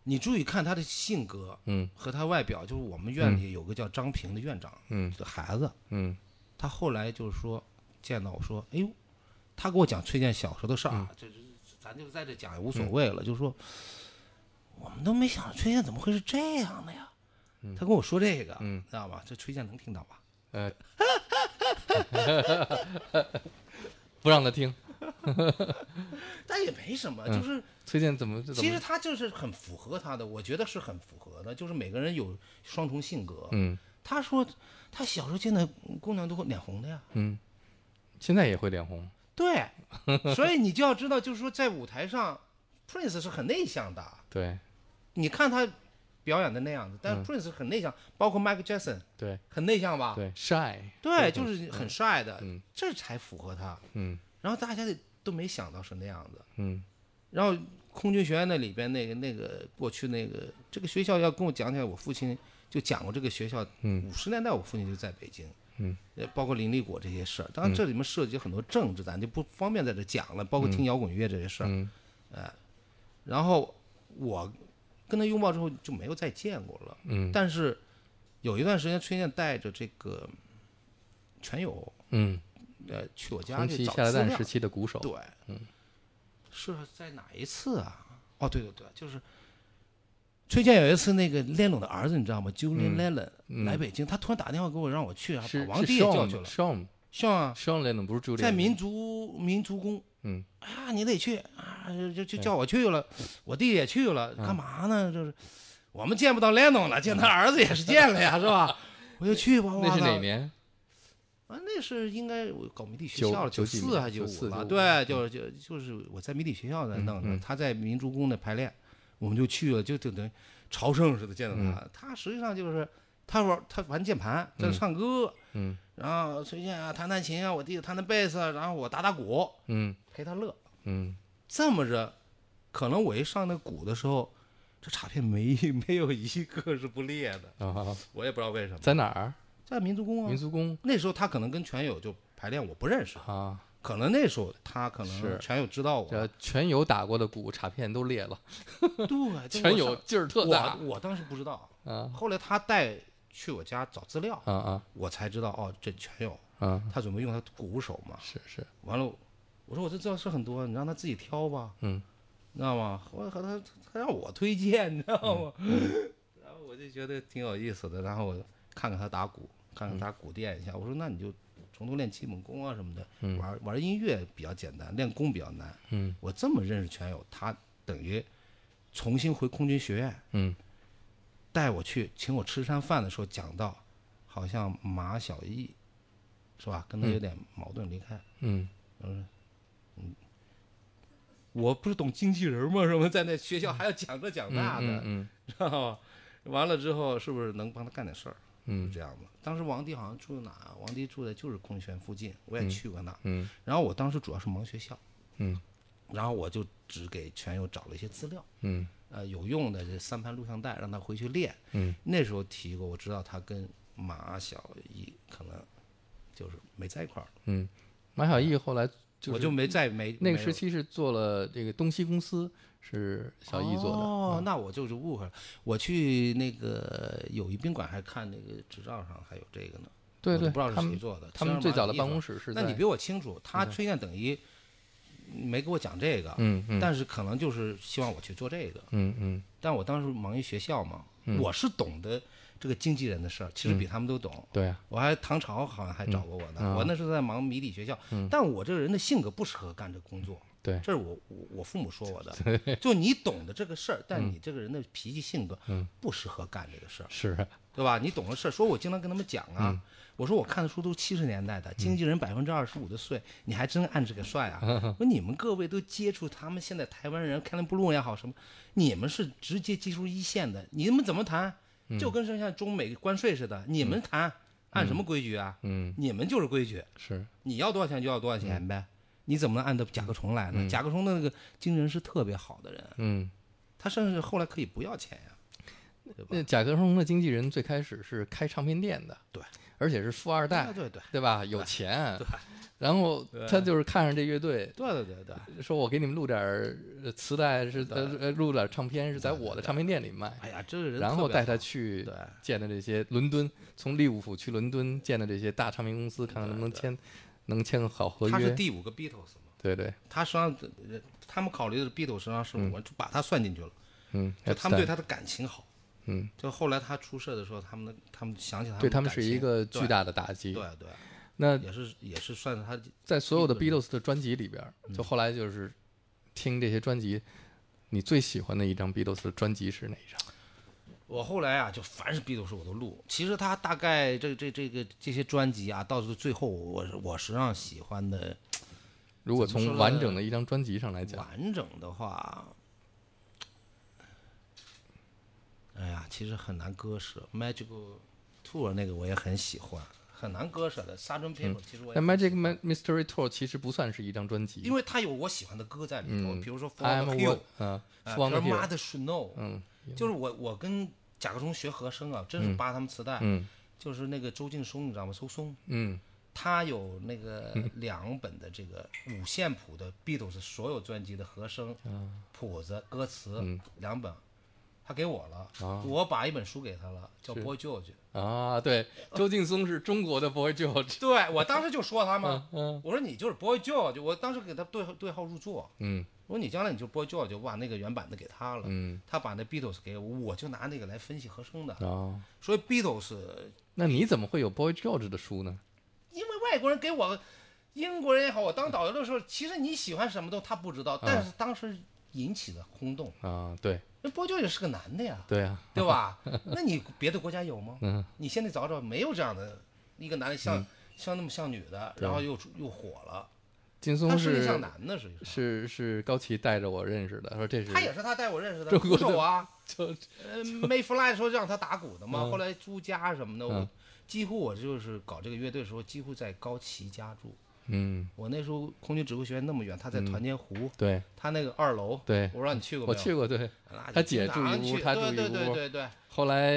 Speaker 2: 你注意看他的性格
Speaker 1: 嗯
Speaker 2: 和他外表，就是我们院里有个叫张平的院长
Speaker 1: 嗯
Speaker 2: 的孩子，
Speaker 1: 嗯
Speaker 2: 他后来就是说见到我说，哎呦，他给我讲崔健小时候的事儿啊，
Speaker 1: 嗯
Speaker 2: 这这这咱就在这讲也无所谓了，就说我们都没想到崔健怎么会是这样的呀。他跟我说这个，
Speaker 1: 嗯
Speaker 2: 知道吧？这崔健能听到吧？
Speaker 1: 呃， 不让他听。
Speaker 2: 但也没什
Speaker 1: 嗯
Speaker 2: 么，就是
Speaker 1: 崔健怎么这怎
Speaker 2: 其实
Speaker 1: 么？
Speaker 2: 他就是很符合他的，我觉得是很符合的，就是每个人有双重性格。
Speaker 1: 嗯
Speaker 2: 他说他小时候见的姑娘都会脸红的呀，
Speaker 1: 嗯，现在也会脸红。
Speaker 2: 对，所以你就要知道，就是说在舞台上，Prince 是很内向的，
Speaker 1: 对
Speaker 2: 你看他表演的那样子，但
Speaker 1: 嗯
Speaker 2: 是 Prince 很内向，包括 Michael Jackson
Speaker 1: 对
Speaker 2: 很内向吧？
Speaker 1: 对，shy。
Speaker 2: 对，就是很帅的
Speaker 1: 嗯，
Speaker 2: 这才符合他。
Speaker 1: 嗯
Speaker 2: 然后大家都没想到是那样子，
Speaker 1: 嗯
Speaker 2: 然后空军学院那里边那个那个过去那个这个学校要跟我讲起来，我父亲就讲过这个学校。
Speaker 1: 嗯
Speaker 2: 五十年代我父亲就在北京，
Speaker 1: 嗯
Speaker 2: 呃，包括林立果这些事儿。当然这里面涉及很多政治，咱就不方便在这讲了，包括听摇滚乐这些事儿。呃
Speaker 1: 嗯
Speaker 2: 然后我跟他拥抱之后就没有再见过了。
Speaker 1: 嗯
Speaker 2: 但是有一段时间，崔健带着这个全友
Speaker 1: 嗯，
Speaker 2: 呃去我家
Speaker 1: 红
Speaker 2: 去
Speaker 1: 旗
Speaker 2: 找
Speaker 1: 下
Speaker 2: 资
Speaker 1: 蛋
Speaker 2: 料
Speaker 1: 时期的鼓手。
Speaker 2: 对，嗯，是在哪一次啊？哦，对对对，就是崔健有一次那个lennon 的儿子，你知道吗？Julian Lennon、
Speaker 1: 嗯
Speaker 2: 来北京，他突然打电话给我，让我去，啊，把
Speaker 1: 是
Speaker 2: 王
Speaker 1: 是
Speaker 2: 帝也叫去
Speaker 1: Sean
Speaker 2: 了。
Speaker 1: Sean
Speaker 2: 像啊，
Speaker 1: Sean Lennon 不是 Julian，
Speaker 2: 在民族民族宫
Speaker 1: 嗯
Speaker 2: 啊，你得去啊，就就叫我去了，我弟也去了，
Speaker 1: 嗯
Speaker 2: 干嘛呢？就是我们见不到 lennon 了，见他儿子也是见了呀，是吧？我就去吧，我
Speaker 1: 那是
Speaker 2: 操
Speaker 1: 哪年？
Speaker 2: 啊，那是应该我搞迷笛学
Speaker 1: 九
Speaker 2: 校了，
Speaker 1: 九几
Speaker 2: 四
Speaker 1: 年嗯
Speaker 2: 还是
Speaker 1: 九四
Speaker 2: 五
Speaker 1: 95
Speaker 2: 了？对，就是就就是我在迷笛学校那弄的，他在民族宫那排练，我们就去了，就就等于朝圣似的见到他。
Speaker 1: 嗯
Speaker 2: 他实际上就是他玩他玩键盘，在那唱歌，
Speaker 1: 嗯
Speaker 2: 然后崔健啊弹弹琴啊，我弟弟弹弹贝斯啊，然后我打打鼓，
Speaker 1: 嗯
Speaker 2: 陪他乐。
Speaker 1: 嗯
Speaker 2: 这么着，可能我一上那鼓的时候，这卡片没 没有一个是不裂的，
Speaker 1: 啊，
Speaker 2: 我也不知道为什么，
Speaker 1: 在哪儿？
Speaker 2: 在民族宫啊
Speaker 1: 民。族宫
Speaker 2: 那时候他可能跟全友就排练，我不认识。
Speaker 1: 啊，
Speaker 2: 可能那时候他可
Speaker 1: 是
Speaker 2: 能全有知道我，
Speaker 1: 这全友打过的鼓插片都裂了，
Speaker 2: 对，就
Speaker 1: 全
Speaker 2: 我
Speaker 1: 友
Speaker 2: 上
Speaker 1: 劲儿特大
Speaker 2: 我我当时不知道，
Speaker 1: 啊
Speaker 2: 后来他带去我家找资料，
Speaker 1: 啊啊
Speaker 2: 我才知道哦，这全有
Speaker 1: 啊！
Speaker 2: 他准备用他鼓手嘛。
Speaker 1: 是是，
Speaker 2: 完了，我说我这资料是很多，你让他自己挑吧，
Speaker 1: 嗯，
Speaker 2: 你知道吗？后来和他他让我推荐，你知道吗？
Speaker 1: 嗯
Speaker 2: 然后我就觉得挺有意思的，然后我看看他打鼓，看看他
Speaker 1: 嗯
Speaker 2: 鼓练一下，我说那你就。从头练基本功啊什么的，玩玩音乐比较简单，练功比较难。
Speaker 1: 嗯
Speaker 2: 我这么认识全友，他等于重新回空军学院，
Speaker 1: 嗯
Speaker 2: 带我去请我吃餐饭的时候讲到，好像马小艺是吧，跟他有点矛盾离开。
Speaker 1: 嗯
Speaker 2: 我不是懂经纪人吗？什么在那学校还要讲这讲那的，
Speaker 1: 嗯
Speaker 2: 知道吗？完了之后是不是能帮他干点事儿？就
Speaker 1: 嗯
Speaker 2: 这样子。当时王迪好像住哪？王迪住的就是空悬附近，我也去过那。
Speaker 1: 嗯
Speaker 2: 然后我当时主要是忙学校，
Speaker 1: 嗯
Speaker 2: 然后我就只给全友找了一些资料。
Speaker 1: 嗯
Speaker 2: 呃有用的这三盘录像带，让他回去练。
Speaker 1: 嗯，
Speaker 2: 那时候提过，我知道他跟马小艺可能就是没在一块儿，
Speaker 1: 嗯，马小艺后来就
Speaker 2: 我就是没在没
Speaker 1: 那
Speaker 2: 没
Speaker 1: 个
Speaker 2: 有
Speaker 1: 时期是做了这个东西公司，是小艺做的。嗯
Speaker 2: 哦，那我就是误会了。我去那个友谊宾馆还看那个执照上还有这个呢，
Speaker 1: 对
Speaker 2: 我都
Speaker 1: 对，
Speaker 2: 不知道
Speaker 1: 他
Speaker 2: 是谁
Speaker 1: 们
Speaker 2: 做的。
Speaker 1: 他们最早的办公
Speaker 2: 室
Speaker 1: 室是
Speaker 2: 那你
Speaker 1: 在
Speaker 2: 比我清楚，他崔健等于没给我讲这个，
Speaker 1: 嗯嗯
Speaker 2: 但是可能就是希望我去做这个。
Speaker 1: 嗯嗯
Speaker 2: 但我当时忙于学校嘛，我是懂得这个经纪人的事儿，其
Speaker 1: 嗯
Speaker 2: 实比他们都懂。
Speaker 1: 对啊
Speaker 2: 我还唐
Speaker 1: 嗯
Speaker 2: 朝好像还找过我呢，我那时候在忙迷底学校，但我这个人的性格不适合干这工作，
Speaker 1: 对
Speaker 2: 这是我我我父母说我的，就你懂得这个事儿，但你这个人的脾气性格不适合干这个事儿，
Speaker 1: 是啊，
Speaker 2: 对吧？你懂了事儿，说我经常跟他们讲啊，我说我看的书都是七十年代的，经纪人百分之二十五的税，你还真按这个算啊？我说你们各位都接触他们现在台湾人看 e 布鲁也好什么，你们是直接接触一线的，你们怎么谈？就跟是像中美关税似的，你们谈、按什么规矩啊？
Speaker 1: 嗯，
Speaker 2: 你们就是规矩，
Speaker 1: 是，
Speaker 2: 你要多少钱就要多少钱呗，你怎么能按照甲壳虫来呢？甲壳虫的那个经纪人是特别好的人，
Speaker 1: 嗯，
Speaker 2: 他甚至后来可以不要钱呀、对吧
Speaker 1: 那甲壳虫的经纪人最开始是开唱片店的，
Speaker 2: 对，
Speaker 1: 而且是富二代，
Speaker 2: 对对
Speaker 1: 对吧？有钱，然后他就是看上这乐队，
Speaker 2: 对对对对。
Speaker 1: 说我给你们录点儿呃磁带是呃呃录点儿唱片是在我的唱片店里卖，
Speaker 2: 哎呀，这个人
Speaker 1: 然后
Speaker 2: 特别
Speaker 1: 带他
Speaker 2: 好
Speaker 1: 去
Speaker 2: 对
Speaker 1: 见的这些伦敦，从利物浦去伦敦见的这些大唱片公司，看看能不能签能签个好合
Speaker 2: 他是
Speaker 1: 约。
Speaker 2: 第五个 Beatles 嘛，
Speaker 1: 对对，
Speaker 2: 他实际上呃他们考虑的 Beatles 实际上是我就把他算进去了，
Speaker 1: 嗯，
Speaker 2: 就他们对
Speaker 1: Epstein
Speaker 2: 他的感情好。
Speaker 1: 嗯，
Speaker 2: 就后来他出事的时候，他们的他们想起他们
Speaker 1: 对他
Speaker 2: 他
Speaker 1: 们是一个巨大的打击。
Speaker 2: 对对，
Speaker 1: 那
Speaker 2: 也是也是算是他
Speaker 1: 在所有的 Beatles 的专辑里边儿，就
Speaker 2: 嗯
Speaker 1: 后来就是听这些专辑，你最喜欢的一张 Beatles 的专辑是哪一张？
Speaker 2: 我后来啊，就凡是 Beatles 我都录。其实他大概这这这个这些专辑啊，到最后我我实际上喜欢的
Speaker 1: 如果
Speaker 2: 怎么
Speaker 1: 从
Speaker 2: 说
Speaker 1: 完
Speaker 2: 呢
Speaker 1: 整的一张专辑上来讲，
Speaker 2: 完整的话，哎呀，其实很难割舍。Magical Tour 那个我也很喜欢，很难割舍的。沙中 paper 其实我
Speaker 1: 那
Speaker 2: 也
Speaker 1: 嗯 Magic Ma- Mystery Tour 其实不算是一张专辑，
Speaker 2: 因为它有我喜欢的歌在里头，
Speaker 1: 嗯
Speaker 2: 比如说《
Speaker 1: I
Speaker 2: From
Speaker 1: am a
Speaker 2: Hill
Speaker 1: Wo-》啊
Speaker 2: 啊，
Speaker 1: ，Full on
Speaker 2: 比
Speaker 1: the
Speaker 2: 如《
Speaker 1: Hill，
Speaker 2: Mother Should Know》，
Speaker 1: 嗯
Speaker 2: 就是我我跟甲壳虫学和声啊，真是扒他们磁带，
Speaker 1: 嗯
Speaker 2: 就是那个周劲松，你知道吗？周松。
Speaker 1: 嗯
Speaker 2: 他有那个两本的这个五线谱的 Beatles 所有专辑的和声、
Speaker 1: 啊
Speaker 2: 谱子、歌词
Speaker 1: 嗯
Speaker 2: 两本，他给我了，我把一本书给他了，叫《Boy George》。
Speaker 1: 啊， 对，周劲松是中国的 Boy George，
Speaker 2: 对我当时就说他嘛，
Speaker 1: 嗯
Speaker 2: 我说你就是 Boy George，我当时给他对号对号入座，
Speaker 1: 嗯
Speaker 2: 我说你将来你就 Boy George，我把那个原版的给他了，
Speaker 1: 嗯，
Speaker 2: 他把那 Beatles 给我，我就拿那个来分析和声的，
Speaker 1: 哦，
Speaker 2: 所以 Beatles
Speaker 1: 那你怎么会有 Boy George 的书呢？
Speaker 2: 因为外国人给我，英国人也好，我当导游的时候，其实你喜欢什么都他不知
Speaker 1: 嗯
Speaker 2: 道，但是当时引起的轰动，
Speaker 1: 啊，对
Speaker 2: 那波舅也是个男的呀，
Speaker 1: 对啊，
Speaker 2: 对吧？那你别的国家有吗？
Speaker 1: 嗯
Speaker 2: 你现在找找，没有这样的一个男的像、像那么像女的，然后又出又火了，
Speaker 1: 劲松
Speaker 2: 他是
Speaker 1: 是
Speaker 2: 像男的，实际上。
Speaker 1: 是是高奇带着我认识的，说这是
Speaker 2: 他也是他带我认识的
Speaker 1: 嗯中国
Speaker 2: 鼓
Speaker 1: 的
Speaker 2: 手啊，
Speaker 1: 就
Speaker 2: 呃，Mayfly 的时候让他打鼓的
Speaker 1: 嗯
Speaker 2: 嘛，后来朱家什么的，我几乎我就是搞这个乐队的时候，几乎在高崎家住。
Speaker 1: 嗯，
Speaker 2: 我那时候空军指挥学院那么远，他在团结湖，
Speaker 1: 对
Speaker 2: 他那个二楼，
Speaker 1: 嗯对
Speaker 2: 我不知道你去过没
Speaker 1: 我
Speaker 2: 有？
Speaker 1: 去过，对，
Speaker 2: 那就
Speaker 1: 他姐
Speaker 2: 经
Speaker 1: 住一
Speaker 2: 常
Speaker 1: 屋
Speaker 2: 去
Speaker 1: 他住一
Speaker 2: 对对
Speaker 1: 屋
Speaker 2: 对对对，
Speaker 1: 后来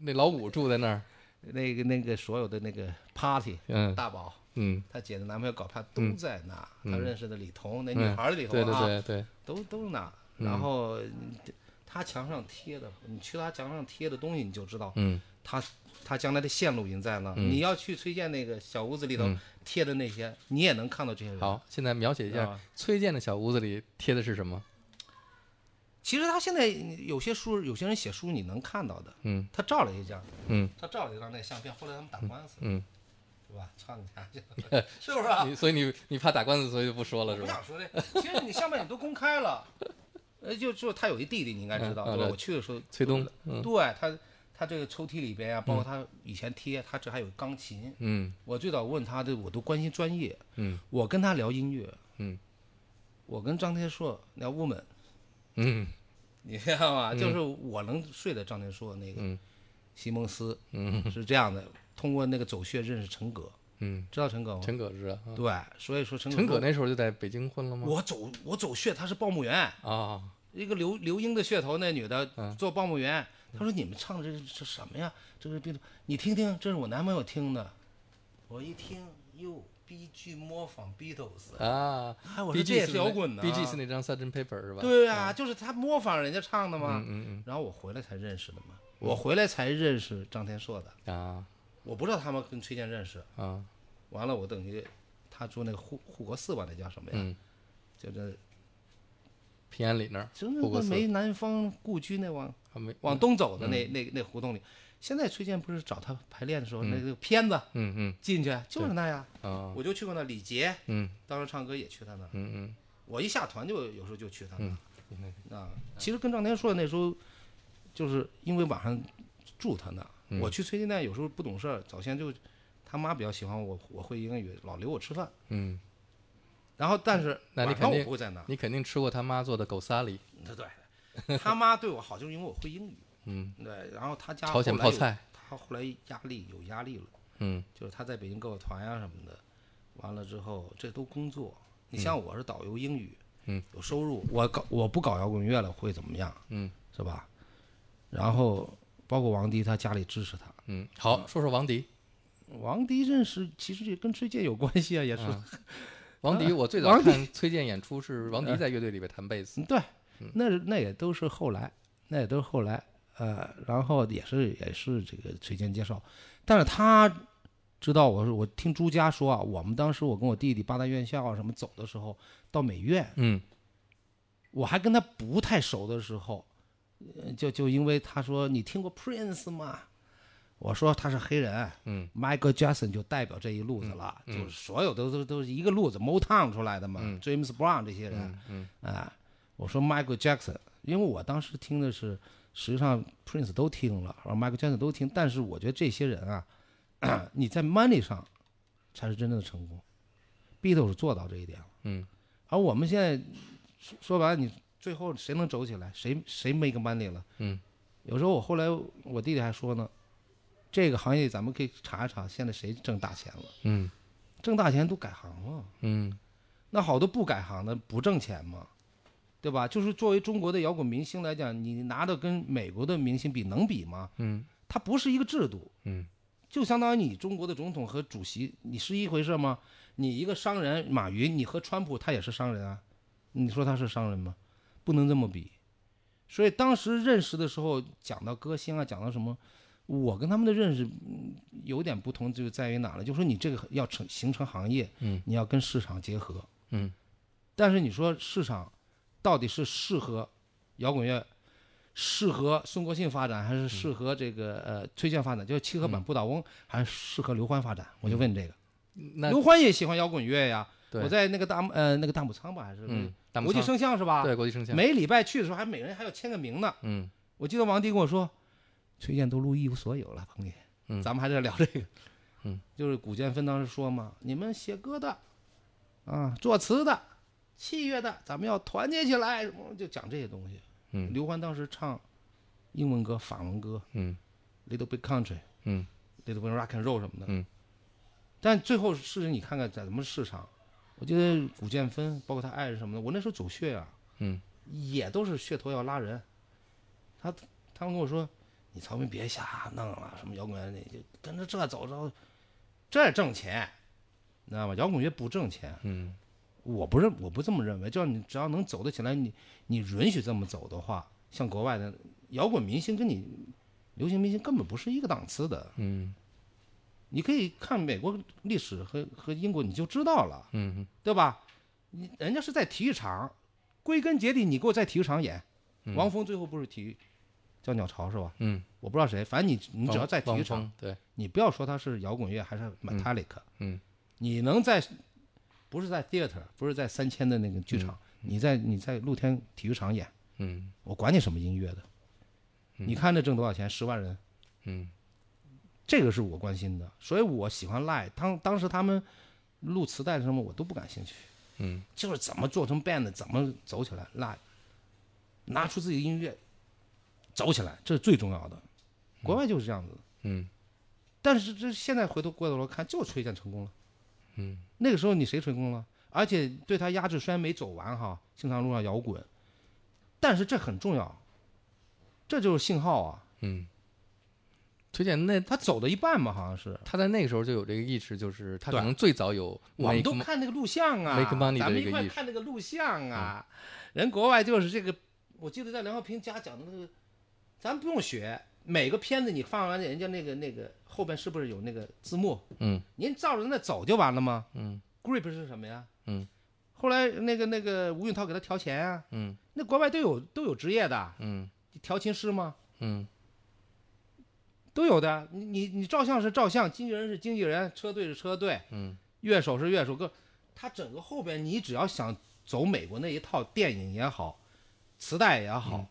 Speaker 1: 那老五住在那儿，
Speaker 2: 那个那个所有的那个 party，
Speaker 1: 嗯
Speaker 2: 大宝，
Speaker 1: 嗯，
Speaker 2: 他姐的男朋友搞他都在那，他认识的李彤，那女
Speaker 1: 嗯
Speaker 2: 孩儿李彤
Speaker 1: 对对
Speaker 2: 啊，
Speaker 1: 对对，
Speaker 2: 都都是那，
Speaker 1: 嗯
Speaker 2: 然后他墙上贴的，你去他墙上贴的东西，你就知道，
Speaker 1: 嗯，
Speaker 2: 他他将来的线路已经在那儿，你要去崔健那个小屋子里头贴的那些，你也能看到这些人。
Speaker 1: 嗯好，现在描写一下
Speaker 2: 啊
Speaker 1: 崔健的小屋子里贴的是什么？
Speaker 2: 其实他现在有些书，有些人写书你能看到的，
Speaker 1: 嗯，
Speaker 2: 他照了一张，
Speaker 1: 嗯，
Speaker 2: 他照了一张那个相片，后来他们打官司，
Speaker 1: 嗯，
Speaker 2: 对吧？串你家去了， 是不是啊？
Speaker 1: 你所以你你怕打官司，所以就不说了是
Speaker 2: 不
Speaker 1: 吧？
Speaker 2: 想说这，其实你相片你都公开了，呃，就就他有一弟弟，你应该知道，
Speaker 1: 嗯嗯
Speaker 2: 对吧？
Speaker 1: 对
Speaker 2: 我去的时候，
Speaker 1: 崔东，嗯
Speaker 2: 对他，他这个抽屉里边啊，包括他以前贴，他这还有钢琴。
Speaker 1: 嗯
Speaker 2: 我最早问他的，我都关心专业，
Speaker 1: 嗯，
Speaker 2: 我跟他聊音乐，
Speaker 1: 嗯，
Speaker 2: 我跟张天硕聊 woman，
Speaker 1: 嗯
Speaker 2: 你知道吗？就是我能睡的张天硕那个，
Speaker 1: 嗯
Speaker 2: 席梦思，嗯，是这样的，通过那个走穴认识陈葛，
Speaker 1: 嗯，
Speaker 2: 知道陈葛吗？
Speaker 1: 陈可知道。啊
Speaker 2: 对，所以说陈
Speaker 1: 陈可
Speaker 2: 葛
Speaker 1: 那时候就在北京混了吗？
Speaker 2: 我走我走穴，他是报幕员，
Speaker 1: 啊，
Speaker 2: 一个刘刘英的噱头，那女的
Speaker 1: 嗯
Speaker 2: 做报幕员，她说你们唱的这是这什么呀？这是 Beatles，你听听，这是我男朋友听的。我一听，哟，b G 模仿 Beatles，
Speaker 1: 啊
Speaker 2: 哎我说
Speaker 1: ，B G
Speaker 2: 这也是摇滚的啊
Speaker 1: B G 是那张 Sgt. Pepper 是吧？，嗯
Speaker 2: 对啊，就是他模仿人家唱的嘛。然后我回来才认识的嘛，
Speaker 1: 嗯
Speaker 2: 我回来才认识张天硕的，
Speaker 1: 啊
Speaker 2: 我不知道他们跟崔健认识。
Speaker 1: 啊，
Speaker 2: 完了，我等于他住那个护护国寺吧，那叫什么呀？
Speaker 1: 嗯
Speaker 2: 就这，
Speaker 1: 平安里那儿，
Speaker 2: 就那
Speaker 1: 护国
Speaker 2: 个
Speaker 1: 寺
Speaker 2: 梅兰芳故居那往
Speaker 1: 啊没
Speaker 2: 往东走的那、
Speaker 1: 嗯
Speaker 2: 那那胡同里。现在崔健不是找他排练的时候，那个片子
Speaker 1: 嗯嗯
Speaker 2: 进去就是那样，
Speaker 1: 啊
Speaker 2: 我就去过那。李杰
Speaker 1: 嗯
Speaker 2: 当时唱歌也去他那儿，
Speaker 1: 嗯嗯嗯
Speaker 2: 我一下团就有时候就去他那儿。啊，其实跟张天硕那时候，就是因为晚上住他那儿，
Speaker 1: 嗯
Speaker 2: 我去崔金店有时候不懂事儿，早先就他妈比较喜欢我，我会英语，老留我吃饭。
Speaker 1: 嗯，
Speaker 2: 然后但是
Speaker 1: 那你
Speaker 2: 晚上
Speaker 1: 肯定
Speaker 2: 我不会在那儿，
Speaker 1: 你肯定吃过他妈做的狗萨里，
Speaker 2: 对，他妈对我好就是因为我会英语。
Speaker 1: 嗯，
Speaker 2: 对，然后他家
Speaker 1: 朝鲜
Speaker 2: 后来有
Speaker 1: 泡，菜，
Speaker 2: 他后来压力有压力了。
Speaker 1: 嗯
Speaker 2: 就是他在北京跟我团呀、什么的，完了之后这都工作。你像我是导游英语，
Speaker 1: 嗯，
Speaker 2: 有收入，我搞我不搞摇滚乐了会怎么样？
Speaker 1: 嗯，
Speaker 2: 是吧？然后包括王迪，他家里支持他。
Speaker 1: 嗯，好，说说王迪，
Speaker 2: 王迪认识其实也跟崔健有关系啊，也是、
Speaker 1: 嗯王迪，我最早
Speaker 2: 呃王迪呃
Speaker 1: 看崔健演出是王迪在乐队里边弹贝斯，
Speaker 2: 对，那是那也都是后来，那也都是后来，呃，然后也是也是这个崔健介绍，但是他知道我是我听朱家说啊，我们当时我跟我弟弟八大院校啊什么走的时候，到美院，
Speaker 1: 嗯
Speaker 2: 我还跟他不太熟的时候，呃就就因为他说你听过 Prince 吗？我说他是黑人，
Speaker 1: 嗯
Speaker 2: ，Michael Jackson 就代表这一路子了，就是所有都都都是一个路子，Motown 出来的嘛、j a m e s Brown 这些人，
Speaker 1: 嗯
Speaker 2: 啊，我说 Michael Jackson，因为我当时听的是，实际上 Prince 都听了，然后 Michael Jackson 都听，但是我觉得这些人啊， 你在 money 上才是真正的成功，Beatles 做到这一点了，
Speaker 1: 嗯，
Speaker 2: 而我们现在说说白了，你最后谁能走起来，谁谁 make money 了，
Speaker 1: 嗯，
Speaker 2: 有时候我后来我弟弟还说呢，这个行业咱们可以查一查，现在谁挣大钱了，
Speaker 1: 嗯
Speaker 2: 挣大钱都改行了。
Speaker 1: 嗯
Speaker 2: 那好多不改行的不挣钱嘛，对吧？就是作为中国的摇滚明星来讲，你拿的跟美国的明星比能比吗？
Speaker 1: 嗯，
Speaker 2: 它不是一个制度，
Speaker 1: 嗯，
Speaker 2: 就相当于你中国的总统和主席，你是一回事吗？你一个商人马云，你和川普他也是商人啊，你说他是商人吗？不能这么比。所以当时认识的时候，讲到歌星啊，讲到什么，我跟他们的认识嗯有点不同，就在于哪呢？就说你这个要成形成行业，
Speaker 1: 嗯，
Speaker 2: 你要跟市场结合，
Speaker 1: 嗯，
Speaker 2: 但是你说市场到底是适合摇滚乐，适合孙国庆发展，还
Speaker 1: 嗯
Speaker 2: 是适合这个、呃崔健发展？就是七合板不倒翁，还是适合刘欢发展？我就问这个，
Speaker 1: 嗯那
Speaker 2: 刘欢也喜欢摇滚乐呀。
Speaker 1: 对
Speaker 2: 我在那个大木呃那个大木仓吧，还是、
Speaker 1: 嗯，大木
Speaker 2: 国际
Speaker 1: 仓
Speaker 2: 声啊像是吧？
Speaker 1: 对国际声像，
Speaker 2: 每礼拜去的时候还每人还要签个名呢。
Speaker 1: 嗯
Speaker 2: 我记得王迪跟我说，崔健都录一无所有了，彭姐，
Speaker 1: 嗯
Speaker 2: 咱们还在聊这个，
Speaker 1: 嗯，
Speaker 2: 就是古建芬当时说嘛，你们写歌的，啊，作词的，器乐的，咱们要团结起来，什么就讲这些东西。
Speaker 1: 嗯
Speaker 2: 刘欢当时唱英文歌、法文歌
Speaker 1: 嗯
Speaker 2: ，Little Big Country，
Speaker 1: 嗯
Speaker 2: Little Big Rock and Roll 什么的，
Speaker 1: 嗯，
Speaker 2: 但最后是你看看咱们市场，我觉得古建芬，包括他爱人什么的，我那时候走穴啊，
Speaker 1: 嗯，
Speaker 2: 也都是噱头要拉人，他他们跟我说，你曹斌别瞎弄了，什么摇滚乐你就跟着这走着，这挣钱，你知道吗？摇滚乐不挣钱，
Speaker 1: 嗯，
Speaker 2: 我不认我不这么认为，就是你只要能走得起来，你你允许这么走的话，像国外的摇滚明星跟你流行明星根本不是一个档次的，
Speaker 1: 嗯
Speaker 2: 你可以看美国历史和和英国，你就知道了，
Speaker 1: 嗯
Speaker 2: 对吧？你人家是在体育场，归根结底，你给我在体育场演。王峰最后不是体育叫鸟巢是吧？
Speaker 1: 嗯，
Speaker 2: 我不知道谁，反正你你只要在体育
Speaker 1: 汪
Speaker 2: 场，
Speaker 1: 峰对，
Speaker 2: 你不要说他是摇滚乐还是 Metallic，
Speaker 1: 嗯
Speaker 2: 你能在不是在 theater，不是在三千的那个剧场，你在你在露天体育场演，
Speaker 1: 嗯
Speaker 2: 我管你什么音乐的，你看这挣多少钱？十万人，
Speaker 1: 嗯
Speaker 2: 这个是我关心的，所以我喜欢赖。当当时他们录磁带什么，我都不感兴趣，
Speaker 1: 嗯
Speaker 2: 就是怎么做成 band，怎么走起来，赖，拿出自己的音乐，走起来，这是最重要的。国外就是这样子，
Speaker 1: 嗯
Speaker 2: 但是这现在回头过头来看，就崔健成功了。
Speaker 1: 嗯，
Speaker 2: 那个时候你谁成功了？而且对他压制虽然没走完哈，经常路上摇滚，但是这很重要，这就是信号啊。
Speaker 1: 嗯，崔健那
Speaker 2: 他走到一半嘛，好像是。
Speaker 1: 他在那个时候就有这个意识，就是他可
Speaker 2: 对
Speaker 1: 能最早有
Speaker 2: 我们
Speaker 1: make
Speaker 2: 都
Speaker 1: mo-
Speaker 2: 看那个录像啊
Speaker 1: make money 的
Speaker 2: 咱们
Speaker 1: 一个
Speaker 2: 一块
Speaker 1: 意识
Speaker 2: 看那个录像啊。人国外就是这个，我记得在梁和平家讲的那个，咱不用学，每个片子你放完人家那个那个后边是不是有那个字幕？
Speaker 1: 嗯，
Speaker 2: 您照着那走就完了吗？
Speaker 1: 嗯
Speaker 2: ，grip 是什么呀？
Speaker 1: 嗯，
Speaker 2: 后来那个那个吴允涛给他调钱啊，
Speaker 1: 嗯
Speaker 2: 那国外都有都有职业的，
Speaker 1: 嗯
Speaker 2: 调琴师吗？
Speaker 1: 嗯
Speaker 2: 都有的，你你你照相是照相，经纪人是经纪人，车队是车队，
Speaker 1: 嗯，
Speaker 2: 乐手是乐手，各他整个后边你只要想走美国那一套电影也好，磁带也好，
Speaker 1: 嗯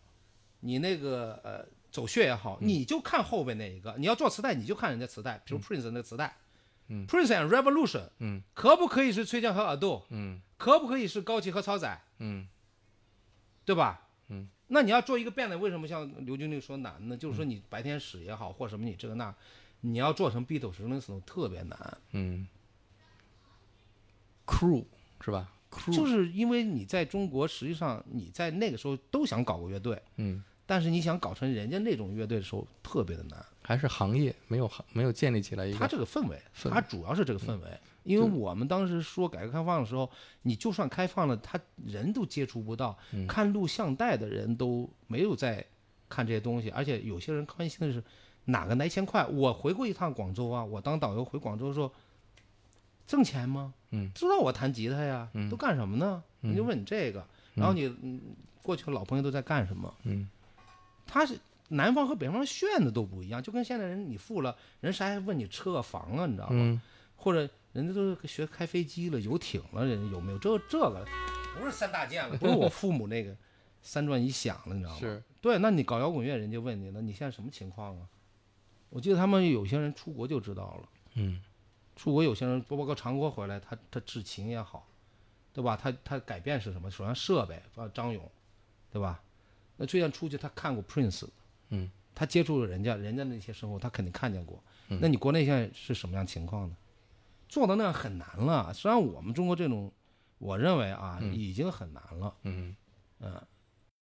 Speaker 2: 你那个呃走穴也好，你就看后边那一个。你要做磁带，你就看人家磁带，比如 Prince 那磁带。Prince and Revolution，
Speaker 1: 嗯，
Speaker 2: 可不可以是崔健和 Ado？
Speaker 1: 嗯
Speaker 2: 可不可以是高旗和超载？
Speaker 1: 嗯
Speaker 2: 对吧？
Speaker 1: 嗯，
Speaker 2: 那你要做一个变的，为什么像刘军律说难呢？就是说你白天使也好，或什么你这个那，你要做成 Beatles、Rolling Stone 特别难，
Speaker 1: 嗯，crew 是吧？crew
Speaker 2: 就是因为你在中国，实际上你在那个时候都想搞个乐队，
Speaker 1: 嗯，
Speaker 2: 但是你想搞成人家那种乐队的时候特别的难。
Speaker 1: 还是行业没有行没有建立起来一
Speaker 2: 它
Speaker 1: 个
Speaker 2: 这个氛围，
Speaker 1: 氛嗯
Speaker 2: 它主要是这个氛围。因为我们当时说改革开放的时候，你就算开放了，他人都接触不到，
Speaker 1: 嗯
Speaker 2: 看录像带的人都没有在看这些东西，而且有些人关心的是哪个来钱快。我回过一趟广州啊，我当导游回广州的时候，挣钱吗？
Speaker 1: 嗯，
Speaker 2: 知道我弹吉他呀，都干什么呢？你就问你这个，然后你嗯过去的老朋友都在干什么？
Speaker 1: 嗯，
Speaker 2: 他是南方和北方炫的都不一样，就跟现在人你富了，人啥还问你车啊房啊，你知道吗？
Speaker 1: 嗯
Speaker 2: 或者人家都学开飞机了、游艇了，人家有没有这这个？不是三大件了，不是我父母那个三转一响了，你知道吗？
Speaker 1: 是
Speaker 2: 对，那你搞摇滚乐，人家问你了，你现在什么情况啊？我记得他们有些人出国就知道了，
Speaker 1: 嗯
Speaker 2: 出国有些人包括长国回来，他他制琴也好，对吧？他他改变是什么？首先设备，包括张勇，对吧？那崔健出去，他看过 Prince，
Speaker 1: 嗯，
Speaker 2: 他接触了人家人家那些生活，他肯定看见过。
Speaker 1: 嗯
Speaker 2: 那你国内现在是什么样情况呢？做到那样很难了。实际上，我们中国这种，我认为啊，已经很难了。
Speaker 1: 嗯
Speaker 2: 嗯，